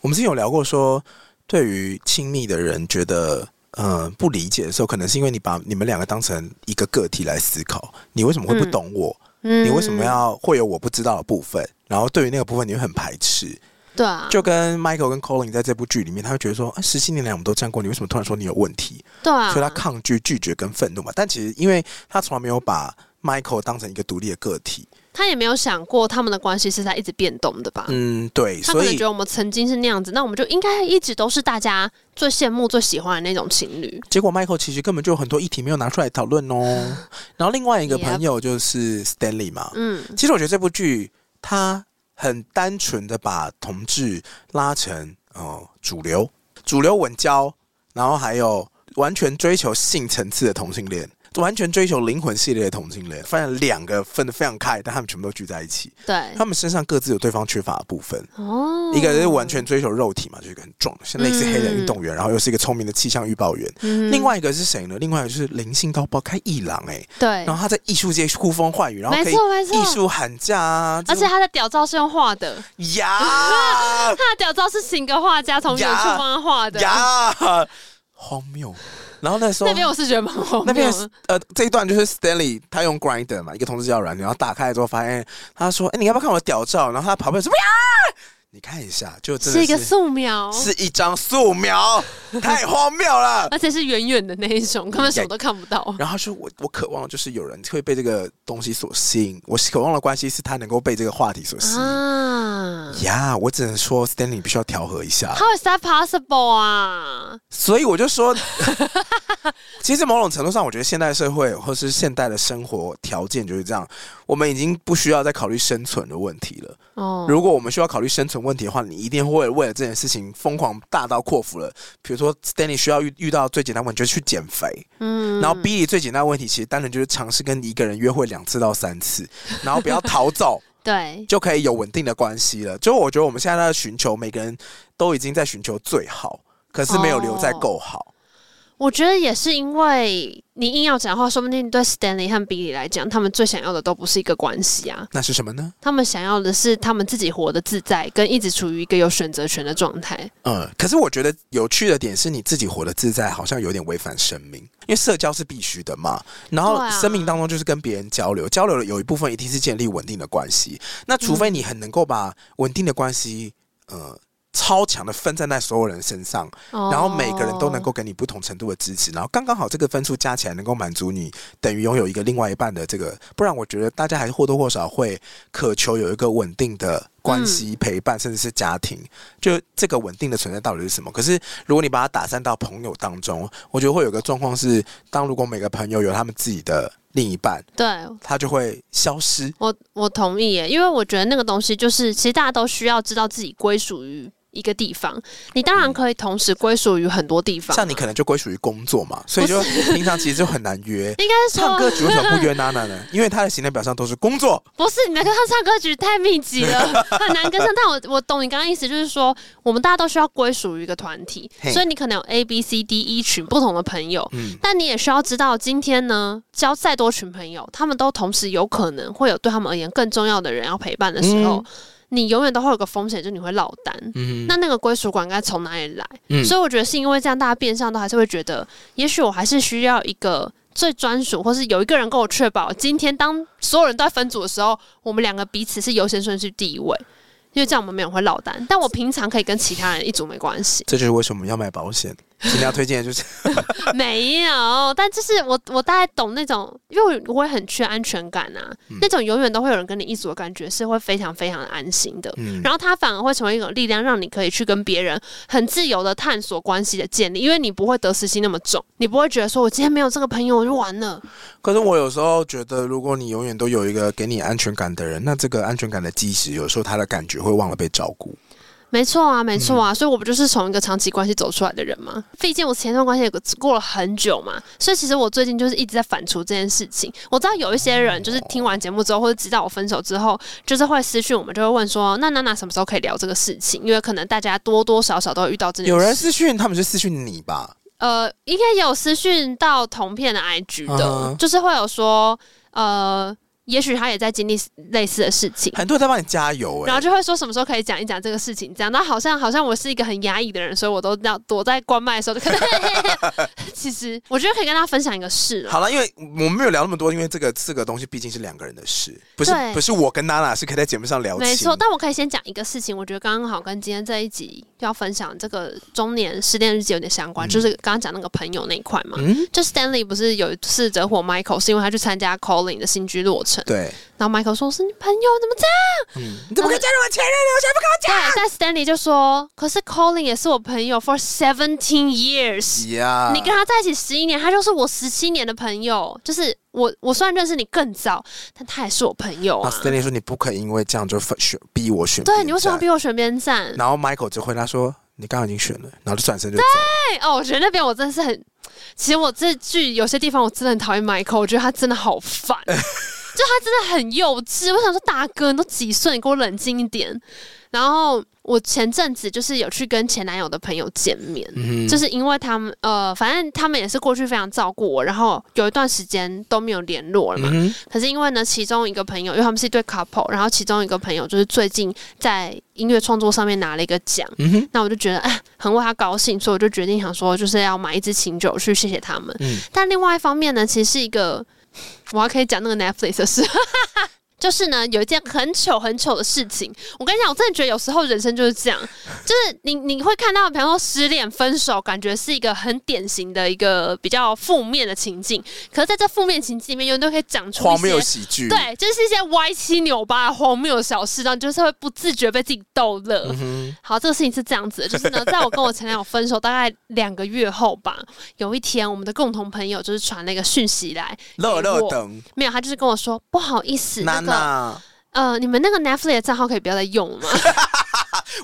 [SPEAKER 2] 我们之前有聊过说，对于亲密的人觉得。嗯，不理解的时候，可能是因为你把你们两个当成一个个体来思考，你为什么会不
[SPEAKER 3] 嗯
[SPEAKER 2] 懂我？
[SPEAKER 3] 嗯
[SPEAKER 2] 你为什么？要会有我不知道的部分？然后对于那个部分，你会很排斥。
[SPEAKER 3] 对啊，
[SPEAKER 2] 就跟 Michael 跟 Colin 在这部剧里面，他会觉得说，啊，十七年来我们都站过，你为什么突然说你有问题？
[SPEAKER 3] 对啊，
[SPEAKER 2] 所以他抗拒、拒绝跟愤怒嘛。但其实，因为他从来没有把 Michael 当成一个独立的个体，
[SPEAKER 3] 他也没有想过他们的关系是在一直变动的吧？
[SPEAKER 2] 嗯，对，
[SPEAKER 3] 啊他可
[SPEAKER 2] 所
[SPEAKER 3] 能
[SPEAKER 2] 以
[SPEAKER 3] 觉得我们曾经是那样子，那我们就应该一直都是大家最羡慕、最喜欢的那种情侣。
[SPEAKER 2] 结果 Michael 其实根本就有很多议题没有拿出来讨论哦。然后另外一个
[SPEAKER 3] Yep
[SPEAKER 2] 朋友就是 Stanley 嘛，
[SPEAKER 3] 嗯，
[SPEAKER 2] 其实我觉得这部剧它很单纯的把同志拉成呃主流、主流稳交，然后还有完全追求性层次的同性恋。完全追求灵魂系列的同性恋，发现两个分得非常开，但他们全部都聚在一起。
[SPEAKER 3] 对
[SPEAKER 2] 他，们身上各自有对方缺乏的部分，
[SPEAKER 3] 哦
[SPEAKER 2] 一个是完全追求肉体嘛，就是一个很壮，像类似黑人运动员，然后又是一个聪明的气象预报员。
[SPEAKER 3] 嗯
[SPEAKER 2] 另外一个是谁呢？另外一个就是灵性高爆开一郎哎、
[SPEAKER 3] 对
[SPEAKER 2] 然，后他在艺术界呼风唤雨，然后
[SPEAKER 3] 没
[SPEAKER 2] 可以
[SPEAKER 3] 错没
[SPEAKER 2] 艺
[SPEAKER 3] 错，
[SPEAKER 2] 术喊价啊，
[SPEAKER 3] 而
[SPEAKER 2] 这
[SPEAKER 3] 且
[SPEAKER 2] 种
[SPEAKER 3] 他的屌照是用画的，
[SPEAKER 2] 呀
[SPEAKER 3] 他的屌照是请个画家从远处
[SPEAKER 2] 呀
[SPEAKER 3] 帮他画的。
[SPEAKER 2] 呀，荒谬。然后那时候
[SPEAKER 3] 那边我是觉得蛮荒
[SPEAKER 2] 那
[SPEAKER 3] 谬
[SPEAKER 2] 边
[SPEAKER 3] 的，
[SPEAKER 2] 呃这一段就是 Stanley 他用 Grinder 嘛，一个同志交友软件，然后打开之后发现他说：“哎、你要不要看我的屌照？”然后他旁边说：“呀，你看一下，就真的
[SPEAKER 3] 是一个素描，
[SPEAKER 2] 是一张素描，太荒谬了。
[SPEAKER 3] 而且是远远的那一种，根本什么都看不 到。
[SPEAKER 2] 然后他说我我渴望就是有人会被这个东西所吸引，我渴望的关系是他能够被这个话题所吸引。
[SPEAKER 3] 啊
[SPEAKER 2] 呀我只能说 Stanley 必须要调和一下，
[SPEAKER 3] ，How is that possible 啊？
[SPEAKER 2] 所以我就说， 其实某种程度上，我觉得现代社会或是现代的生活条件就是这样，我们已经不需要再考虑生存的问题了。
[SPEAKER 3] 哦，
[SPEAKER 2] 如果我们需要考虑生存问题的话，你一定会为了这件事情疯狂大刀阔斧了。比如说，Stanley 需要遇遇到最简单的问题就是去减肥，
[SPEAKER 3] 嗯
[SPEAKER 2] 然后 Billy 最简单的问题其实单纯就是尝试跟一个人约会两次到三 次，然后不要逃走
[SPEAKER 3] 对，
[SPEAKER 2] 就可以有稳定的关系了。就我觉得我们现在在寻求，每个人都已经在寻求最好，可是没有留在够
[SPEAKER 3] 哦
[SPEAKER 2] 好。
[SPEAKER 3] 我觉得也是因为你硬要讲的话，说不定对 Stanley 和 Billy 来讲，他们最想要的都不是一个关系啊，
[SPEAKER 2] 那是什么呢？
[SPEAKER 3] 他们想要的是他们自己活得自在，跟一直处于一个有选择权的状态。
[SPEAKER 2] 嗯，可是我觉得有趣的点是你自己活得自在，好像有点违反生命，因为社交是必须的嘛。然后
[SPEAKER 3] 对啊
[SPEAKER 2] 生命当中就是跟别人交流，交流的有一部分一定是建立稳定的关系。那除
[SPEAKER 3] 嗯
[SPEAKER 2] 非你很能够把稳定的关系，呃，超强的分散在所有人身上，
[SPEAKER 3] 哦
[SPEAKER 2] 然后每个人都能够给你不同程度的支持，然后刚刚好这个分数加起来能够满足你，等于拥有一个另外一半的这个，不然我觉得大家还是或多或少会渴求有一个稳定的关系、陪伴，甚至是家庭。就这个稳定的存在到底是什么？可是如果你把它打散到朋友当中，我觉得会有个状况是，当如果每个朋友有他们自己的另一半，
[SPEAKER 3] 对。
[SPEAKER 2] 他就会消失。
[SPEAKER 3] 我我同意耶，因为我觉得那个东西就是，其实大家都需要知道自己归属于一个地方。你当然可以同时归属于很多地
[SPEAKER 2] 嗯
[SPEAKER 3] 方，
[SPEAKER 2] 像你可能就归属于工作嘛，所以就平常其实就很难约。
[SPEAKER 3] 应该是
[SPEAKER 2] 唱
[SPEAKER 3] 说
[SPEAKER 2] 歌局为什么不约娜娜呢？因为她的行程表上都是工作。
[SPEAKER 3] 不是你的歌唱歌曲太密集了， 很难跟上。但我我懂你刚刚意思，就是说我们大家都需要归属于一个团体
[SPEAKER 2] 嘿，
[SPEAKER 3] 所以你可能有 A、B、C、D、E 群不同的朋友，
[SPEAKER 2] 嗯
[SPEAKER 3] 但你也需要知道，今天呢，交再多群朋友，他们都同时有可能会有对他们而言更重要的人要陪伴的时候，你永远都会有个风险，就是你会落单。
[SPEAKER 2] 嗯
[SPEAKER 3] 那那个归属感该从哪里来？
[SPEAKER 2] 嗯，
[SPEAKER 3] 所以我觉得是因为这样，大家变相都还是会觉得，也许我还是需要一个最专属，或是有一个人跟我确保，今天当所有人都在分组的时候，我们两个彼此是优先顺序第一位，因为这样我们没有人会落单。但我平常可以跟其他人一组没关系
[SPEAKER 2] 这就是为什么要买保 险。今天要推荐的就是，
[SPEAKER 3] 没有。但就是我我大概懂那种，因为我我也很缺安全感啊，
[SPEAKER 2] 嗯
[SPEAKER 3] 那种永远都会有人跟你一组的感觉是会非常非常的安心的。
[SPEAKER 2] 嗯，
[SPEAKER 3] 然后它反而会成为一种力量，让你可以去跟别人很自由的探索关系的建立，因为你不会得失心那么重，你不会觉得说我今天没有这个朋友我就完了。
[SPEAKER 2] 可是我有时候觉得，如果你永远都有一个给你安全感的人，那这个安全感的基石，有时候他的感觉会忘了被照顾。
[SPEAKER 3] 没错啊，没错啊，
[SPEAKER 2] 嗯
[SPEAKER 3] 所以我不就是从一个长期关系走出来的人吗？毕竟我前段关系也过了很久嘛，所以其实我最近就是一直在反刍这件事情。我知道有一些人就是听完节目之后，或者知道我分手之后，就是会私讯我们，就会问说，那娜娜什么时候可以聊这个事情？因为可能大家多多少少都会遇到这件事。
[SPEAKER 2] 有人私讯，他们是私讯你吧？
[SPEAKER 3] 呃，应该也有私讯到同片的 IG 的
[SPEAKER 2] 嗯哼
[SPEAKER 3] 就是会有说，呃，也许他也在经历类似的事情，
[SPEAKER 2] 很多人在帮你加油、哎
[SPEAKER 3] 然后，就会说什么时候可以讲一讲这个事情，讲到好像好像我是一个很压抑的人，所以我都要躲在关麦的时候，就 可能其实我觉得可以跟大家分享一个事啊了。
[SPEAKER 2] 好了，因为我们没有聊那么多，因为这个这个东西毕竟是两个人的事，不是
[SPEAKER 3] 对
[SPEAKER 2] 不是我跟娜娜是可以在节目上聊起。
[SPEAKER 3] 没错，但我可以先讲一个事情，我觉得刚刚好跟今天这一集要分享这个中年失恋日记有点相关，就是刚刚讲那个朋友那一块嘛。
[SPEAKER 2] 嗯
[SPEAKER 3] 就 Stanley 不是有一次惹火 Michael，是因为他去参加 Colin 的新居落成。
[SPEAKER 2] 对，
[SPEAKER 3] 然后 Michael 说：“是你朋友怎么这样
[SPEAKER 2] 嗯，你怎么可以加入我前任留下不跟我？”讲？
[SPEAKER 3] 对，但 Stanley 就说：“可是 Colin 也是我朋友 for seventeen years，、
[SPEAKER 2] 呀
[SPEAKER 3] 你跟他在一起十一年，他就是我十七年的朋友。就是我，我虽然认识你更早，但他也是我朋友
[SPEAKER 2] 然
[SPEAKER 3] 啊。
[SPEAKER 2] 后 Stanley 说你不可以因为这样就分选逼我选，
[SPEAKER 3] 对你为什么要逼？我选边站？
[SPEAKER 2] 然后 Michael 就回答说你刚刚已经选了，然后就转身就走。
[SPEAKER 3] 哎哦，我觉得那边我真的是很，其实我这句有些地方我真的很讨厌 Michael，我觉得他真的好烦，就他真的很幼稚。我想说，大哥，你都几岁，你给我冷静一点。然后我前阵子就是有去跟前男友的朋友见面，
[SPEAKER 2] 嗯
[SPEAKER 3] 就是是因为他们呃，反正他们也是过去非常照顾我，然后有一段时间都没有联络了嘛。
[SPEAKER 2] 嗯
[SPEAKER 3] 可是因为呢，其中一个朋友，因为他们是一对 couple，然后其中一个朋友就是最近在音乐创作上面拿了一个奖。
[SPEAKER 2] 嗯哼
[SPEAKER 3] 那我就觉得哎，很为他高兴，所以我就决定想说，就是要买一支琴酒去谢谢他们。
[SPEAKER 2] 嗯
[SPEAKER 3] 但另外一方面呢，其实是一个我还可以讲那个 Netflix 的事。 就是呢，有一件很糗很糗的事情，我跟你讲，我真的觉得有时候人生就是这样，就是你你会看到，比方说失恋、分手，感觉是一个很典型的一个比较负面的情境，可是在这负面情境里面，又都可以讲出一
[SPEAKER 2] 荒
[SPEAKER 3] 些
[SPEAKER 2] 谬喜剧，
[SPEAKER 3] 对，就是一些歪七扭八、荒谬的小事，让你就是会不自觉被自己逗乐。
[SPEAKER 2] 嗯
[SPEAKER 3] 好，这个事情是这样子的，就 是呢，在我跟我前男友分手大概两个月后吧，有一天我们的共同朋友就是传了一个讯息来，
[SPEAKER 2] 哼，乐乐等
[SPEAKER 3] 没有，他就是跟我说不好意思，
[SPEAKER 2] 娜
[SPEAKER 3] 那个
[SPEAKER 2] 娜，
[SPEAKER 3] 呃，你们那个 Netflix 的账号可以不要再用 了吗？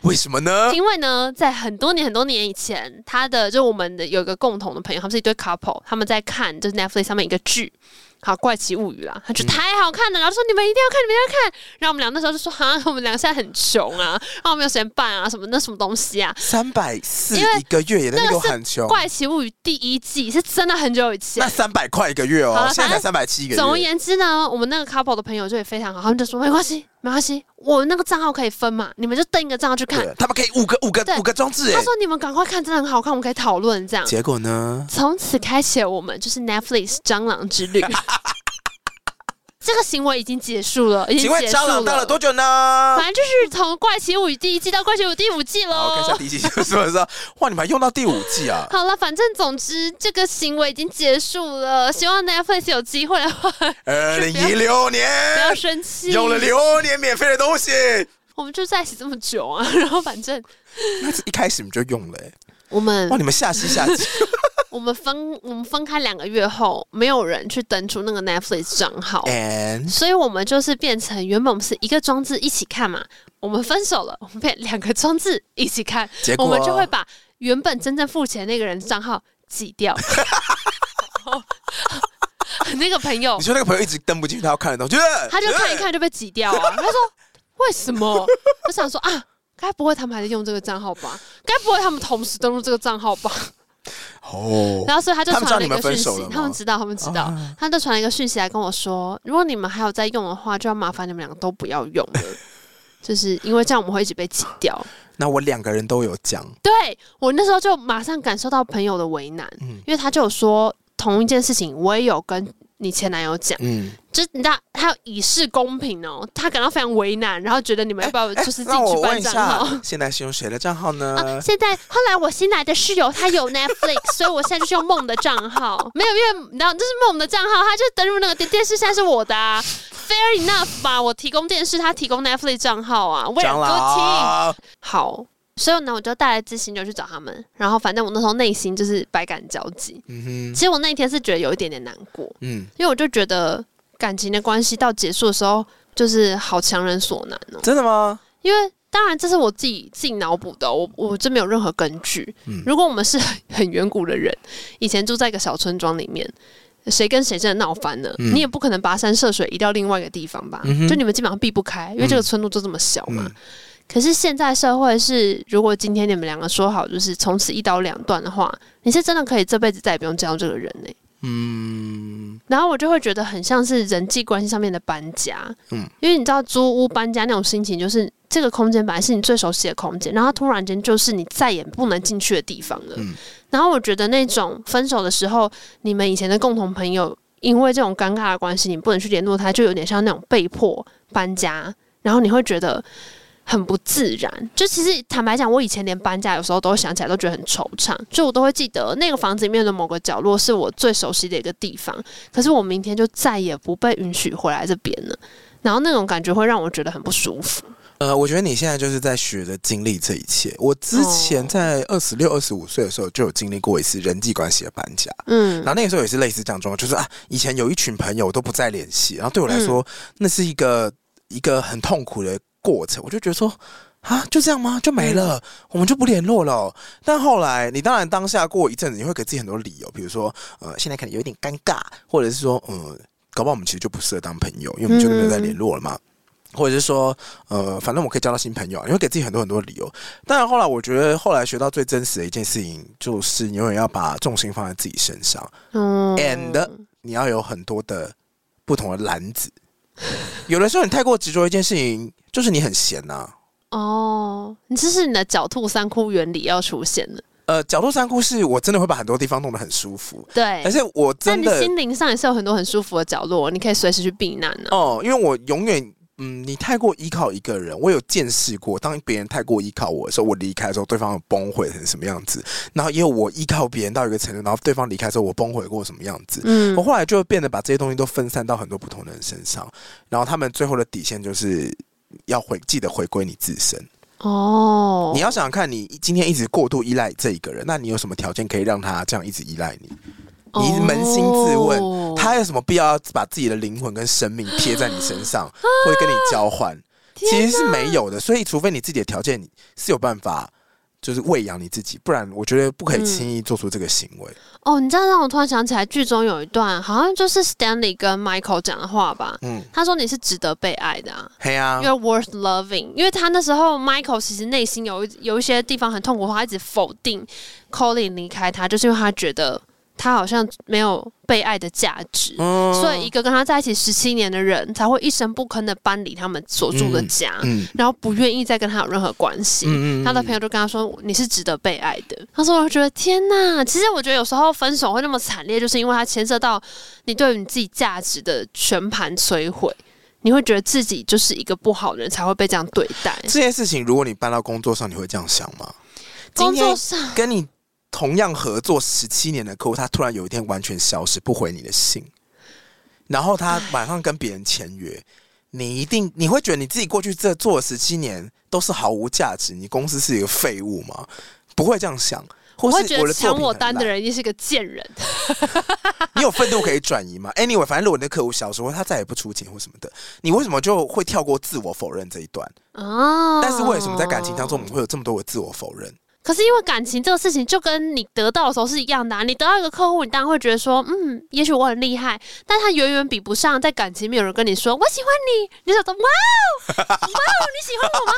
[SPEAKER 2] 为什么呢？
[SPEAKER 3] 因为呢，在很多年很多年以前，他的就我们的有一个共同的朋友，他们是一对 couple，他们在看就是 Netflix 上面一个剧。好，《怪奇物语》啦，他
[SPEAKER 2] 嗯
[SPEAKER 3] 就太好看了，然后说你们一定要看，你们一定要看。然后我们俩那时候就说，哈，我们俩现在很穷啊，然后没有时间办啊，什么那什么东西啊，
[SPEAKER 2] 三百四
[SPEAKER 3] 因为
[SPEAKER 2] 一个月也在那
[SPEAKER 3] 那
[SPEAKER 2] 给我
[SPEAKER 3] 个是
[SPEAKER 2] 很穷，
[SPEAKER 3] 《怪奇物语》第一季是真的很久以前
[SPEAKER 2] 哦那。三百块一个月
[SPEAKER 3] 好
[SPEAKER 2] 哦
[SPEAKER 3] 了，
[SPEAKER 2] 现在才
[SPEAKER 3] 反正
[SPEAKER 2] 三百七一个
[SPEAKER 3] 总而
[SPEAKER 2] 月，
[SPEAKER 3] 言之呢，我们那个 couple 的朋友就也非常好，他们就说没关系，没关系，我那个账号可以分嘛，你们就登一个账号去看。
[SPEAKER 2] 对，他们可以五个五个
[SPEAKER 3] 对
[SPEAKER 2] 五个装置
[SPEAKER 3] 他
[SPEAKER 2] 哎，
[SPEAKER 3] 说你们赶快看，真的很好看，我们可以讨论这样。
[SPEAKER 2] 结果呢？
[SPEAKER 3] 从此开启了我们就是 Netflix 蟑螂之 旅。这个行为已经结束了，已经
[SPEAKER 2] 请问
[SPEAKER 3] 结束
[SPEAKER 2] 蟑螂当了多久呢
[SPEAKER 3] 反？正就是从《怪奇物语》第一季到《怪奇物语》第五季
[SPEAKER 2] 好，我看一下
[SPEAKER 3] 喽。
[SPEAKER 2] 第一季是什么时候？哇，你们还用到第五季 啊？
[SPEAKER 3] 好了，反正总之这个行为已经结束了。希望 Netflix 有机会 的话，
[SPEAKER 2] 二零一六年
[SPEAKER 3] 不要生气。
[SPEAKER 2] 用了六年免费的东西，
[SPEAKER 3] 我们就在一起这么久啊， 然后反正
[SPEAKER 2] 那是一开始你们就用了、欸，
[SPEAKER 3] 我们
[SPEAKER 2] 哇！你们下期下 期
[SPEAKER 3] 我们分我们分开两个月后，没有人去登出那个 Netflix 账号，
[SPEAKER 2] 哎，and
[SPEAKER 3] 所以我们就是变成原本我们是一个装置一起看嘛，我们分手了，我们变两个装置一起看，
[SPEAKER 2] 结果
[SPEAKER 3] 我们就会把原本真正付钱那个人账号挤掉。那个朋友
[SPEAKER 2] 你说那个朋友一直登不进去他要看的东西，就是
[SPEAKER 3] 他就看一，看就被挤掉啊。他说为什么？我想说啊，该不会他们还在用这个账号吧？该不会他们同时登录这个账号吧？
[SPEAKER 2] 哦，
[SPEAKER 3] 然后所以他就
[SPEAKER 2] 他们知道
[SPEAKER 3] 传了一
[SPEAKER 2] 你们
[SPEAKER 3] 个讯
[SPEAKER 2] 分手
[SPEAKER 3] 息
[SPEAKER 2] 了，吗
[SPEAKER 3] 他们知道，他们知道，
[SPEAKER 2] 啊
[SPEAKER 3] 他就传了一个讯息来跟我说，如果你们还有在用的话，就要麻烦你们两个都不要用 了。就是因为这样我们会一起被挤掉，
[SPEAKER 2] 那我两个人都有讲，
[SPEAKER 3] 对我那时候就马上感受到朋友的为难，
[SPEAKER 2] 嗯
[SPEAKER 3] 因为他就有说同一件事情，我也有跟你前男友讲，
[SPEAKER 2] 嗯，
[SPEAKER 3] 就是你知道他要以示公平哦，他感到非常为难，然后觉得你们要不要就是自己
[SPEAKER 2] 那哎我
[SPEAKER 3] 去办
[SPEAKER 2] 问一
[SPEAKER 3] 账号？
[SPEAKER 2] 下，现在是用谁的账号
[SPEAKER 3] 啊，
[SPEAKER 2] 呢？
[SPEAKER 3] 现在后来我新来的室 友他有 Netflix，所以我现在就是用梦的账号，没有，因为你知道这是梦的账号，他就登入那个电电视，现在是我的、啊、，fair enough 吧，我提供电视，他提供 Netflix 账号啊，为了
[SPEAKER 2] 蟑
[SPEAKER 3] 啊 good team
[SPEAKER 2] 螂，
[SPEAKER 3] 好。所以呢，我就带了自行酒去找他们，然后反正我那时候内心就是百感交集。
[SPEAKER 2] 嗯
[SPEAKER 3] 其
[SPEAKER 2] 哼，
[SPEAKER 3] 实我那一天是觉得有一点点难过，
[SPEAKER 2] 嗯，
[SPEAKER 3] 因为我就觉得感情的关系到结束的时候，就是好强人所难哦、
[SPEAKER 2] 真的吗？
[SPEAKER 3] 因为当然这是我自己自己脑补的哦，我我这没有任何根据。
[SPEAKER 2] 嗯
[SPEAKER 3] 如果我们是 很很远古的人，以前住在一个小村庄里面，谁跟谁真的闹翻了，
[SPEAKER 2] 嗯
[SPEAKER 3] 你也不可能跋山涉水移到另外一个地方吧？
[SPEAKER 2] 嗯哼
[SPEAKER 3] 就你们基本上避不开，因为这个村落就这么小嘛。
[SPEAKER 2] 嗯
[SPEAKER 3] 可是现在社会是，如果今天你们两个说好就是从此一刀两断的话，你是真的可以这辈子再也不用见到这个人呢、
[SPEAKER 2] 嗯，
[SPEAKER 3] 然后我就会觉得很像是人际关系上面的搬家，
[SPEAKER 2] 嗯
[SPEAKER 3] 嗯，因为你知道租屋搬家那种心情，就是这个空间本来是你最熟悉的空间，然后突然间就是你再也不能进去的地方了。
[SPEAKER 2] 嗯
[SPEAKER 3] 然后我觉得那种分手的时候，你们以前的共同朋友，因为这种尴尬的关系，你不能去联络他，就有点像那种被迫搬家，然后你会觉得。很不自然。就其实坦白讲，我以前连搬家有时候都会想起来都觉得很惆怅，就我都会记得那个房子里面的某个角落是我最熟悉的一个地方，可是我明天就再也不被允许回来这边了。然后那种感觉会让我觉得很不舒服。
[SPEAKER 2] 呃，我觉得你现在就是在学着经历这一切。我之
[SPEAKER 3] 哦
[SPEAKER 2] 前在二十六、二十五岁的时候就有经历过一次人际关系的搬家，
[SPEAKER 3] 嗯
[SPEAKER 2] 然，后那个时候也是类似这样的状况，就是啊，以前有一群朋友都不再联系，然后对我来说，那是一个一个很痛苦的过程。我就觉得说。啊，就这样吗？就没了，我们就不联络了哦、但后来，你当然当下过一阵子，你会给自己很多理由，比如说，呃，现在可能有点尴尬，或者是说，嗯，搞不好我们其实就不适合当朋友，因为我们就没有再联络了嘛。或者是说，呃，反正我可以交到新朋友啊，你会给自己很多很多理由。当然，后来我觉得，后来学到最真实的一件事情，就是你永远要把重心放在自己身上。
[SPEAKER 3] 嗯
[SPEAKER 2] and 你要有很多的不同的篮子。 有的时候你太过执着一件事情，就是你很闲啊呐、
[SPEAKER 3] 哦，这是你的狡兔三窟原理要出现了，
[SPEAKER 2] 呃，角度三窟是我真的会把很多地方弄得很舒服，
[SPEAKER 3] 对
[SPEAKER 2] 而。且我真
[SPEAKER 3] 但哎你
[SPEAKER 2] 的
[SPEAKER 3] 心灵上也是有很多很舒服的角落，你可以随时去避难啊呢、
[SPEAKER 2] 哦，因为我永远。嗯，你太过依靠一个人，我有见识过，当别人太过依靠我的时候，我离开的时候，对方有崩溃成什么样子，然后也有我依靠别人到一个程度，然后对方离开之后，我崩溃过什么样子。
[SPEAKER 3] 嗯
[SPEAKER 2] 我后来就变得把这些东西都分散到很多不同的人身上，然后他们最后的底线就是要回记得回归你自身。
[SPEAKER 3] 哦
[SPEAKER 2] 你，要想想看，你今天一直过度依赖这一个人，那你有什么条件可以让他这样一直依赖你？你扪心自问
[SPEAKER 3] 哦
[SPEAKER 2] 他有什么必要把自己的灵魂跟生命贴在你身上，或者跟你交换？
[SPEAKER 3] 啊
[SPEAKER 2] 其实是没有的。所以，除非你自己的条件是有办法。就是喂养你自己，不然我觉得不
[SPEAKER 3] 嗯
[SPEAKER 2] 可以轻易做出这个行为。
[SPEAKER 3] 哦，你这样让我突然想起来，剧中有一段好像就是 Stanley 跟 Michael 讲的话吧。
[SPEAKER 2] 嗯，
[SPEAKER 3] 他说你是值得被爱的、啊、
[SPEAKER 2] 嘿啊，
[SPEAKER 3] ，You're worth loving。因为他那时候 Michael 其实内心有一有一些地方很痛苦，他一直否定 Colin 离开他，就是因为他觉得他好像没有被爱的价值。
[SPEAKER 2] 嗯
[SPEAKER 3] 所以一个跟他在一起十七年的人，才会一声不吭的搬离他们所住的家，
[SPEAKER 2] 嗯
[SPEAKER 3] 然后不愿意再跟他有任何关系。
[SPEAKER 2] 嗯
[SPEAKER 3] 他的朋友就跟他说：“你是值得被爱的。”他说：“我觉得天哪，其实我觉得有时候分手会那么惨烈，就是因为它牵涉到你对于你自己价值的全盘摧毁，你会觉得自己就是一个不好的人，才会被这样对待。
[SPEAKER 2] 这件事情，如果你搬到工作上，你会这样想吗？今
[SPEAKER 3] 工作
[SPEAKER 2] 天
[SPEAKER 3] 上
[SPEAKER 2] 跟你同样合作十七年的客户，他突然有一天完全消失，不回你的信，然后他马上跟别人签约，你一定你会觉得你自己过去这做十七年都是毫无价值，你公司是一个废物吗？不会这样想，或
[SPEAKER 3] 我会
[SPEAKER 2] 是
[SPEAKER 3] 觉得
[SPEAKER 2] 的
[SPEAKER 3] 抢
[SPEAKER 2] 作品
[SPEAKER 3] 我
[SPEAKER 2] 很
[SPEAKER 3] 单的
[SPEAKER 2] 烂，
[SPEAKER 3] 人一定是个贱人。
[SPEAKER 2] 你有愤怒可以转移吗？Anyway，反正如果你的客户消失，或他再也不出钱或什么的，你为什么就会跳过自我否认这一段？
[SPEAKER 3] 哦，
[SPEAKER 2] 但是为什么在感情当中我们会有这么多的自我否认？
[SPEAKER 3] 可是因为感情这个事情，就跟你得到的时候是一样的、啊。你得到一个客户，你当然会觉得说，嗯，也许我很厉害，但他远远比不上在感情里面有人跟你说我喜欢 你，你想说哇哦，哇哦，你喜欢我吗？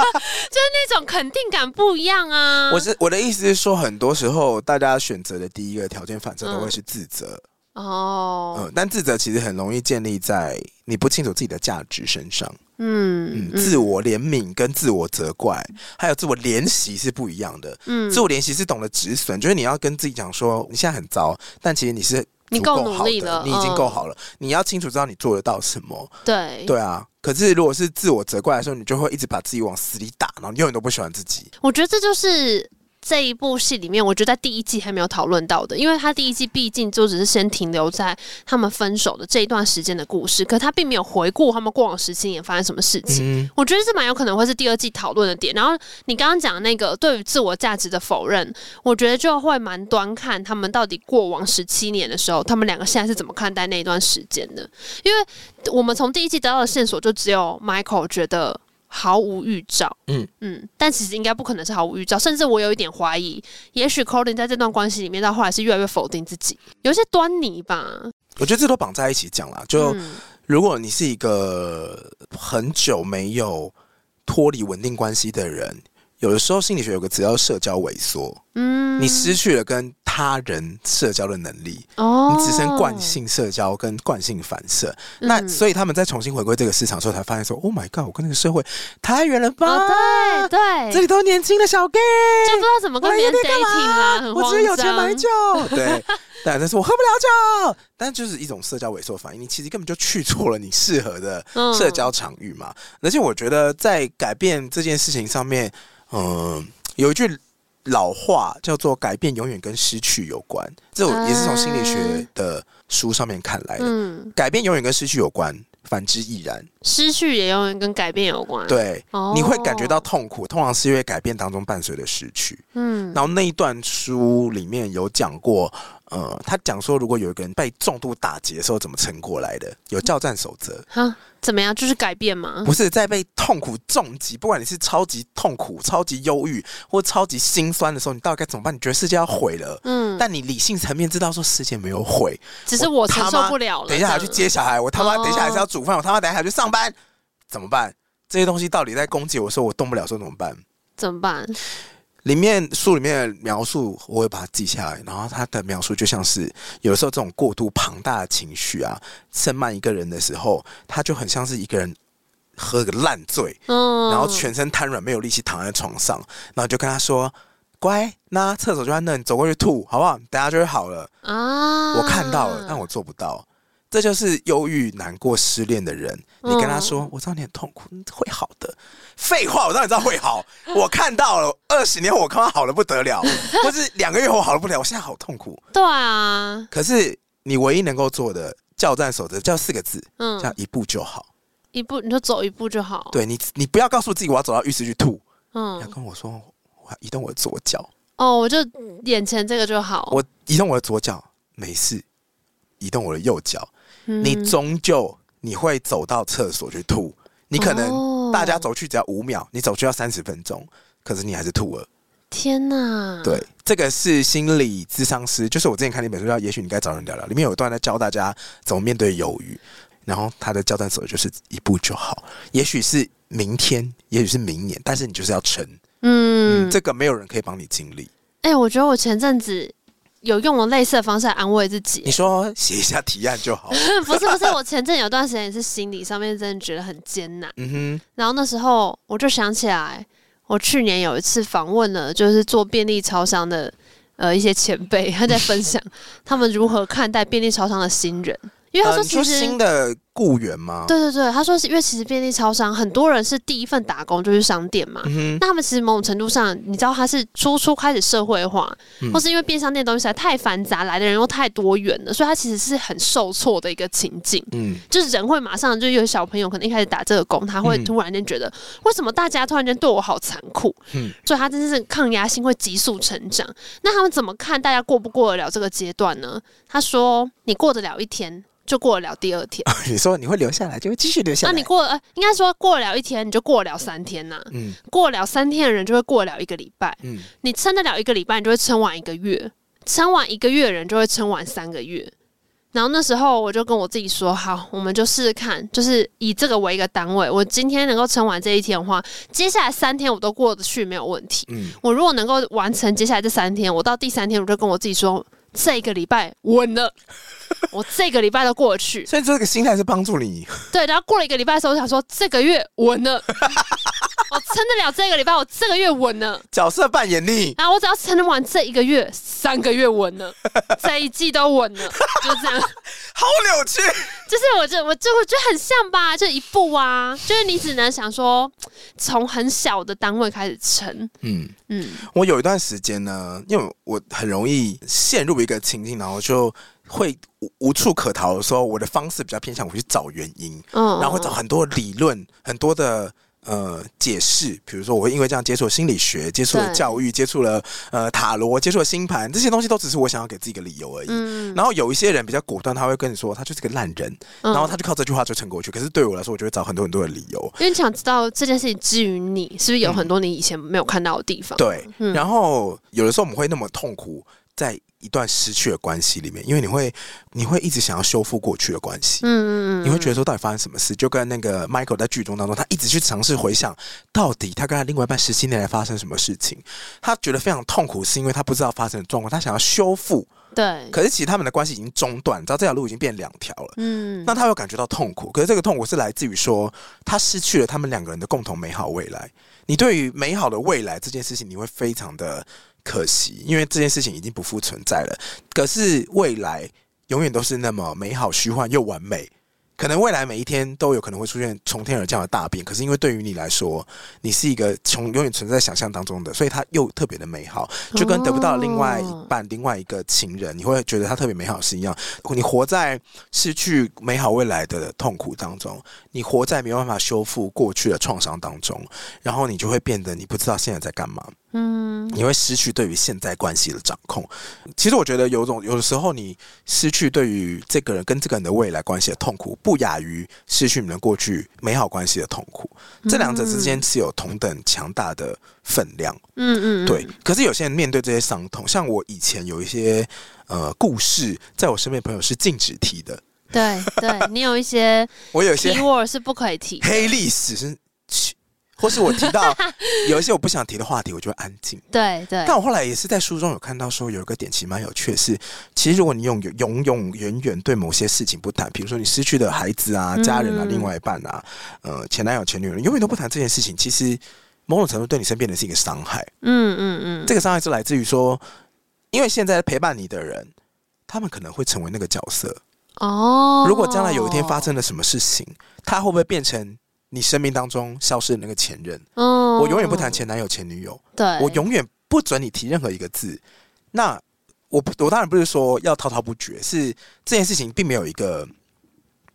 [SPEAKER 3] 哇 哦，就是那种肯定感不一样啊。
[SPEAKER 2] 我是我的意思是说，很多时候大家选择的第一个条件反射都会是自责，嗯、
[SPEAKER 3] 哦，
[SPEAKER 2] 但自责其实很容易建立在你不清楚自己的价值身上，
[SPEAKER 3] 嗯
[SPEAKER 2] 嗯，自我怜悯跟自我责怪，还有自我怜惜是不一样的，
[SPEAKER 3] 嗯
[SPEAKER 2] 自我怜惜是懂得止损，就是你要跟自己讲说，你现在很糟，但其实你是
[SPEAKER 3] 你
[SPEAKER 2] 足
[SPEAKER 3] 够
[SPEAKER 2] 好
[SPEAKER 3] 努力
[SPEAKER 2] 的
[SPEAKER 3] 了
[SPEAKER 2] 你已经
[SPEAKER 3] 嗯
[SPEAKER 2] 够好了，你要清楚知道你做得到什么，
[SPEAKER 3] 对。
[SPEAKER 2] 对啊。可是如果是自我责怪的时候，你就会一直把自己往死里打，然后你永远都不喜欢自己，
[SPEAKER 3] 我觉得这就是这一部戏里面，我觉得在第一季还没有讨论到的，因为他第一季毕竟就只是先停留在他们分手的这一段时间的故事，可他并没有回顾他们过往十七年发生什么事情。
[SPEAKER 2] 嗯。
[SPEAKER 3] 我觉得这蛮有可能会是第二季讨论的点。然后你刚刚讲的那个对于自我价值的否认，我觉得就会蛮端看他们到底过往十七年的时候，他们两个现在是怎么看待那一段时间的。因为我们从第一季得到的线索就只有 Michael 觉得毫无预兆，
[SPEAKER 2] 嗯
[SPEAKER 3] 嗯嗯，但其实应该不可能是毫无预兆，甚至我有一点怀疑，也许 Colin 在这段关系里面到后来是越来越否定自己，有一些端倪吧。
[SPEAKER 2] 我觉得这都绑在一起讲啦。就、
[SPEAKER 3] 嗯
[SPEAKER 2] 如果你是一个很久没有脱离稳定关系的人，有的时候心理学有个词叫社交萎缩，
[SPEAKER 3] 嗯
[SPEAKER 2] 你失去了跟他人社交的能力，
[SPEAKER 3] 哦
[SPEAKER 2] 你只剩惯，性社交跟惯性反射。那
[SPEAKER 3] 嗯
[SPEAKER 2] 所以他们在重新回归这个市场的时候，才发现说：“Oh my god，我跟那个社会太远了吧？
[SPEAKER 3] 哦，对对，
[SPEAKER 2] 这里都是年轻的小 gay。”
[SPEAKER 3] 就不知道怎么跟别人 dating 啊啦、很
[SPEAKER 2] 我
[SPEAKER 3] 慌
[SPEAKER 2] 只是有钱买
[SPEAKER 3] 张
[SPEAKER 2] 酒。对，对，但是我喝不了酒，但就是一种社交萎缩反应。你其实根本就去错了你适合的
[SPEAKER 3] 嗯
[SPEAKER 2] 社交场域嘛。而且我觉得在改变这件事情上面，嗯、有一句老话叫做“改变永远跟失去有关”，这我也是从心理学的书上面看来的。
[SPEAKER 3] 啊嗯，
[SPEAKER 2] 改变永远跟失去有关，反之亦然。
[SPEAKER 3] 失去也永远跟改变有关。，
[SPEAKER 2] 对，
[SPEAKER 3] 哦
[SPEAKER 2] 你会感觉到痛苦，通常是因为改变当中伴随的失去。
[SPEAKER 3] 嗯
[SPEAKER 2] 然后那一段书里面有讲过，呃，他讲说如果有一个人被重度打击的时候怎么撑过来的，有教战守则，
[SPEAKER 3] 啊，怎么样？就是改变嘛。
[SPEAKER 2] 不是在被痛苦重击，不管你是超级痛苦、超级忧郁或超级心酸的时候，你到底该怎么办？你觉得世界要毁了，
[SPEAKER 3] 嗯，
[SPEAKER 2] 但你理性层面知道说世界没有毁，
[SPEAKER 3] 只是我承
[SPEAKER 2] 他
[SPEAKER 3] 受
[SPEAKER 2] 妈
[SPEAKER 3] 不了了。
[SPEAKER 2] 等一下还要去
[SPEAKER 3] 这样
[SPEAKER 2] 接小孩，我他妈
[SPEAKER 3] 哦
[SPEAKER 2] 等一下还是要煮饭，我他妈等一下还要去上班，怎么办？这些东西到底在攻击我说我动不了，说怎么办？
[SPEAKER 3] 怎么办？
[SPEAKER 2] 里面书里面的描述，我会把它记下来。然后他的描述就像是，有时候这种过度庞大的情绪啊，盛满一个人的时候，他就很像是一个人喝个烂醉，
[SPEAKER 3] 嗯，
[SPEAKER 2] 然后全身瘫软，没有力气躺在床上，然后就跟他说：“乖，那厕所就在那，你走过去吐，好不好？等下就会好了。”
[SPEAKER 3] 啊，
[SPEAKER 2] 我看到了，但我做不到。这就是忧郁、难过、失恋的人。你
[SPEAKER 3] 嗯
[SPEAKER 2] 跟他说：“我知道你很痛苦，会好的。”废话，我当然知道会 好。我看到了，二十年后我看到好的不得了， 或是两个月后好的不得了，我现在好痛苦。
[SPEAKER 3] 对啊，
[SPEAKER 2] 可是你唯一能够做的教战守则，叫四个字，叫
[SPEAKER 3] 嗯，
[SPEAKER 2] 一步就好。
[SPEAKER 3] 一步你就走一步就好。，
[SPEAKER 2] 对你，你不要告诉自己我要走到浴室去吐，你要
[SPEAKER 3] 嗯，
[SPEAKER 2] 跟我说我要移动我的左脚，
[SPEAKER 3] 哦，我就眼前这个就好。
[SPEAKER 2] 我移动我的左脚没事，移动我的右脚。你
[SPEAKER 3] 嗯
[SPEAKER 2] 终究你会走到厕所去吐。你可
[SPEAKER 3] 哦
[SPEAKER 2] 能大家走去只要五秒，你走去要三十分钟，可是你还是吐了。
[SPEAKER 3] 天哪，
[SPEAKER 2] 对，，这个是心理咨商师，就是我之前看了一本书叫《也许你该找人聊聊》，里面有一段在教大家怎么面对忧郁，然后他的教战手就是一步就好，也许是明天，也许是明年，但是你就是要撑。嗯，
[SPEAKER 3] 嗯，
[SPEAKER 2] 这个没有人可以帮你经历。
[SPEAKER 3] 哎、我觉得我前阵子有用了类似的方式来安慰自
[SPEAKER 2] 你
[SPEAKER 3] 己。
[SPEAKER 2] 说写一下提案就好。
[SPEAKER 3] 不是不是，我前阵有段时间也是心理上面真的觉得很艰难，
[SPEAKER 2] 嗯
[SPEAKER 3] 然后那时候我就想起来，我去年有一次访问了，就是做便利超商的呃一些前辈，他在分享他们如何看待便利超商的新人，因
[SPEAKER 2] 哼，
[SPEAKER 3] 为他
[SPEAKER 2] 呃
[SPEAKER 3] 说
[SPEAKER 2] 你
[SPEAKER 3] 其
[SPEAKER 2] 说
[SPEAKER 3] 实、
[SPEAKER 2] 新的雇员吗？，
[SPEAKER 3] 对对对，他说是因为其实便利超商很多人是第一份打工就是商店嘛，
[SPEAKER 2] 嗯哼，
[SPEAKER 3] 那他们其实某种程度上，你知道他是初初开始社会化，
[SPEAKER 2] 嗯
[SPEAKER 3] 或是因为便利商店的东西实在太繁杂，来的人又太多元了，所以他其实是很受挫的一个情境。
[SPEAKER 2] 嗯。
[SPEAKER 3] 就是人会马上就有小朋友可能一开始打这个工，他会
[SPEAKER 2] 嗯
[SPEAKER 3] 突然间觉得、为什么大家突然间对我好残酷，
[SPEAKER 2] 嗯
[SPEAKER 3] 所以他真是抗压性会急速成长。那他们怎么看大家过不过得了这个阶段呢？他说：“你过得了一天，就过得了第二 天。”
[SPEAKER 2] 你说你会留下来，就会继续留下
[SPEAKER 3] 那
[SPEAKER 2] 来。
[SPEAKER 3] 你过了，呃应该说过了一天，你就过了三天呐、
[SPEAKER 2] 嗯
[SPEAKER 3] 过了三天的人就会过了一个礼拜，
[SPEAKER 2] 嗯
[SPEAKER 3] 你撑得了一个礼拜，你就会撑完一个月；撑完一个月的人就会撑完三个月。然后那时候我就跟我自己说，好，我们就试试看，就是以这个为一个单位，我今天能够撑完这一天的话，接下来三天我都过得去没有问题。
[SPEAKER 2] 嗯，
[SPEAKER 3] 我如果能够完成接下来这三天，我到第三天我就跟我自己说，这个礼拜稳了，我这个礼拜都过得去。
[SPEAKER 2] 所以这个心态是帮助你，
[SPEAKER 3] 对，然后过了一个礼拜的时候，我想说这个月稳了，我撑得了这个礼拜，我这个月稳了。
[SPEAKER 2] 角色扮演力。
[SPEAKER 3] 啊然后我只要撑完这一个月，三个月稳 了，这一季都稳了，就这样。
[SPEAKER 2] 好扭曲。
[SPEAKER 3] 就是我就我就我觉得很像吧，就一步啊，就是你只能想说从很小的单位开始撑，
[SPEAKER 2] 嗯，
[SPEAKER 3] 嗯
[SPEAKER 2] 我有一段时间呢，因为我很容易陷入一个情境，然后就会无无处可逃的时候，我的方式比较偏向我去找原因，
[SPEAKER 3] 嗯，
[SPEAKER 2] 然后会找很多理论，很多的。呃，解释，比如说，我会因为这样接触了心理学，接触了
[SPEAKER 3] 对
[SPEAKER 2] 教育，接触了呃塔罗，接触了星盘，这些东西都只是我想要给自己一个理由而已。
[SPEAKER 3] 嗯，
[SPEAKER 2] 然后有一些人比较果断，他会跟你说他就是个烂人，
[SPEAKER 3] 嗯
[SPEAKER 2] 然后他就靠这句话就撑过去。可是对我来说，我就会找很多很多的理由。
[SPEAKER 3] 因为你想知道这件事情之于你，是不是有很多你以前没有看到的地方？，
[SPEAKER 2] 嗯对，
[SPEAKER 3] 嗯
[SPEAKER 2] 然后有的时候我们会那么痛苦，在一段失去的关系里面，因为你会你会一直想要修复过去的关系。
[SPEAKER 3] 嗯嗯嗯，
[SPEAKER 2] 你会觉得说到底发生什么事？就跟那个 Michael 在剧中当中，他一直去尝试回想到底他跟他另外一半十七年来发生什么事情。他觉得非常痛苦，是因为他不知道发生的状况，他想要修复，
[SPEAKER 3] 对，
[SPEAKER 2] 可是其实他们的关系已经中断，你知道这条路已经变两条了。
[SPEAKER 3] 嗯，
[SPEAKER 2] 那他有感觉到痛苦，可是这个痛苦是来自于说他失去了他们两个人的共同美好未来。你对于美好的未来这件事情，你会非常的可惜，因为这件事情已经不复存在了。可是未来永远都是那么美好、虚幻又完美。可能未来每一天都有可能会出现从天而降的大变，可是因为对于你来说，你是一个从永远存在想象当中的，所以它又特别的美好，就跟得不到另外一半、另外一个情人，你会觉得他特别美好是一样。你活在失去美好未来的痛苦当中，你活在没有办法修复过去的创伤当中，然后你就会变得你不知道现在在干嘛。
[SPEAKER 3] 嗯，
[SPEAKER 2] 你会失去对于现在关系的掌控。其实我觉得有种有的时候，你失去对于这个人跟这个人的未来关系的痛苦，不亚于失去你们过去美好关系的痛苦。这两者之间是有同等强大的分量。
[SPEAKER 3] 嗯嗯，
[SPEAKER 2] 对，可是有些人面对这些伤痛，像我以前有一些呃故事，在我身边的朋友是禁止提的，
[SPEAKER 3] 对对，你有一些
[SPEAKER 2] 我 有一 些
[SPEAKER 3] keyword 是不可以提，
[SPEAKER 2] 黑历史是，或是我提到有一些我不想提的话题，我就会安静。
[SPEAKER 3] 对对，
[SPEAKER 2] 但我后来也是在书中有看到说，有一个点其实蛮有趣的是，其实如果你永永永远远对某些事情不谈，比如说你失去的孩子啊、
[SPEAKER 3] 嗯
[SPEAKER 2] 家人啊、另外一半啊、呃前男友、前女友，永远都不谈这件事情，其实某种程度对你身边的是一个伤害。
[SPEAKER 3] 嗯嗯嗯，
[SPEAKER 2] 这个伤害是来自于说，因为现在陪伴你的人，他们可能会成为那个角色。
[SPEAKER 3] 哦，
[SPEAKER 2] 如果将来有一天发，生了什么事情，他会不会变成你生命当中消失的那个前任？
[SPEAKER 3] 嗯
[SPEAKER 2] 我永远不谈，前男友、前女友。
[SPEAKER 3] 对，
[SPEAKER 2] 我永远不准你提任何一个字。那我不，我当然不是说要滔滔不绝，是这件事情并没有一个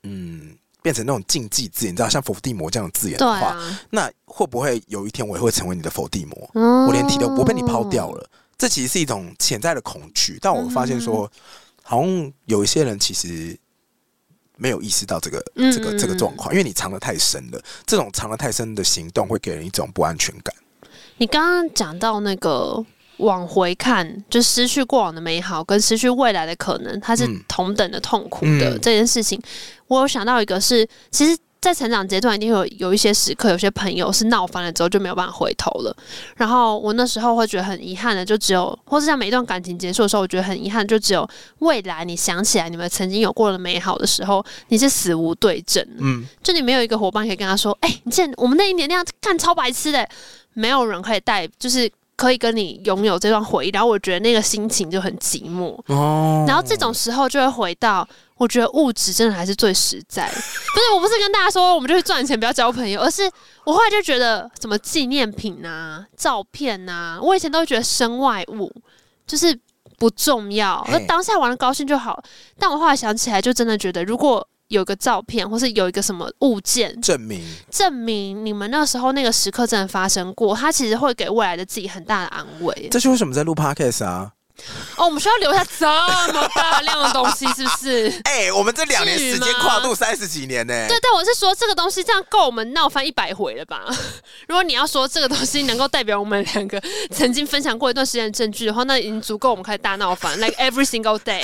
[SPEAKER 2] 嗯变成那种禁忌字眼，你知道，像伏地魔这样的字眼
[SPEAKER 3] 对
[SPEAKER 2] 的话，
[SPEAKER 3] 啊，
[SPEAKER 2] 那会不会有一天我也会成为你的伏地魔？
[SPEAKER 3] 我
[SPEAKER 2] 我连提
[SPEAKER 3] 嗯
[SPEAKER 2] 都我被你抛掉，了，这其实是一种潜在的恐惧。但我发现说，好像有一些人其实。没有意识到这个这个这个状况，因为你藏得太深了。这种藏得太深的行动会给人一种不安全感。
[SPEAKER 3] 你刚刚讲到那个往回看，就失去过往的美好跟失去未来的可能，它是
[SPEAKER 2] 嗯
[SPEAKER 3] 同等的痛苦的、
[SPEAKER 2] 嗯
[SPEAKER 3] 这件事情，我有想到一个是，其实。在成长阶段，一定会有有一些时刻，有些朋友是闹翻了之后就没有办法回头了。然后我那时候会觉得很遗憾的，就只有，或是像每一段感情结束的时候，我觉得很遗憾，就只有未来你想起来你们曾经有过的美好的时候，你是死无对证的。
[SPEAKER 2] 嗯，
[SPEAKER 3] 就你没有一个伙伴可以跟他说，哎、你见我们那一年那样干超白痴的，没有人可以带，就是可以跟你拥有这段回忆。然后我觉得那个心情就很寂寞。
[SPEAKER 2] 哦
[SPEAKER 3] 然后这种时候就会回到，我觉得物质真的还是最实在。不是，我不是跟大家说我们就去赚钱，不要交朋友，而是我后来就觉得，什么纪念品啊、照片啊，我以前都觉得身外物就是不重要，
[SPEAKER 2] 嘿
[SPEAKER 3] 那当下玩的高兴就好。但我后来想起来，就真的觉得，如果有个照片，或是有一个什么物件，
[SPEAKER 2] 证明
[SPEAKER 3] 证明你们那时候那个时刻真的发生过，它其实会给未来的自己很大的安慰。
[SPEAKER 2] 这是为什么在录 podcast 啊？
[SPEAKER 3] 哦，我们需要留下这么大量的东西，是不是？
[SPEAKER 2] 哎、我们这两年
[SPEAKER 3] 至于
[SPEAKER 2] 时
[SPEAKER 3] 吗
[SPEAKER 2] 间跨度三十几年呢、
[SPEAKER 3] 对，但我是说这个东西这样够我们闹翻一百回了吧？ 如果你要说这个东西能够代表我们两个曾经分享过一段时间的证据的话，那已经足够我们开始大闹翻，like every single day。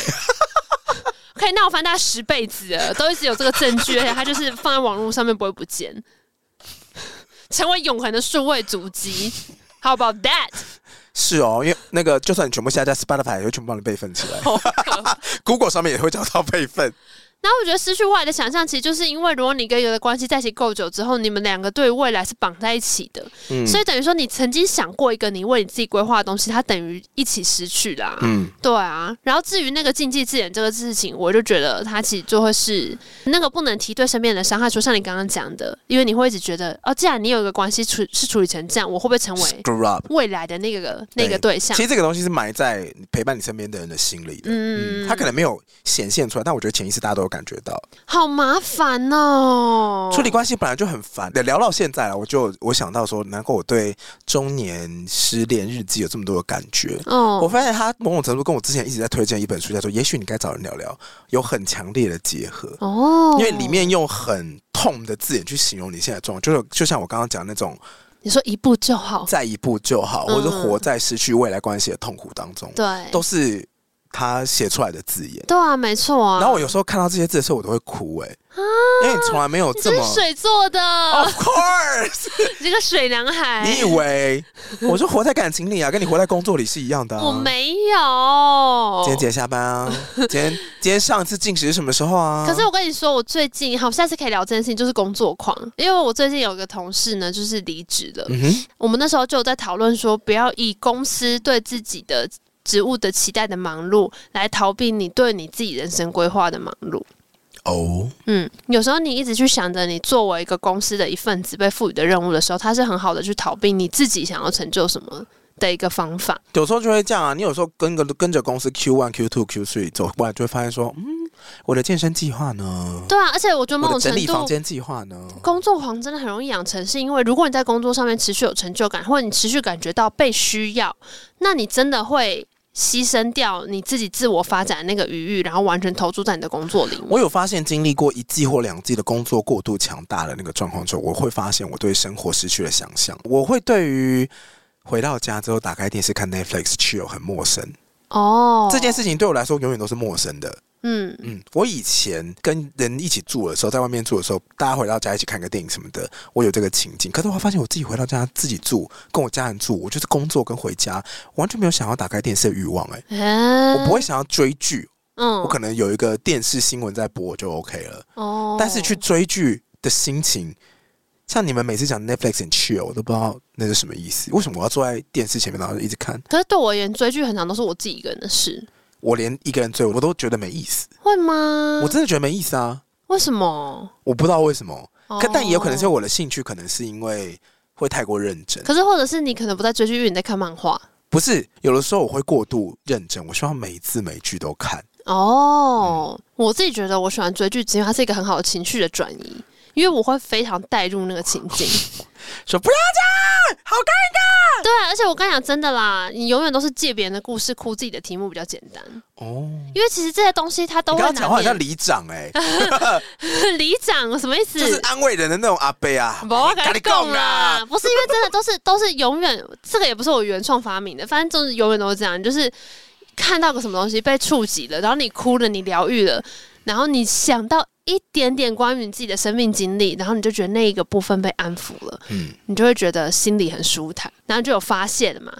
[SPEAKER 3] 可以闹翻大概十辈子了，都一直有这个证据，而且它就是放在网络上面不会不见， 成为永恒的数位足迹。How about that？
[SPEAKER 2] 是哦，因为那个就算你全部下架 Spotify，也会全部帮你备份起来 ，Google 上面也会找到备份。
[SPEAKER 3] 然后我觉得失去未来的想象，其实就是因为如果你跟一个人的关系在一起够久之后，你们两个对未来是绑在一起的，
[SPEAKER 2] 嗯
[SPEAKER 3] 所以等于说你曾经想过一个你为你自己规划的东西，它等于一起失去啦、
[SPEAKER 2] 嗯，
[SPEAKER 3] 对啊，然后至于那个禁忌字眼这个事情，我就觉得它其实就会是那个不能提对身边人的伤害，就像你刚刚讲的，因为你会一直觉得哦，既然你有一个关系处是处理成这样，我会不会成为
[SPEAKER 2] screw up。
[SPEAKER 3] 未来的那个那个对象
[SPEAKER 2] 其？实这个东西是埋在陪伴你身边的人的心里的，
[SPEAKER 3] 嗯
[SPEAKER 2] 他可能没有显现出来，但我觉得潜意识大家都有感觉到。
[SPEAKER 3] 好麻烦哦，
[SPEAKER 2] 处理关系本来就很烦，聊到现在了，我就我想到说，难怪我对中年失恋日记有这么多的感觉。
[SPEAKER 3] 哦，
[SPEAKER 2] 我发现他某种程度跟我之前一直在推荐一本书，叫做《也许你该找人聊聊》，有很强烈的结合，
[SPEAKER 3] 哦，
[SPEAKER 2] 因为里面用很痛的字眼去形容你现在的状况，就是就像我刚刚讲那种
[SPEAKER 3] 你说一步就好，
[SPEAKER 2] 在一步就好，或者
[SPEAKER 3] 嗯
[SPEAKER 2] 活在失去未来关系的痛苦当中，
[SPEAKER 3] 对，
[SPEAKER 2] 都是他写出来的字眼。
[SPEAKER 3] 对啊，没错啊。
[SPEAKER 2] 然后我有时候看到这些字的时候，我都会哭哎、因为你从来没有
[SPEAKER 3] 你
[SPEAKER 2] 这
[SPEAKER 3] 这
[SPEAKER 2] 么
[SPEAKER 3] 是水哦做的，
[SPEAKER 2] Of course，
[SPEAKER 3] 你这个水男孩。
[SPEAKER 2] 你以为我就活在感情里啊，跟你活在工作里是一样的、啊。
[SPEAKER 3] 我哦没有。
[SPEAKER 2] 今天几点下班啊？今天今天上一次进食是什么时候啊？
[SPEAKER 3] 可是我跟你说，我最近好，下次可以聊这件事情，就是工作狂。因为我最近有个同事呢，就是离职了。
[SPEAKER 2] 嗯哼，
[SPEAKER 3] 我们那时候就有在讨论说，不要以公司对自己的职务的期待的忙碌，来逃避你对你自己人生规划的忙碌。
[SPEAKER 2] 哦，
[SPEAKER 3] 嗯，有时候你一直去想着你作为一个公司的一份子被赋予的任务的时候，它是很好的去逃避你自己想要成就什么的一个方法。
[SPEAKER 2] 有时候就会这样啊。你有时候跟个跟着公司 Q one、Q two、Q three 走过来，就会发现说，嗯，我的健身计划呢？
[SPEAKER 3] 对啊，而且我觉得某
[SPEAKER 2] 我
[SPEAKER 3] 种
[SPEAKER 2] 的
[SPEAKER 3] 程
[SPEAKER 2] 整理房
[SPEAKER 3] 度，
[SPEAKER 2] 间计划呢？
[SPEAKER 3] 工作狂真的很容易养成，是因为如果你在工作上面持续有成就感，或者你持续感觉到被需要，那你真的会牺牲掉你自己自我发展的那个余裕，然后完全投注在你的工作里面。
[SPEAKER 2] 我有发现，经历过一季或两季的工作过度强大的那个状况之后，我会发现我对生活失去了想象。我会对于回到家之后打开电视看 Netflix chill 很陌生，
[SPEAKER 3] 哦，
[SPEAKER 2] 这件，事情对我来说永远都是陌生的。
[SPEAKER 3] 嗯，
[SPEAKER 2] 嗯，我以前跟人一起住的时候，在外面住的时候，大家回到家一起看个电影什么的，我有这个情境。可是我发现我自己回到家自己住，跟我家人住，我就是工作跟回家，完全没有想要打开电视的欲望、欸。
[SPEAKER 3] 哎
[SPEAKER 2] 我不，会想要追剧，
[SPEAKER 3] 嗯
[SPEAKER 2] 我可能有一个电视新闻在播就 OK 了。
[SPEAKER 3] 哦
[SPEAKER 2] 但是去追剧的心情，像你们每次讲 Netflix and chill，我都不知道那是什么意思。为什么我要坐在电视前面，然后一直看？
[SPEAKER 3] 可是对我而言，追剧很常都是我自己一个人的事，
[SPEAKER 2] 我连一个人追我都觉得没意思，
[SPEAKER 3] 会吗？
[SPEAKER 2] 我真的觉得没意思啊！
[SPEAKER 3] 为什么？
[SPEAKER 2] 我不知道为什么，可但也有可能是
[SPEAKER 3] 哦，
[SPEAKER 2] 我的兴趣，可能是因为会太过认真。
[SPEAKER 3] 可是或者是你可能不在追剧，因为你在看漫画
[SPEAKER 2] 不是，有的时候我会过度认真，我希望每字每句都看。
[SPEAKER 3] 哦。我自己觉得我喜欢追剧，只因为它是一个很好的情绪的转移，因为我会非常带入那个情 境。
[SPEAKER 2] 说不要这样，好看。
[SPEAKER 3] 对啊，而且我跟你讲真的啦，你永远都是借别人的故事哭自己的题目比较简单，
[SPEAKER 2] 哦，
[SPEAKER 3] 因为其实这些东西它都
[SPEAKER 2] 你
[SPEAKER 3] 会
[SPEAKER 2] 刚刚讲话
[SPEAKER 3] 拿
[SPEAKER 2] 很像
[SPEAKER 3] 别
[SPEAKER 2] 里长 哎、
[SPEAKER 3] 人里长什么意思？
[SPEAKER 2] 就是安慰人的那种阿伯啊，
[SPEAKER 3] 不 我跟
[SPEAKER 2] 跟
[SPEAKER 3] 你
[SPEAKER 2] 你
[SPEAKER 3] 讲
[SPEAKER 2] 讲啊
[SPEAKER 3] 啦
[SPEAKER 2] 啦，
[SPEAKER 3] 不是因为真的都是都是永远，这个也不是我原创发明的，反正就是永远都是这样，就是看到个什么东西被触及了，然后你哭了，你疗愈了，然后你想到一点点关于你自己的生命经历，然后你就觉得那一个部分被安抚了，
[SPEAKER 2] 嗯
[SPEAKER 3] 你就会觉得心里很舒坦，然后就有发泄了嘛。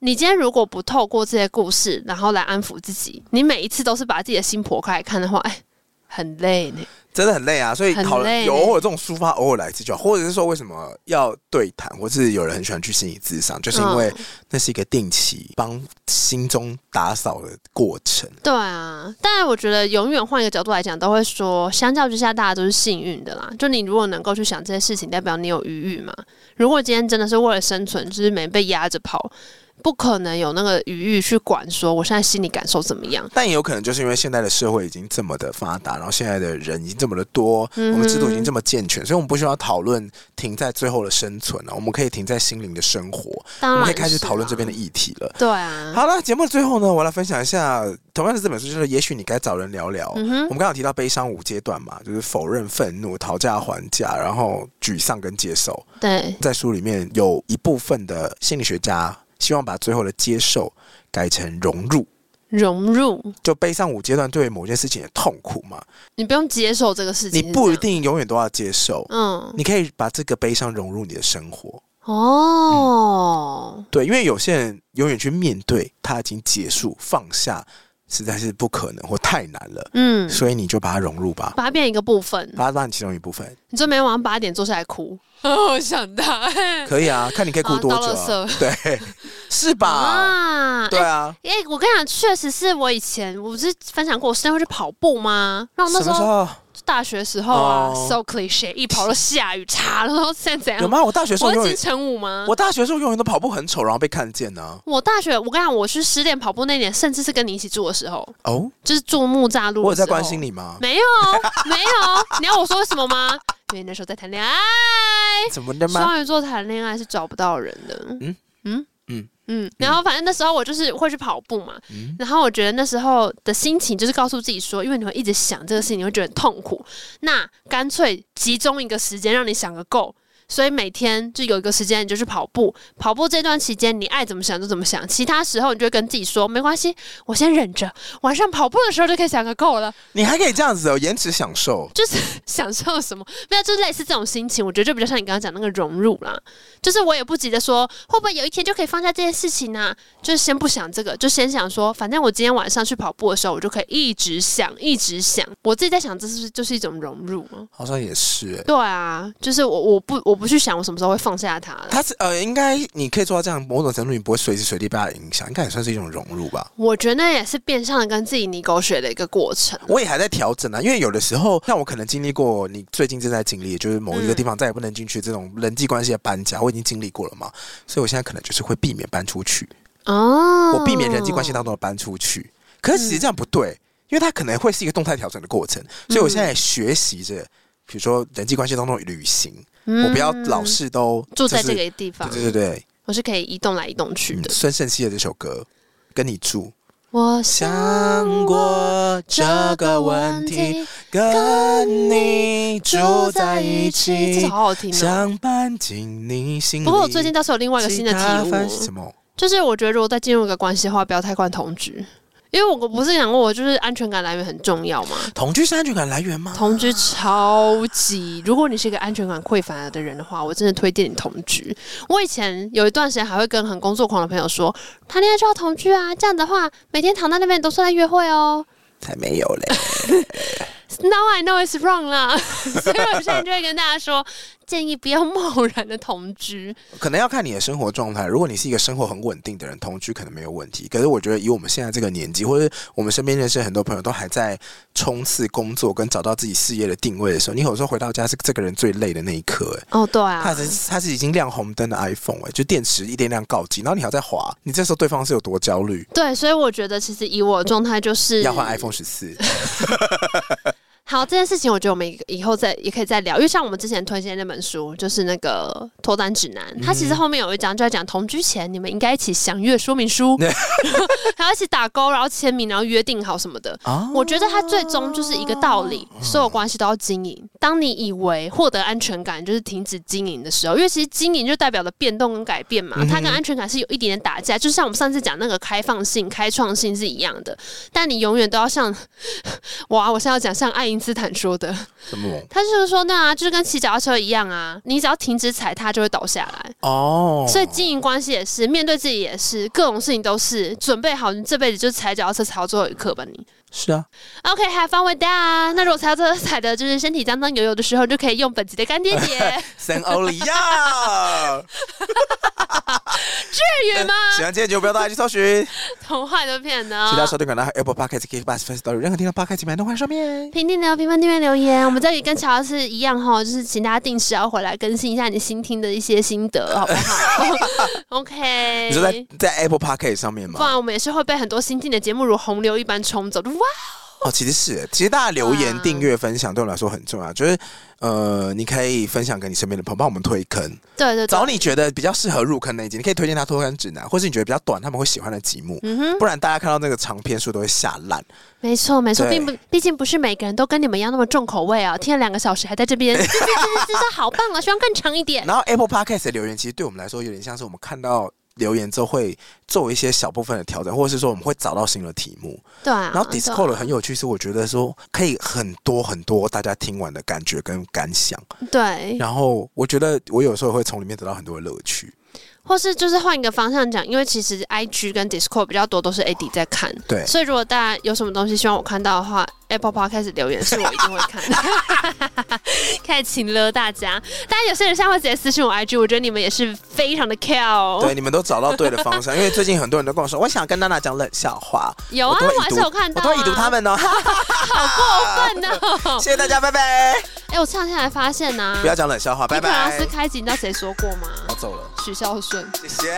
[SPEAKER 3] 你今天如果不透过这些故事，然后来安抚自己，你每一次都是把自己的心剖开来看的话，哎，很累呢。
[SPEAKER 2] 真的很累啊，所以
[SPEAKER 3] 很
[SPEAKER 2] 好了，
[SPEAKER 3] 累
[SPEAKER 2] 有偶尔这种抒发，偶尔来一次就好，或者是说为什么要对谈，或是有人很喜欢去心理咨商，就是因为
[SPEAKER 3] 嗯
[SPEAKER 2] 那是一个定期帮心中打扫的过程。
[SPEAKER 3] 对啊，当然，我觉得永远换一个角度来讲，都会说，相较之下，大家都是幸运的啦。就你如果能够去想这些事情，代表你有余裕嘛。如果今天真的是为了生存，就是没被压着跑，不可能有那个余裕去管说我现在心里感受怎么样。
[SPEAKER 2] 但也有可能就是因为现在的社会已经这么的发达，然后现在的人已经这么的多，
[SPEAKER 3] 嗯
[SPEAKER 2] 我们制度已经这么健全，所以我们不需要讨论停在最后的生存了，我们可以停在心灵的生活，我
[SPEAKER 3] 当
[SPEAKER 2] 们
[SPEAKER 3] 然
[SPEAKER 2] 可以
[SPEAKER 3] 是啊，
[SPEAKER 2] 开始讨论这边的议题了。
[SPEAKER 3] 对啊，
[SPEAKER 2] 好了，节目的最后呢，我来分享一下同样的这本书，就是也许你该找人聊聊。
[SPEAKER 3] 嗯
[SPEAKER 2] 我
[SPEAKER 3] 哼，
[SPEAKER 2] 们刚刚有提到悲伤五阶段嘛，就是否认、愤怒、讨价还价，然后沮丧跟接受。
[SPEAKER 3] 对，
[SPEAKER 2] 在书里面有一部分的心理学家希望把最后的接受改成融入，
[SPEAKER 3] 融入，
[SPEAKER 2] 就悲伤五阶段对某件事情的痛苦嘛，
[SPEAKER 3] 你不用接受这个事
[SPEAKER 2] 你
[SPEAKER 3] 情，
[SPEAKER 2] 不一，定永远都要接受，
[SPEAKER 3] 嗯，
[SPEAKER 2] 你可以把这个悲伤融入你的生活。
[SPEAKER 3] 哦，
[SPEAKER 2] 对，因为有些人永远去面对他已经结束放下，实在是不可能或太难了，
[SPEAKER 3] 嗯，
[SPEAKER 2] 所以你就把它融入吧，
[SPEAKER 3] 把它变一个部分。
[SPEAKER 2] 把它当成其中一部分。
[SPEAKER 3] 你昨天晚上八点坐下来哭， 我想到，
[SPEAKER 2] 可以啊，看你可以哭多久、
[SPEAKER 3] 嗯啊到
[SPEAKER 2] 啊
[SPEAKER 3] 垃。
[SPEAKER 2] 对，是吧？
[SPEAKER 3] 啊，
[SPEAKER 2] 对啊，
[SPEAKER 3] 哎、我跟你讲，确实是我以前我不是分享过，我是会去跑步吗？然后哎哦
[SPEAKER 2] 什
[SPEAKER 3] 那时
[SPEAKER 2] 么时
[SPEAKER 3] 候
[SPEAKER 2] 候
[SPEAKER 3] 大学时候啊、
[SPEAKER 2] 哦
[SPEAKER 3] s o cliche，一跑到下雨，擦，然后现在怎
[SPEAKER 2] 有
[SPEAKER 3] 样？
[SPEAKER 2] 吗？我大学时候
[SPEAKER 3] 哎
[SPEAKER 2] 永
[SPEAKER 3] 我是金
[SPEAKER 2] 远，
[SPEAKER 3] 城武吗？
[SPEAKER 2] 我大学时候永远都跑步很丑，然后被看见啊呢、
[SPEAKER 3] 我大学，我跟你讲，我去十点跑步那年，甚至是跟你一起住的时候，
[SPEAKER 2] 哦，
[SPEAKER 3] 就是住木栅路。
[SPEAKER 2] 我有在关心
[SPEAKER 3] 你。
[SPEAKER 2] 你吗？
[SPEAKER 3] 没有，哦没有。你要我说为什么吗？因为那时候在谈恋爱，
[SPEAKER 2] 怎么的吗？
[SPEAKER 3] 双鱼座谈恋爱是找不到人的。嗯
[SPEAKER 2] 嗯
[SPEAKER 3] 嗯嗯
[SPEAKER 2] 嗯
[SPEAKER 3] 嗯。然后反正那时候我就是会去跑步嘛，然后我觉得那时候的心情就是告诉自己说，因为你会一直想这个事情，你会觉得很痛苦，那干脆集中一个时间让你想个够。所以每天就有一个时间你就去跑步，跑步这段期间你爱怎么想就怎么想，其他时候你就会跟自己说没关系，我先忍着，晚上跑步的时候就可以想个够了，
[SPEAKER 2] 你还可以这样子哦，延迟享受。
[SPEAKER 3] 就是 享受什么，没有，就是类似这种心情，我觉得就比较像你刚刚讲那个融入啦，就是我也不急着说会不会有一天就可以放下这件事情呢、就是先不想这个，就先想说，反正我今天晚上去跑步的时候，我就可以一直想，一直想，我自己在想，这是不是就是一种融入啊？
[SPEAKER 2] 好像也是欸，
[SPEAKER 3] 对啊，就是我我不我不去想我什么时候会放下它了。
[SPEAKER 2] 他是呃，应该你可以做到这样，某种程度你不会随时随地被他影响，应该也算是一种融入吧。
[SPEAKER 3] 我觉得那也是变相的跟自己泥狗血的一个过程。
[SPEAKER 2] 我也还在调整啊，因为有的时候，像我可能经历过你最近正在经历，就是某一个地方再也不能进去这种人际关系的搬家，我已经经历过了嘛，所以我现在可能就是会避免搬出去，
[SPEAKER 3] 哦，
[SPEAKER 2] 我避免人际关系当中的搬出去。可是其实这样不对，因为它可能会是一个动态调整的过程，
[SPEAKER 3] 嗯
[SPEAKER 2] 所以我现在也学习着，比如说人际关系当中的旅行，
[SPEAKER 3] 嗯
[SPEAKER 2] 我不要老是都、
[SPEAKER 3] 住
[SPEAKER 2] 就
[SPEAKER 3] 在
[SPEAKER 2] 是
[SPEAKER 3] 这。个地方，
[SPEAKER 2] 对对对
[SPEAKER 3] 我是可以移动来移动去
[SPEAKER 2] 对，嗯
[SPEAKER 3] 的。
[SPEAKER 2] 孙盛希的这首歌。跟你住，
[SPEAKER 3] 我
[SPEAKER 2] 想过这个问
[SPEAKER 3] 嗯
[SPEAKER 2] 题，，跟你住在一
[SPEAKER 3] 这首
[SPEAKER 2] 起，
[SPEAKER 3] 好好听哦。
[SPEAKER 2] 想搬进你心里。
[SPEAKER 3] 不过我最近倒是有另外一个新的体
[SPEAKER 2] 其他
[SPEAKER 3] 悟
[SPEAKER 2] 番，什么？
[SPEAKER 3] 就是我觉得如果再进入一个关系的话，不要太惯同居，因为我不是讲过，我就是安全感来源很重要嘛。
[SPEAKER 2] 同居是安全感来源吗？
[SPEAKER 3] 同居超级，如果你是一个安全感匮乏的人的话，我真的推荐你同居。我以前有一段时间还会跟很工作狂的朋友说，谈恋爱就要同居啊，这样的话每天躺在那边都是在约会哦。
[SPEAKER 2] 才没有嘞！
[SPEAKER 3] Now I know it's wrong 啦， 所以我现在就会跟大家说，建议不要 贸然的同居。
[SPEAKER 2] 可能要看你的生活状态。如果你是一个生活很稳定的人，同居可能没有问题。可是我觉得以我们现在这个年纪，或者我们身边认识很多朋友都还在冲刺工作跟找到自己事业的定位的时候，你有时候回到家是这个人最累的那一刻、哎。
[SPEAKER 3] 哦，对啊，
[SPEAKER 2] 它是它是已经亮红灯的 iPhone 哎、就电池一点亮告急，然后你还要再滑，你这时候对方是有多焦虑？
[SPEAKER 3] 对，所以我觉得其实以我的状态就是
[SPEAKER 2] 要换 iPhone 十四，
[SPEAKER 3] 好这件事情，我觉得我们以以后再也可以再聊，因为像我们之前推荐那本书，就是那个《脱单指南》，它其实后面有一章就在讲同居前你们应该一起详阅说明书， 还要一起打勾，然后签名，然后约定好什么的。
[SPEAKER 2] 哦
[SPEAKER 3] 我觉得它最终就是一个道理，所有关系都要经营。当你以为获得安全感就是停止经营的时候，因为其实经营就代表了变动跟改变嘛，它跟安全感是有一点点打架，就像我们上次讲那个开放性、开创性是一样的。但你永远都要像，哇！我现在要讲像爱因斯坦说的，
[SPEAKER 2] 什么？
[SPEAKER 3] 他就是说，那、啊、就是跟骑脚踏车一样啊，你只要停止踩踏就会倒下来。
[SPEAKER 2] 哦，
[SPEAKER 3] 所以经营关系也是，面对自己也是，各种事情都是准备好，你这辈子就踩脚踏车踩到最后一刻吧你。
[SPEAKER 2] 是啊，
[SPEAKER 3] OK，have、fun with that。那如果踩到车踩的就是身体脏脏油油的时候，就可以用本集的干爹 姐
[SPEAKER 2] 森欧里亚，
[SPEAKER 3] 粤语吗？
[SPEAKER 2] 喜欢今天节目不要大家去搜寻，
[SPEAKER 3] 童话都骗哦呢
[SPEAKER 2] 其。他收听管道还有 Apple Podcast、k i c k b u s First Story 任何地方 Podcast 平台都欢迎上面。
[SPEAKER 3] 评定留评分、订阅、留言，我们这里跟乔老师一样哈，就是请大家定时要回来更新一下你新听的一些心得，好不 好？OK。
[SPEAKER 2] 你说在在 Apple Podcast 上面
[SPEAKER 3] 不
[SPEAKER 2] 吗？
[SPEAKER 3] 然我们也是会被很多新进的节目如洪流一般冲走，就哇，
[SPEAKER 2] 哦，其实是，其实大家留言
[SPEAKER 3] 哇、
[SPEAKER 2] 订阅、分享对我们来说很重要，就是呃，你可以分享给你身边的朋友，帮我们推坑，
[SPEAKER 3] 对对
[SPEAKER 2] 找
[SPEAKER 3] 对，
[SPEAKER 2] 你觉得比较适合入坑那一集，你可以推荐他脱坑指南，或是你觉得比较短他们会喜欢的节目，
[SPEAKER 3] 嗯哼，
[SPEAKER 2] 不然大家看到那个长篇数都会吓烂。
[SPEAKER 3] 没错没错，
[SPEAKER 2] 对
[SPEAKER 3] 并不，毕竟不是每个人都跟你们一样那么重口味啊，听了两个小时还在这边，这这这这这好棒啊，希望更长一点。
[SPEAKER 2] 然后 Apple Podcast 的留言，其实对我们来说有点像是我们看到留言之后会做一些小部分的调整，或者是说我们会找到新的题目。
[SPEAKER 3] 对啊，
[SPEAKER 2] 然后
[SPEAKER 3] 对啊
[SPEAKER 2] Discord 很有趣，是我觉得说可以很多很多大家听完的感觉跟感想。
[SPEAKER 3] 对，
[SPEAKER 2] 然后我觉得我有时候会从里面得到很多的乐趣。
[SPEAKER 3] 或是就是换一个方向讲，因为其实 IG 跟 Discord 比较多都是 AD 在看，
[SPEAKER 2] 对
[SPEAKER 3] 所以如果大家有什么东西希望我看到的话，Apple Podcast 留言是我一定会看的，开始请了大家。当然有些人现在会直接私信我 IG，我觉得你们也是非常的 care 哦。
[SPEAKER 2] 对，你们都找到对的方向，因为最近很多人都跟我说，我想跟娜娜讲冷笑话，
[SPEAKER 3] 有啊
[SPEAKER 2] 我，都会
[SPEAKER 3] 我还
[SPEAKER 2] 已
[SPEAKER 3] 是
[SPEAKER 2] 读
[SPEAKER 3] 有看
[SPEAKER 2] 我
[SPEAKER 3] 到、啊，
[SPEAKER 2] 都会已读他，们哦。
[SPEAKER 3] 好过分 哦！
[SPEAKER 2] 谢谢大家，拜拜。
[SPEAKER 3] 哎、我前两天还发现呢、
[SPEAKER 2] 不要讲冷笑话，拜
[SPEAKER 3] 尼克劳
[SPEAKER 2] 拜
[SPEAKER 3] 斯。开集，你知道谁说过吗？
[SPEAKER 2] 我走了，
[SPEAKER 3] 许孝顺。
[SPEAKER 2] 谢谢。